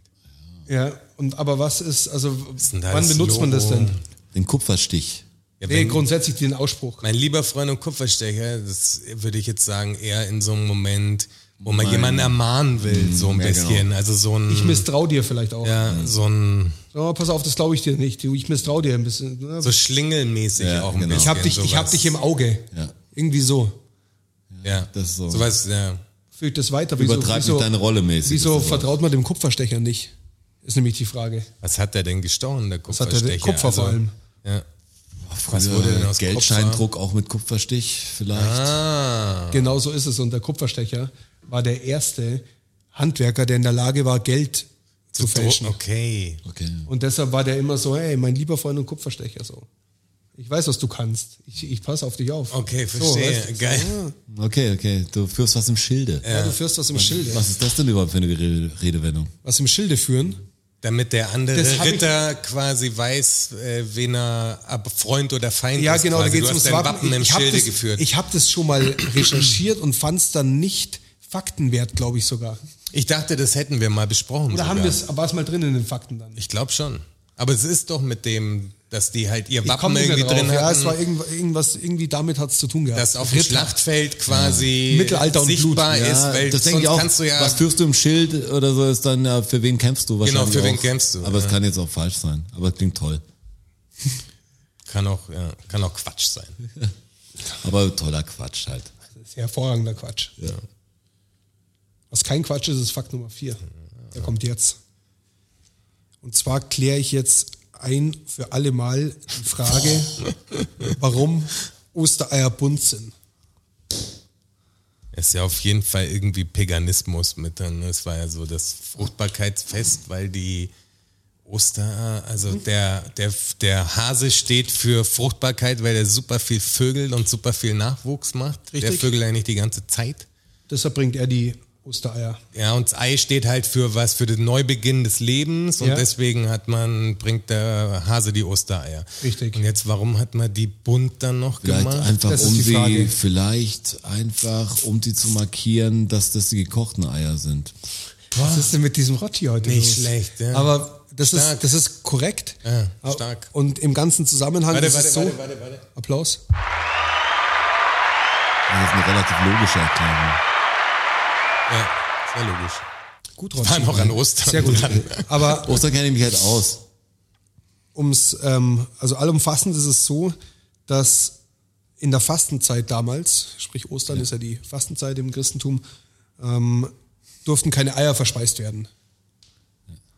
Ja, und aber was ist, also
denn da
wann
das
benutzt man das
Logo?
denn?
Den Kupferstich.
Ja,
Nee,
wenn-
grundsätzlich den Ausspruch.
Mein lieber Freund und Kupferstecher, das würde ich jetzt sagen, eher in so einem Moment, wo man jemanden ermahnen will, so ein
ja, genau.
bisschen. Also so ein.
Hm, Ich misstrau dir vielleicht auch.
ja, so ein.
Oh, pass auf, das glaube ich dir nicht. Du, Ich misstrau dir ein bisschen. ne?
So schlingelmäßig
Ja,
auch ein
genau.
bisschen.
ich hab dich, ich hab
sowas.
dich im Auge.
Ja.
Irgendwie so.
Ja,
Das ist so.
Sowas, ja.
Führe ich das weiter. Wieso,
Übertreib
wieso,
nicht deine Rolle mäßig.
wieso
Das ist so.
vertraut man dem Kupferstecher nicht? Ist nämlich die Frage.
Was hat der denn gestohlen, der
Was hat der
Kupferstecher? Also,
denn? Kupfer vor allem.
Ja.
Früher
wurde denn aus
Geldscheindruck auch mit Kupferstich vielleicht?
Ah,
Genau so ist es. Und der Kupferstecher war der erste Handwerker, der in der Lage war, Geld zu fälschen.
okay.
Okay.
Und deshalb war der immer so, hey, mein lieber Freund und Kupferstecher, so. Ich weiß, was du kannst. Ich, ich passe auf dich auf.
Okay,
So,
verstehe.
weißt du?
Geil.
Okay, okay. Du führst was im Schilde.
Ja, du führst was im Schilde.
Was
Was,
ist das denn überhaupt für eine Rede- Redewendung?
im Schilde führen.
Damit der andere
Das hab ich-
Ritter quasi weiß, äh, wen er ab Freund oder Feind
Ja,
ist.
genau, da
quasi.
geht es
du
ums
hast dein
Wappen.
Wappen im
ich habe
Schilde
das,
geführt.
ich hab das
[CLEARS THROAT]
schon mal recherchiert und fand es dann nicht faktenwert, glaube ich sogar.
Ich dachte, das hätten wir mal besprochen.
Oder haben
sogar.
wir es, war es mal drin in den Fakten dann?
Ich glaube schon. Aber es ist doch mit dem, dass die halt ihr
Ich komm
Wappen
nicht mehr
irgendwie
drauf.
drin
Ja,
hatten,
es war irgend- irgendwas, irgendwie damit hat es zu tun gehabt.
dass auf dem
Ritter.
Schlachtfeld quasi
Mittelalter und Blut.
sichtbar
Ja,
ist, weil
das denke
sonst
ich auch.
kannst du ja Genau,
was führst du im Schild oder so ist dann, ja, für wen kämpfst du wahrscheinlich
für wen
auch.
kämpfst du,
Aber es
ja.
kann jetzt auch falsch sein. Aber es klingt toll.
kann auch ja, kann auch Quatsch sein.
Aber toller Quatsch halt.
Das ist hervorragender Quatsch. Was kein Quatsch ist, ist Fakt Nummer vier. Der kommt jetzt. Und zwar kläre ich jetzt ein für alle Mal die Frage,
[LAUGHS]
warum Ostereier bunt sind.
Ist ja auf jeden Fall irgendwie Paganismus mit drin. Es war ja so das Fruchtbarkeitsfest, weil die Oster, also
Mhm.
der, der, der Hase steht für Fruchtbarkeit, weil er super viel Vögel und super viel Nachwuchs macht. Der
Richtig.
Vögel eigentlich die ganze Zeit.
Deshalb bringt er die Ostereier.
Ja, und das Ei steht halt für was, für den Neubeginn des Lebens und
Ja.
deswegen hat man, bringt der Hase die Ostereier.
Richtig.
Und jetzt, warum hat man die bunt dann noch
Vielleicht
gemacht?
einfach,
Das ist
um
die Frage.
sie, vielleicht einfach, um sie zu markieren, dass das die gekochten Eier sind.
Was ist denn mit diesem Rotti heute
Nicht
los?
schlecht, ja.
Aber das
Stark.
ist, das ist korrekt.
Ja, stark.
Und im ganzen Zusammenhang
Warte,
ist
warte,
es so.
warte, warte, warte.
Applaus.
Das ist eine relativ logische Erklärung.
Ja, sehr logisch.
Gut, Rotti.
War noch an Ostern.
Sehr gut.
dran.
Aber
Ostern kenne ich mich halt aus.
ums, ähm, also allumfassend ist es so, dass in der Fastenzeit damals, sprich Ostern ist ja die Fastenzeit im Christentum, ähm, durften keine Eier verspeist werden.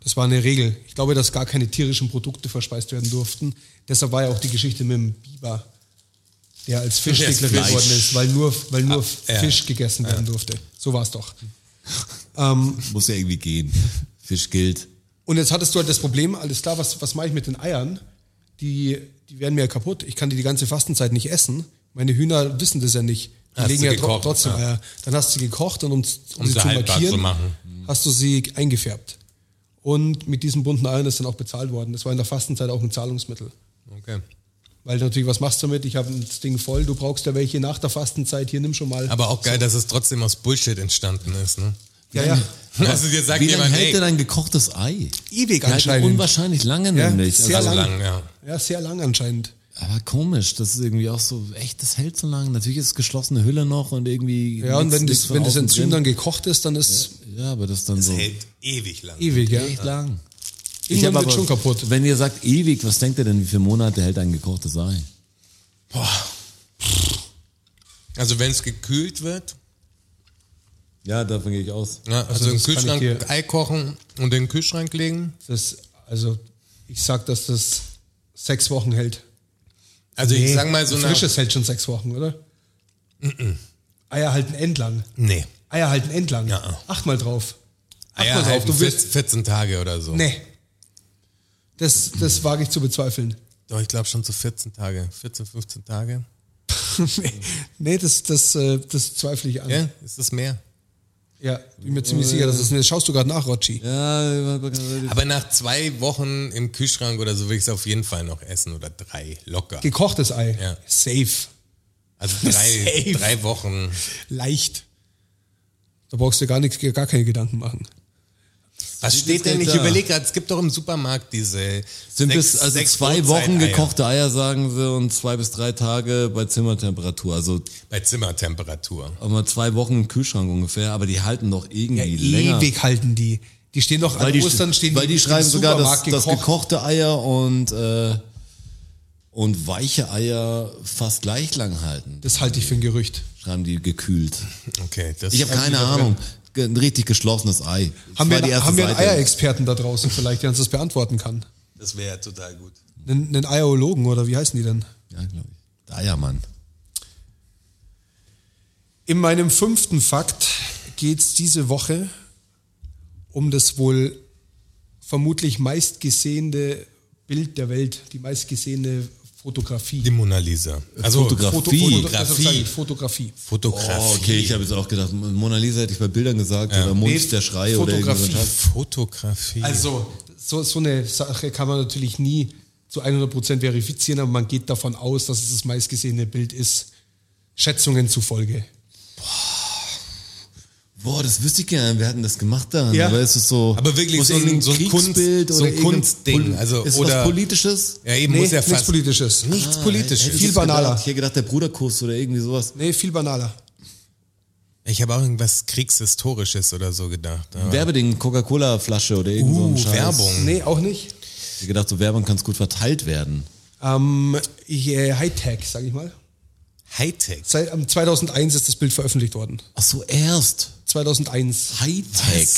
Das war eine Regel. Ich glaube, dass gar keine tierischen Produkte verspeist werden durften. Deshalb war ja auch die Geschichte mit dem Biber, der als Fisch
Der ist
deklariert
Fleisch. Ah,
worden ist, weil nur, weil nur
ja.
Fisch gegessen werden durfte. So war es doch. ähm,
Muss ja irgendwie gehen. Fisch gilt.
Und jetzt hattest du halt das Problem, alles klar, was, was mache ich mit den Eiern? Die, die werden mir ja kaputt. Ich kann die die ganze Fastenzeit nicht essen. Meine Hühner wissen das ja nicht. Die
Hast
legen
du
ja
gekocht,
tro- trotzdem
ja.
Eier. Dann hast du sie gekocht und um, um,
Um
sie
sie
zu
haltbar
markieren,
zu machen.
hast du sie eingefärbt. Und mit diesen bunten Eiern ist dann auch bezahlt worden. Das war in der Fastenzeit auch ein Zahlungsmittel.
Okay.
Weil natürlich, was machst du damit? Ich habe das Ding voll, du brauchst ja welche nach der Fastenzeit, hier nimm schon mal.
Aber auch geil, dass es trotzdem aus Bullshit entstanden ist, ne?
ja, ja.
Also dir sagt
Wie lange
jemand,
hält denn
hey,
ein gekochtes Ei?
Ewig
Ja,
anscheinend.
Unwahrscheinlich lange
Ja,
nämlich.
sehr
also,
lang.
lang, ja.
Ja, sehr lang anscheinend.
Aber komisch, das ist irgendwie auch so, echt, das hält so lange. Natürlich ist es geschlossene Hülle noch und irgendwie.
Ja, und
nix-
wenn
nix
das,
von
wenn das
außen
Enzym
drin.
dann gekocht ist, dann ist
Ja, aber das dann so.
hält ewig lang.
ewig, ja.
Echt lang.
Ich
hab
habe schon kaputt.
Wenn ihr sagt ewig, was denkt ihr denn, wie viele Monate hält ein gekochtes Ei?
Also wenn es gekühlt wird,
Ja, davon gehe ich aus.
ja, also,
Also
im
das kann ich
Kühlschrank
dir-
Ei kochen und in den Kühlschrank legen.
Das, also ich sag, dass das sechs Wochen hält.
Also ich sag mal so
ein
eine...
frisches hält schon sechs Wochen, oder? Eier halten endlang.
Nee.
Eier halten endlang.
Ja.
Acht mal drauf. Acht
Eier
mal drauf.
halten
Du wirst.
14 Tage oder so.
Nee. Das, das wage ich zu bezweifeln. [LAUGHS]
Doch, ich glaube schon zu 14 Tage. 14, 15 Tage.
nee, nee, das, das, äh, das zweifle ich an.
Ja, ist das mehr.
Ja, bin mir ziemlich sicher, dass das das schaust du gerade nach, Rotschi.
Ja,
Aber nach zwei Wochen im Kühlschrank oder so will ich es auf jeden Fall noch essen oder drei, locker.
Gekochtes Ei.
Ja.
Safe.
Also
[LAUGHS]
drei,
Safe.
drei Wochen.
Leicht. Da brauchst du gar nichts, gar keine Gedanken machen.
Was steht denn? Ich
Also da?
überlege gerade, es gibt doch im Supermarkt diese
sind
sechs,
bis also
sechs
zwei Wochen
Brotzeiteier
gekochte Eier, sagen sie, und zwei bis drei Tage bei Zimmertemperatur. Also
Bei Zimmertemperatur.
mal zwei Wochen im Kühlschrank ungefähr, aber die halten doch irgendwie
Ja,
länger.
ewig halten die. Die stehen doch
Weil
an
die,
Ostern, stehen
weil die
im
schreiben sogar, dass,
Supermarkt
dass gekochte Eier und, äh, und weiche Eier fast gleich lang halten.
Das halte ich für ein Gerücht.
Schreiben die gekühlt.
Okay, das also
Ich habe keine Ahnung. Ge- Ein richtig geschlossenes Ei. Das
Haben wir,
war die
einen-
erste
haben wir einen
Seite.
Eierexperten da draußen vielleicht, der uns das beantworten kann?
Das wäre total gut.
Einen, einen Eierologen oder wie heißen die denn?
Ja, glaube ich. Der Eiermann.
In meinem fünften Fakt geht es diese Woche um das wohl vermutlich meistgesehene Bild der Welt, die meistgesehene Fotografie.
Die Mona Lisa. Also
Fotografie.
Foto-
Fotografie.
Fotografie. Fotografie.
Fotografie.
Oh, okay, ich habe jetzt auch gedacht, Mona Lisa hätte ich bei Bildern gesagt oder Mond
Nee,
der Schrei oder
Fotografie.
irgendwas.
Fotografie.
Also, so, so eine Sache kann man natürlich nie zu 100% verifizieren, aber man geht davon aus, dass es das meistgesehene Bild ist. Schätzungen zufolge.
Boah, das wüsste ich gerne. Wir hatten das gemacht da.
Ja.
Aber es ist so.
Aber wirklich
muss
so ein-
irgendein
so ein Kunst-
Kriegsbild
so ein
oder irgendein
Kunstding,
Pol-
also
ist
oder-
was Politisches?
ja, eben
Nee,
muss ja
nichts
fast.
Politisches.
Nichts
Hätte
Politisches.
ich
viel
jetzt
banaler.
Gedacht, ich hätte gedacht, der Bruderkuss oder irgendwie sowas.
Nee, viel banaler.
Ich habe auch irgendwas Kriegshistorisches oder so gedacht. aber-
Werbeding, Coca-Cola-Flasche oder irgend so ein
Uh,
Scheiß.
Werbung.
Nee, auch nicht.
Ich hätte gedacht, so Werbung kann es gut verteilt werden.
Ähm, ich, äh, Hightech, sag ich mal.
Hightech.
Seit, ähm, 2001 ist das Bild veröffentlicht worden.
Ach so, erst.
2001.
Hightech.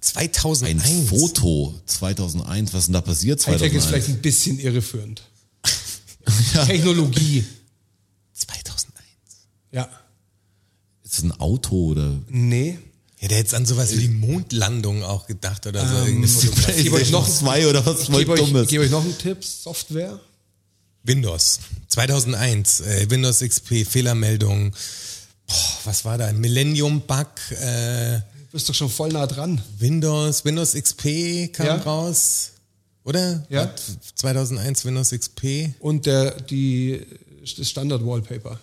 2001.
Ein Foto 2001. Was ist denn da passiert?
Hightech ist
2001?
vielleicht ein bisschen irreführend. Technologie.
2001.
Ja.
ist das ein Auto oder?
Nee.
Ja, der hätte an sowas wie die Mondlandung auch gedacht oder so. irgendeine Fotografie.
Äh. Ähm, [LAUGHS] Ich
euch noch-
zwei oder was
Ich
voll
gebe euch, ich
Dummes.
gebe euch noch einen Tipp. Software.
Windows. 2001. Äh, Windows XP, Fehlermeldung. Boah, was war da? Millennium-Bug. Äh,
Du bist doch schon voll nah dran.
Windows, Windows XP kam
Ja.
raus. Oder?
Ja.
Hat 2001 Windows XP.
Und der, die, das Standard-Wallpaper.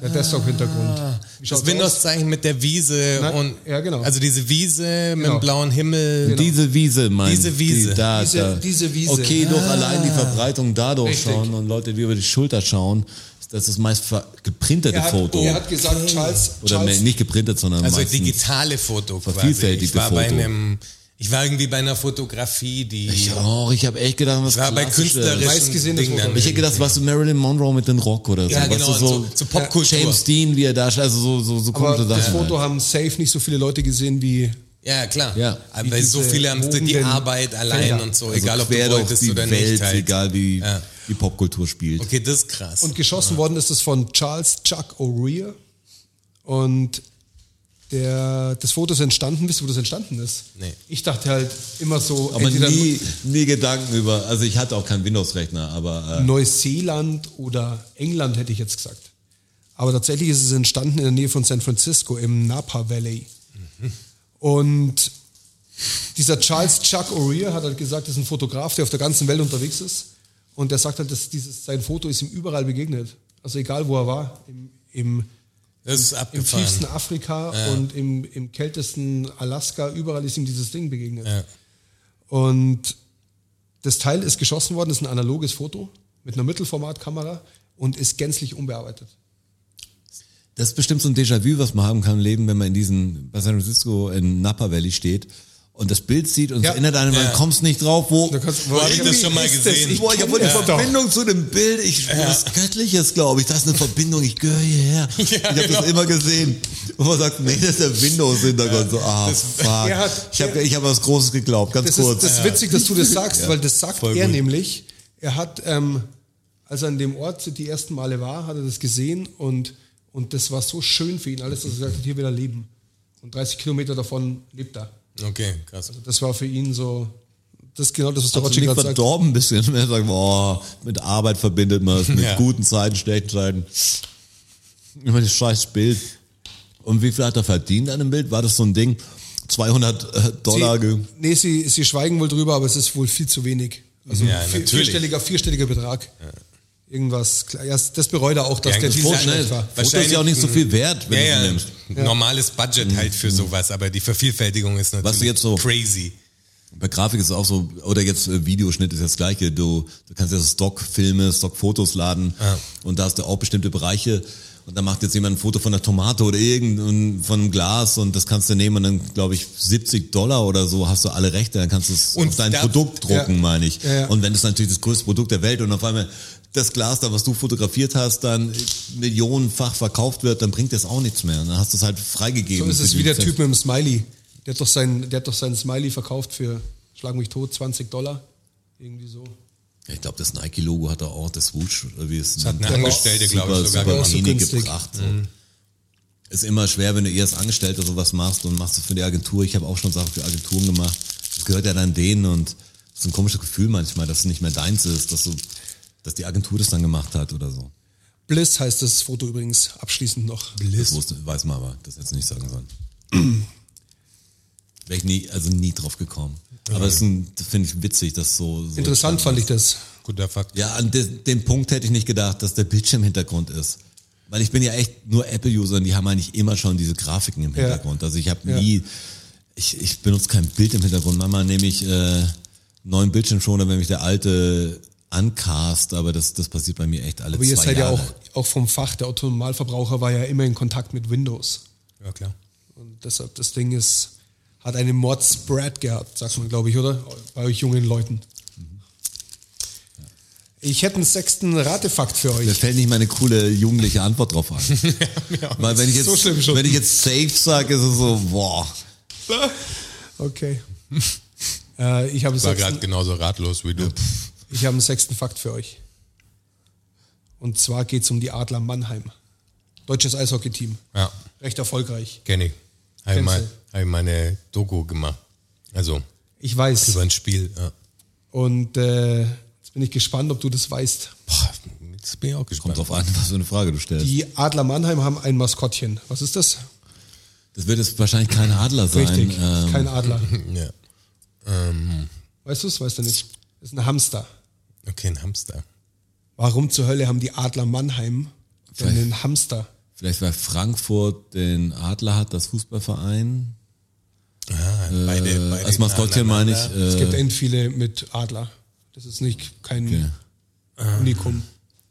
Der Desktop-Hintergrund. Wie schaut's
Das
aus?
Windows-Zeichen mit der Wiese
Na,
und
ja, genau.
also diese Wiese mit
Genau.
dem blauen Himmel.
Diese Wiese, mein.
Genau. Diese Ah. Wiese.
Die, da,
Diese-
da.
diese Wiese.
Okay, doch allein die Verbreitung dadurch
Richtig.
schauen und Leute, die über die Schulter schauen, das ist das meist ver- geprintete
Er hat,
Foto.
er hat gesagt, Charles,
oder
Charles
mehr- nicht geprintet, sondern
Also
meistens.
digitale Foto quasi.
Vervielfältigte
Ich war bei
Foto.
einem, ich war irgendwie bei einer Fotografie, die
Ich, oh, ich habe echt gedacht, was
war bei
Klassisches.
künstlerischen
Meistgesehenes
Dingen
Foto.
dann.
Ich hätte gedacht, was du Marilyn Monroe mit dem Rock oder so.
Ja,
weißt
genau,
du, so,
zu- zu Popkultur.
James Dean, wie er da, also so, so, so
aber
komische
das
Sachen.
Foto
halt.
haben safe nicht so viele Leute gesehen wie
ja klar.
Ja.
Aber
Wie
weil so
diese
viele haben die
wogenden
Arbeit allein
Felder.
und so,
Also
egal ob du
quer durch
wolltest
die
oder
Welt,
nicht. Halt.
Egal wie
Ja.
die Popkultur spielt.
Okay, das ist krass.
Und geschossen worden ist es von Charles Chuck O'Rear. Und der, das Foto ist entstanden. Wisst ihr, wo das entstanden ist?
Nee.
Ich dachte halt immer so,
Aber
entweder
nie, nie Gedanken über, also ich hatte auch keinen Windows-Rechner, aber
Neuseeland oder England, hätte ich jetzt gesagt. Aber tatsächlich ist es entstanden in der Nähe von San Francisco im Napa Valley. Und dieser Charles Chuck O'Rear hat halt gesagt, das ist ein Fotograf, der auf der ganzen Welt unterwegs ist. Und der sagt halt, dass dieses, sein Foto ist ihm überall begegnet. Also egal, wo er war. Im, im,
Das ist
im
abgefahren.
tiefsten Afrika und im, im kältesten Alaska, überall ist ihm dieses Ding begegnet.
Ja.
Und das Teil ist geschossen worden, ist ein analoges Foto mit einer Mittelformatkamera und ist gänzlich unbearbeitet.
äh, das ist bestimmt so ein Déjà-vu, was man haben kann im Leben, wenn man in diesen, bei San Francisco in Napa Valley steht und das Bild sieht und
Ja.
es erinnert einen, man
Ja.
kommst nicht drauf, wo...
Da kannst-
wo
wo hab
ich das schon mal
ist
gesehen?
Ich, boah, ich habe
kenn
die
das
Verbindung zu dem Bild, ich ja. das ist Göttliches, glaube ich, das ist eine Verbindung, ich gehöre hierher. ich habe das immer gesehen. Und man sagt, nee, das ist der Windows-Hintergrund, so, ah, fuck.
Er hat-
ich habe ich hab was Großes geglaubt, ganz
Das
kurz.
ist, das ist witzig, dass du das sagst, weil das sagt
voll
er
gut.
nämlich. Er hat, ähm, als er an dem Ort die ersten Male war, hat er das gesehen und, und das war so schön für ihn alles, dass er gesagt hat, hier will er leben. Und 30 Kilometer davon lebt er.
Okay, krass.
Also,
Das war für ihn so, das ist genau das, was der
Hat
Roger
sich nicht
gerade sagt.
verdorben ein bisschen. [LAUGHS] Er sagt, boah, mit Arbeit verbindet man es, mit
Ja.
guten Zeiten, schlechten Zeiten. Immer das scheiß Bild. Und wie viel hat er verdient an dem Bild? War das so ein Ding? 200 äh, Dollar. ge-
Sie, nee, sie, sie schweigen wohl drüber, aber es ist wohl viel zu wenig. Also
Ja,
vier,
natürlich.
vierstelliger, vierstelliger Betrag. Irgendwas. klar, Ja, das bereut er auch, dass
Ja,
der
das
Deal
Foto,
so
ne?
schlecht war.
Foto ist ja auch nicht so viel wert, wenn
Ja,
du
ja,
sie nimmst. Mhm.
normales Budget halt für sowas, aber die Vervielfältigung ist natürlich
jetzt so-
crazy.
Bei Grafik ist es auch so, oder jetzt äh, Videoschnitt ist das gleiche. Du, du kannst ja so Stockfilme, Stockfotos laden
Ja.
und da hast du auch bestimmte Bereiche und dann macht jetzt jemand ein Foto von einer Tomate oder irgendein von einem Glas und das kannst du nehmen und dann, glaube ich, 70 Dollar oder so hast du alle Rechte, dann kannst du es
Und
auf dein
da-
Produkt drucken,
Ja.
meine ich.
Ja, ja.
Und wenn es natürlich das größte Produkt der Welt und auf einmal das Glas da, was du fotografiert hast, dann millionenfach verkauft wird, dann bringt das auch nichts mehr. Dann hast du es halt freigegeben.
So ist
für
es
die
wie der
Lizenz.
Typ mit dem Smiley. Der hat doch seinen, der hat doch seinen Smiley verkauft für, schlag mich tot, 20 Dollar. Irgendwie so.
Ja, Ich glaube, das Nike-Logo hat er auch, das Wutsch, oder wie es
hat eine Angestellte, glaub ich,
super
sogar gemacht. Mhm.
Mini
Auch so günstig.
gebracht. So. Ist immer schwer, wenn du erst Angestellter sowas machst und machst du für die Agentur. Ich habe auch schon Sachen für Agenturen gemacht. Das gehört ja dann denen und es ist ein komisches Gefühl manchmal, dass es nicht mehr deins ist, dass, du, dass die Agentur das dann gemacht hat oder so.
Bliss heißt das Foto übrigens abschließend noch.
Das wusste, weiß man aber, das hätte ich nicht sagen sollen. Wäre ich nie, also nie drauf gekommen. Aber es ist ein- das finde ich witzig, dass so. so
Interessant fand ich das.
Guter Fakt.
Ja, an de dem Punkt hätte ich nicht gedacht, dass der Bildschirmhintergrund ist. Weil ich bin ja echt nur Apple-User und die haben eigentlich immer schon diese Grafiken im
Ja.
Hintergrund. Also ich habe
Ja.
nie, ich, ich benutze kein Bild im Hintergrund. Manchmal nehme ich äh, einen neuen Bildschirmschoner, wenn mich der alte ancast, aber das, das passiert bei mir echt alle
Aber
zwei
ihr seid ja
Jahre.
auch, auch vom Fach. Der Autonomalverbraucher war ja immer in Kontakt mit Windows.
Ja, klar.
Und deshalb, das Ding ist, hat eine Mordspread gehabt, sagt man, glaube ich, oder? Bei euch jungen Leuten. Ich hätte einen sechsten Ratefakt für
Mir
euch.
fällt nicht mal eine coole jugendliche Antwort drauf
[LAUGHS]
ein. Weil wenn ich jetzt,
So schlimm schon.
wenn ich jetzt safe sage, ist es so, boah.
Okay. [LAUGHS] äh, ich habe einen,
Ich war gerade
sechsten-
genauso ratlos wie du.
ich habe einen sechsten Fakt für euch. Und zwar geht es um die Adler Mannheim. Deutsches Eishockey-Team.
Ja,
Recht erfolgreich.
kenne ich. Habe ich,
Kennst
mal,
du?
hab ich meine Doku gemacht. Also,
Ich weiß.
über ein Spiel. Ja.
Und äh, jetzt bin ich gespannt, ob du das weißt.
Boah, jetzt bin ich auch gespannt.
Kommt drauf an, was für eine Frage du stellst.
Die Adler Mannheim haben ein Maskottchen. Was ist das?
das wird jetzt wahrscheinlich kein Adler sein.
Richtig.
ähm,
Kein Adler.
[LAUGHS] Ja. Ähm,
Weißt du es? Weißt du nicht. Das ist ein Hamster.
okay, ein Hamster.
Warum zur Hölle haben die Adler Mannheim denn
Vielleicht-
einen Hamster?
Vielleicht weil Frankfurt den Adler hat, das Fußballverein.
Ah, beide,
Äh,
beide
als Maskottchen meine ich.
ineinander.
Es
Äh,
gibt end viele mit Adler. Das ist nicht kein
Ah.
Unikum.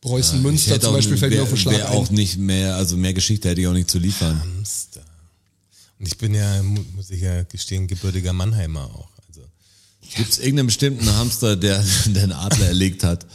Preußen
Ah, ich
Münster
hätte
zum
auch-
Beispiel fällt
wär,
mir auf den Schlag
wär auch
ein.
nicht mehr, also mehr Geschichte hätte ich auch nicht zu liefern.
Hamster. Und ich bin ja, mu- muss ich ja gestehen, gebürtiger Mannheimer auch. Also,
Gibt es irgendeinen bestimmten Hamster, der [LAUGHS] der einen Adler erlegt hat?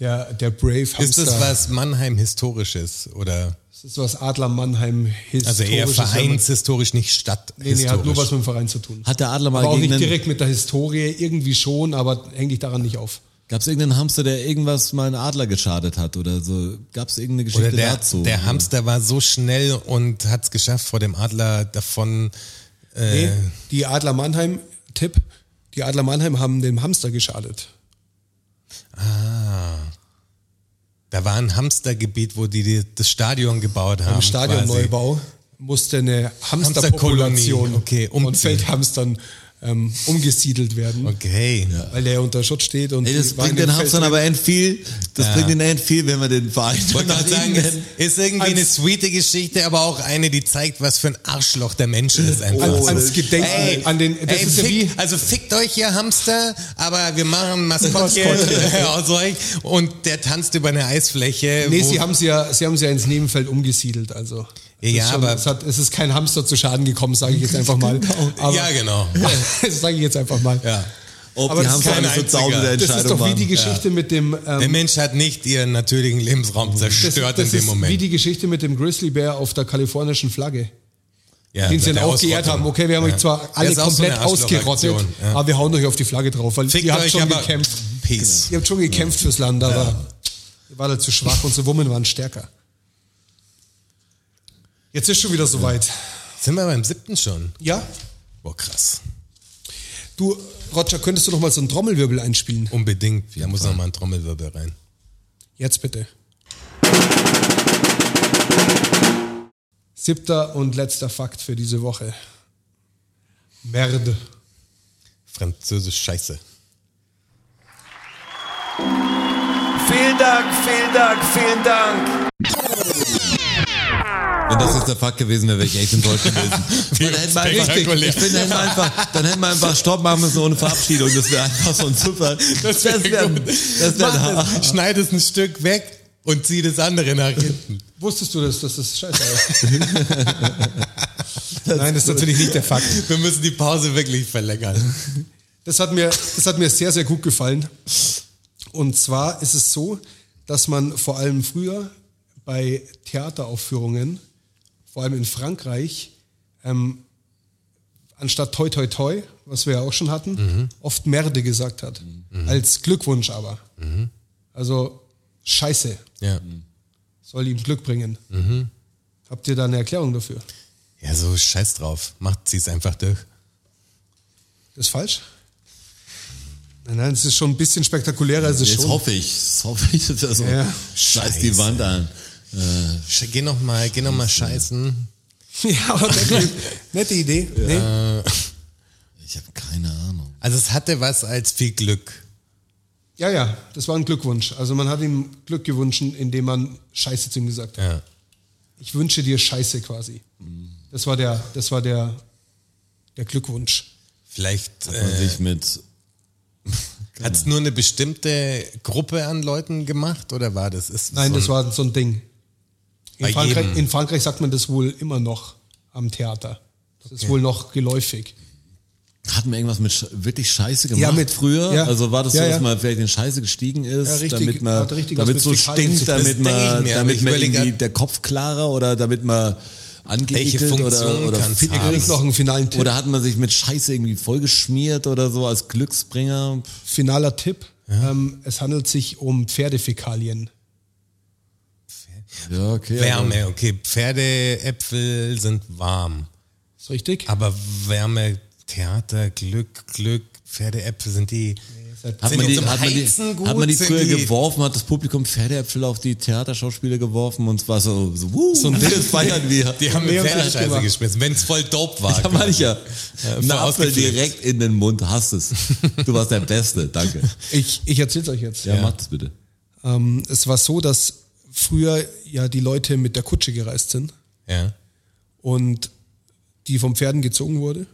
Der, der Brave Hamster.
ist das was Mannheim-Historisches oder
Das ist was Adler Mannheim historisches.
Also eher
Vereins.
vereinshistorisch, nicht stadthistorisch.
Nee, nee, hat nur was mit dem Verein zu tun.
Hat der Adler mal
aber auch
gegen
nicht
einen,
direkt mit der Historie, irgendwie schon, aber häng dich daran nicht auf.
Gab es irgendeinen Hamster, der irgendwas mal einen Adler geschadet hat oder so? Gab es irgendeine Geschichte
Oder der,
dazu?
der Hamster war so schnell und hat es geschafft, vor dem Adler davon. Äh,
Nee, die Adler Mannheim, Tipp, die Adler Mannheim haben dem Hamster geschadet.
Da war ein Hamstergebiet, wo die, die das Stadion gebaut haben.
Im Stadionneubau musste eine Hamsterpopulation
Hamsterkolonie, okay,
von
umziehen.
Feldhamstern ähm, umgesiedelt werden,
Okay.
weil der unter Schutz steht und
Ey,
die
das
waren
bringt
im
den Hamstern
Feld-
aber end viel. Das bringt den end viel, wenn wir den Verein
Ich wollte gerade
nach
sagen,
ihnen
es
nennen.
ist irgendwie eine sweete Geschichte, aber auch eine, die zeigt, was für ein Arschloch der Mensch ist einfach. Also,
An- ans Gedenken,
Ey,
an den, das
ey,
ist ja
fick,
wie,
also fickt euch ihr Hamster, aber wir machen Maskottchen
Maskottchen.
[LAUGHS] aus euch und der tanzt über eine Eisfläche.
nee,
wo-
sie haben es ja, sie haben sie ja ins Nebenfeld umgesiedelt, also. Das
Ja,
ist schon,
aber-
es, hat, es ist kein Hamster zu Schaden gekommen, sage ich jetzt einfach mal. Aber,
ja, [LAUGHS] genau.
[LAUGHS] das sage ich jetzt einfach mal.
Ja.
Ob
aber
die
das ist
Hamster
kein
eine
einziger.
verzauberte
Das
Das
Entscheidung
ist doch wie
waren.
die Geschichte mit dem ähm,
Der Mensch hat nicht ihren natürlichen Lebensraum
Das,
zerstört
das
in dem
ist
Moment.
wie die Geschichte mit dem Grizzlybär auf der kalifornischen Flagge,
ja,
den sie
der
dann auch geehrt
Ausrottung.
haben. Okay, wir haben euch zwar
Der
alle
ist auch so
komplett
eine Arschlochaktion,
ausgerottet,
ja.
aber wir hauen euch auf die Flagge drauf, weil
Fickt
ihr habt
euch
schon
aber
gekämpft.
Peace.
Ihr habt schon gekämpft fürs Land, aber ihr wart halt zu schwach, unsere Women waren stärker. Jetzt ist schon wieder soweit.
Sind wir beim siebten schon?
Ja?
Boah, krass.
Du, Roger, könntest du noch mal so einen Trommelwirbel einspielen?
Unbedingt. Da muss noch mal ein Trommelwirbel rein.
Jetzt bitte. Siebter und letzter Fakt für diese Woche. Merde.
Französisch Scheiße.
Vielen Dank, vielen Dank, vielen Dank.
Wenn das jetzt der Fakt gewesen wäre, wäre ich echt enttäuscht
[LAUGHS]
gewesen.
Wie
Dann hätten wir einfach, ich
spektakulär.
bin, dann hätten wir einfach, dann hätten wir einfach Stopp machen müssen ohne Verabschiedung. Das wäre einfach so ein super. Das wäre das wär
Mach das. Schneid es ein Stück weg und zieh das andere nach hinten.
Wusstest du das, dass das scheiße ist? [LAUGHS] Nein, das ist natürlich nicht der Fakt.
Wir müssen die Pause wirklich verlängern.
Das hat mir, das hat mir sehr, sehr gut gefallen. Und zwar ist es so, dass man vor allem früher bei Theateraufführungen, vor allem in Frankreich, ähm, anstatt toi toi toi, was wir ja auch schon hatten, oft Merde gesagt hat. Als Glückwunsch aber. Also Scheiße
Ja.
soll ihm Glück bringen. Habt ihr da eine Erklärung dafür?
Ja, so scheiß drauf. Macht, zieh's einfach durch.
Ist falsch? Nein, nein, es ist schon ein bisschen spektakulärer. Es ist
Jetzt
schon.
hoffe ich, jetzt hoffe ich, dass er so
Ja.
scheiß die Wand an.
Sch- Geh noch mal, geh noch mal scheißen.
[LAUGHS] Ja, aber
[LAUGHS]
nette, nette Idee. Nee.
Ich habe keine Ahnung.
Also es hatte was als viel Glück.
Ja, ja, das war ein Glückwunsch. Also man hat ihm Glück gewünscht, indem man Scheiße zu ihm gesagt hat.
Ja. Mhm.
Ich wünsche dir Scheiße quasi. Das war der, das war der, der Glückwunsch.
Vielleicht
Man
äh,
sich mit
hat es nur eine bestimmte Gruppe an Leuten gemacht oder war das? Ist
Nein,
so
das
ein-
war so ein Ding. In
Bei
Frankreich,
jedem.
in Frankreich sagt man das wohl immer noch am Theater. Das ist wohl noch geläufig.
Hatten wir irgendwas mit Sch- wirklich Scheiße gemacht
Ja, mit-
früher?
ja.
Also war das so,
Ja,
dass
ja.
man vielleicht in Scheiße gestiegen ist,
Ja, richtig.
damit man,
Hat richtig was
damit
mit
so
Fäkalien zu
stinkt,
tun.
damit
Das denke ich
man,
mir, aber
damit
ich
man
überlege
irgendwie
grad-
der Kopf klarer oder damit man angeekelt
Welche
oder,
Funktion
oder
kann's
fit
haben?
Übrigens noch einen finalen Tipp.
Oder hat man sich mit Scheiße irgendwie vollgeschmiert oder so als Glücksbringer? Pff,
Finaler Tipp. Ähm, es handelt sich um Pferdefäkalien.
Ja, okay. aber-
Wärme, okay. Pferdeäpfel sind warm.
Ist richtig?
Aber Wärme, Theater, Glück, Glück, Pferdeäpfel sind die.
also Hat
Sind
man,
die
die,
zum
hat, man die,
Heizen gut?
hat man die
Sind
früher
die-
geworfen, hat das Publikum Pferdeäpfel auf die Theaterschauspieler geworfen und es war so, so, wuh, [LAUGHS] so ein das feiern wir.
Die haben
Nee,
mit
haben sie nicht
Pferdescheiße
gemacht.
geschmissen, wenn es voll dope war. genau.
Da meine ich ja. Ein
voll
Apfel
ausgeflippt.
direkt in den Mund, hast es. Du warst der Beste, danke.
Ich, ich erzähl's euch jetzt.
Ja, macht es bitte.
Ähm, es war so, dass früher ja die Leute mit der Kutsche gereist sind
Ja.
und die vom Pferden gezogen wurde.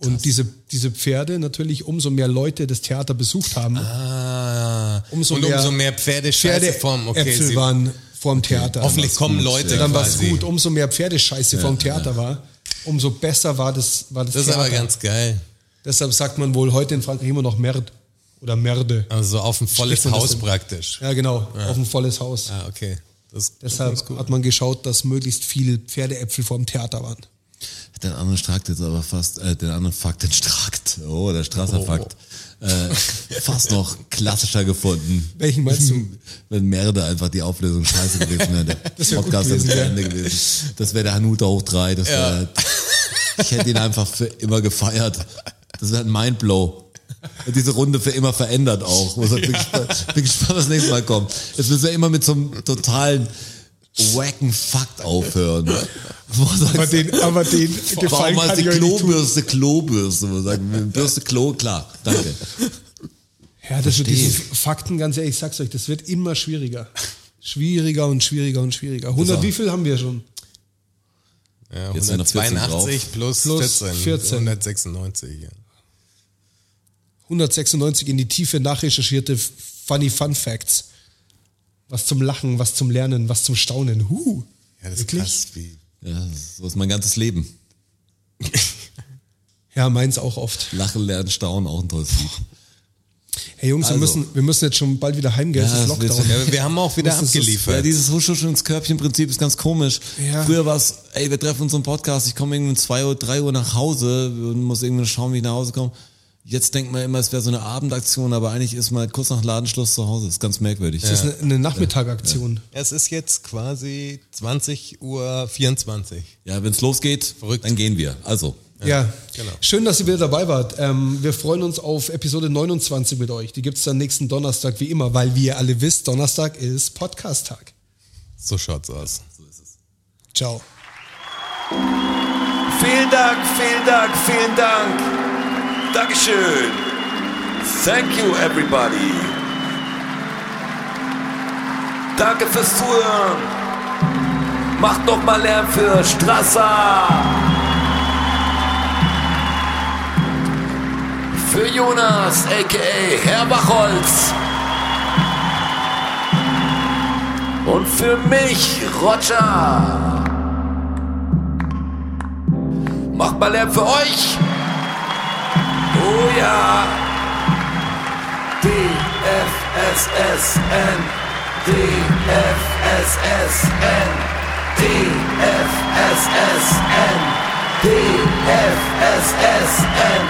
Und diese, diese Pferde natürlich, umso mehr Leute das Theater besucht haben,
Ah,
Umso
und
mehr
umso mehr Pferdescheiße vom, okay,
Äpfel
sie,
waren vorm Theater.
hoffentlich kommen
gut,
Leute
ja.
Dann war es
quasi.
gut, umso mehr Pferdescheiße vorm Theater war, umso besser war das, war das,
Das ist
Theater.
aber ganz geil.
Deshalb sagt man wohl heute in Frankreich immer noch Merd oder Merde.
Also so auf ein volles
Spricht man das
Haus
denn?
praktisch.
Ja, genau, auf ein volles Haus.
Ah, okay. Das,
Deshalb hat man geschaut, dass möglichst viele Pferdeäpfel vorm Theater waren.
Den anderen Strakt jetzt aber fast, äh, den anderen Fakt, den Strakt. Oh, der Straßerfakt. äh, fast noch klassischer gefunden.
Welchen meinst du?
Wenn Merde einfach die Auflösung scheiße gewesen
[LAUGHS]
wäre. Das
wär gut
Podcast wäre
gewesen,
zu
ja.
Ende gewesen. Das wäre der Hanuta hoch drei. Das wär, ich hätte ihn einfach für immer gefeiert. Das ist ein Mindblow. Hat diese Runde für immer verändert auch. Muss halt, bin, gespannt, bin gespannt, was nächstes Mal kommt. Jetzt müssen wir immer mit so einem totalen wacken Fakt aufhören. Wo du
[LAUGHS] Aber
sagst,
den, aber [LAUGHS] den Gefallen
Warum
kann
heißt die
ich euch nicht tun.
Klobürste Klobürste? Wo wir Sagen, Bürste Klo, klar, danke.
Ja, das
Verstehe.
mit diesen Fakten, ganz ehrlich, ich sag's euch, das wird immer schwieriger. Schwieriger und schwieriger und schwieriger. 100,
So.
wie viel haben wir schon?
Ja,
Jetzt sind noch 14
182 plus,
Plus
14,
14.
196. Ja.
196 in die Tiefe nachrecherchierte Funny Fun Facts. Was zum Lachen, was zum Lernen, was zum Staunen. Huh.
ja, das ist
Wirklich?
krass. Wie,
Ja, so ist mein ganzes Leben.
Ja, meins auch oft.
Lachen, Lernen, Staunen, auch ein tolles Lied.
Hey Jungs, wir,
Also.
müssen, wir müssen jetzt schon bald wieder heimgehen.
Ja,
es ist
das wird
Lockdown.
so-
ja, aber wir haben auch wieder
Das ist-
Ja,
abgeliefert.
dieses Husch-Husch ins Körbchen-Prinzip ist ganz komisch.
Ja.
Früher war es, ey, wir treffen uns im Podcast, ich komme irgendwie um 2 Uhr, 3 Uhr nach Hause und muss irgendwie schauen, wie ich nach Hause komme. Jetzt denkt man immer, es wäre so eine Abendaktion, aber eigentlich ist man kurz nach Ladenschluss zu Hause. ist ganz merkwürdig.
Das ist eine, eine Nachmittagaktion.
es ist jetzt quasi 20 Uhr 24.
Ja, wenn es losgeht,
Verrückt.
dann gehen wir. Also,
Ja, schön, dass ihr wieder dabei wart. Ähm, wir freuen uns auf Episode 29 mit euch. Die gibt's dann nächsten Donnerstag wie immer, weil wie ihr alle wisst, Donnerstag ist Podcast-Tag.
So schaut's aus.
Ciao.
Vielen Dank, vielen Dank, vielen Dank. Dankeschön. Thank you, everybody. Danke fürs Zuhören. Macht noch mal Lärm für Strasser. Für Jonas, a.k.a. Herr Bachholz. Und für mich, Roger. Macht mal Lärm für euch. Oh ja. DFSSN. DFSSN. DFSSN. DFSSN.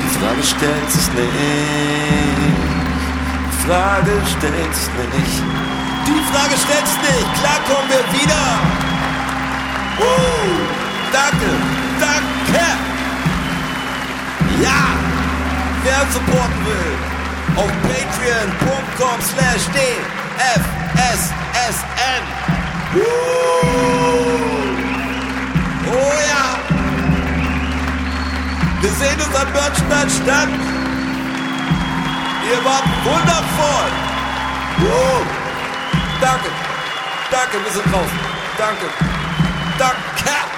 Die Frage stellt sich nicht. Die Frage stellt sich nicht.
Die Frage stellst nicht. Klar kommen wir wieder. Uh, danke, danke. Ja, wer uns supporten will, auf patreon.com slash dfssn. Uh, oh ja. Wir sehen uns am Börnstein statt. Ihr wart wundervoll. Uh. Danke. Danke, wir sind draußen. Danke. Danke.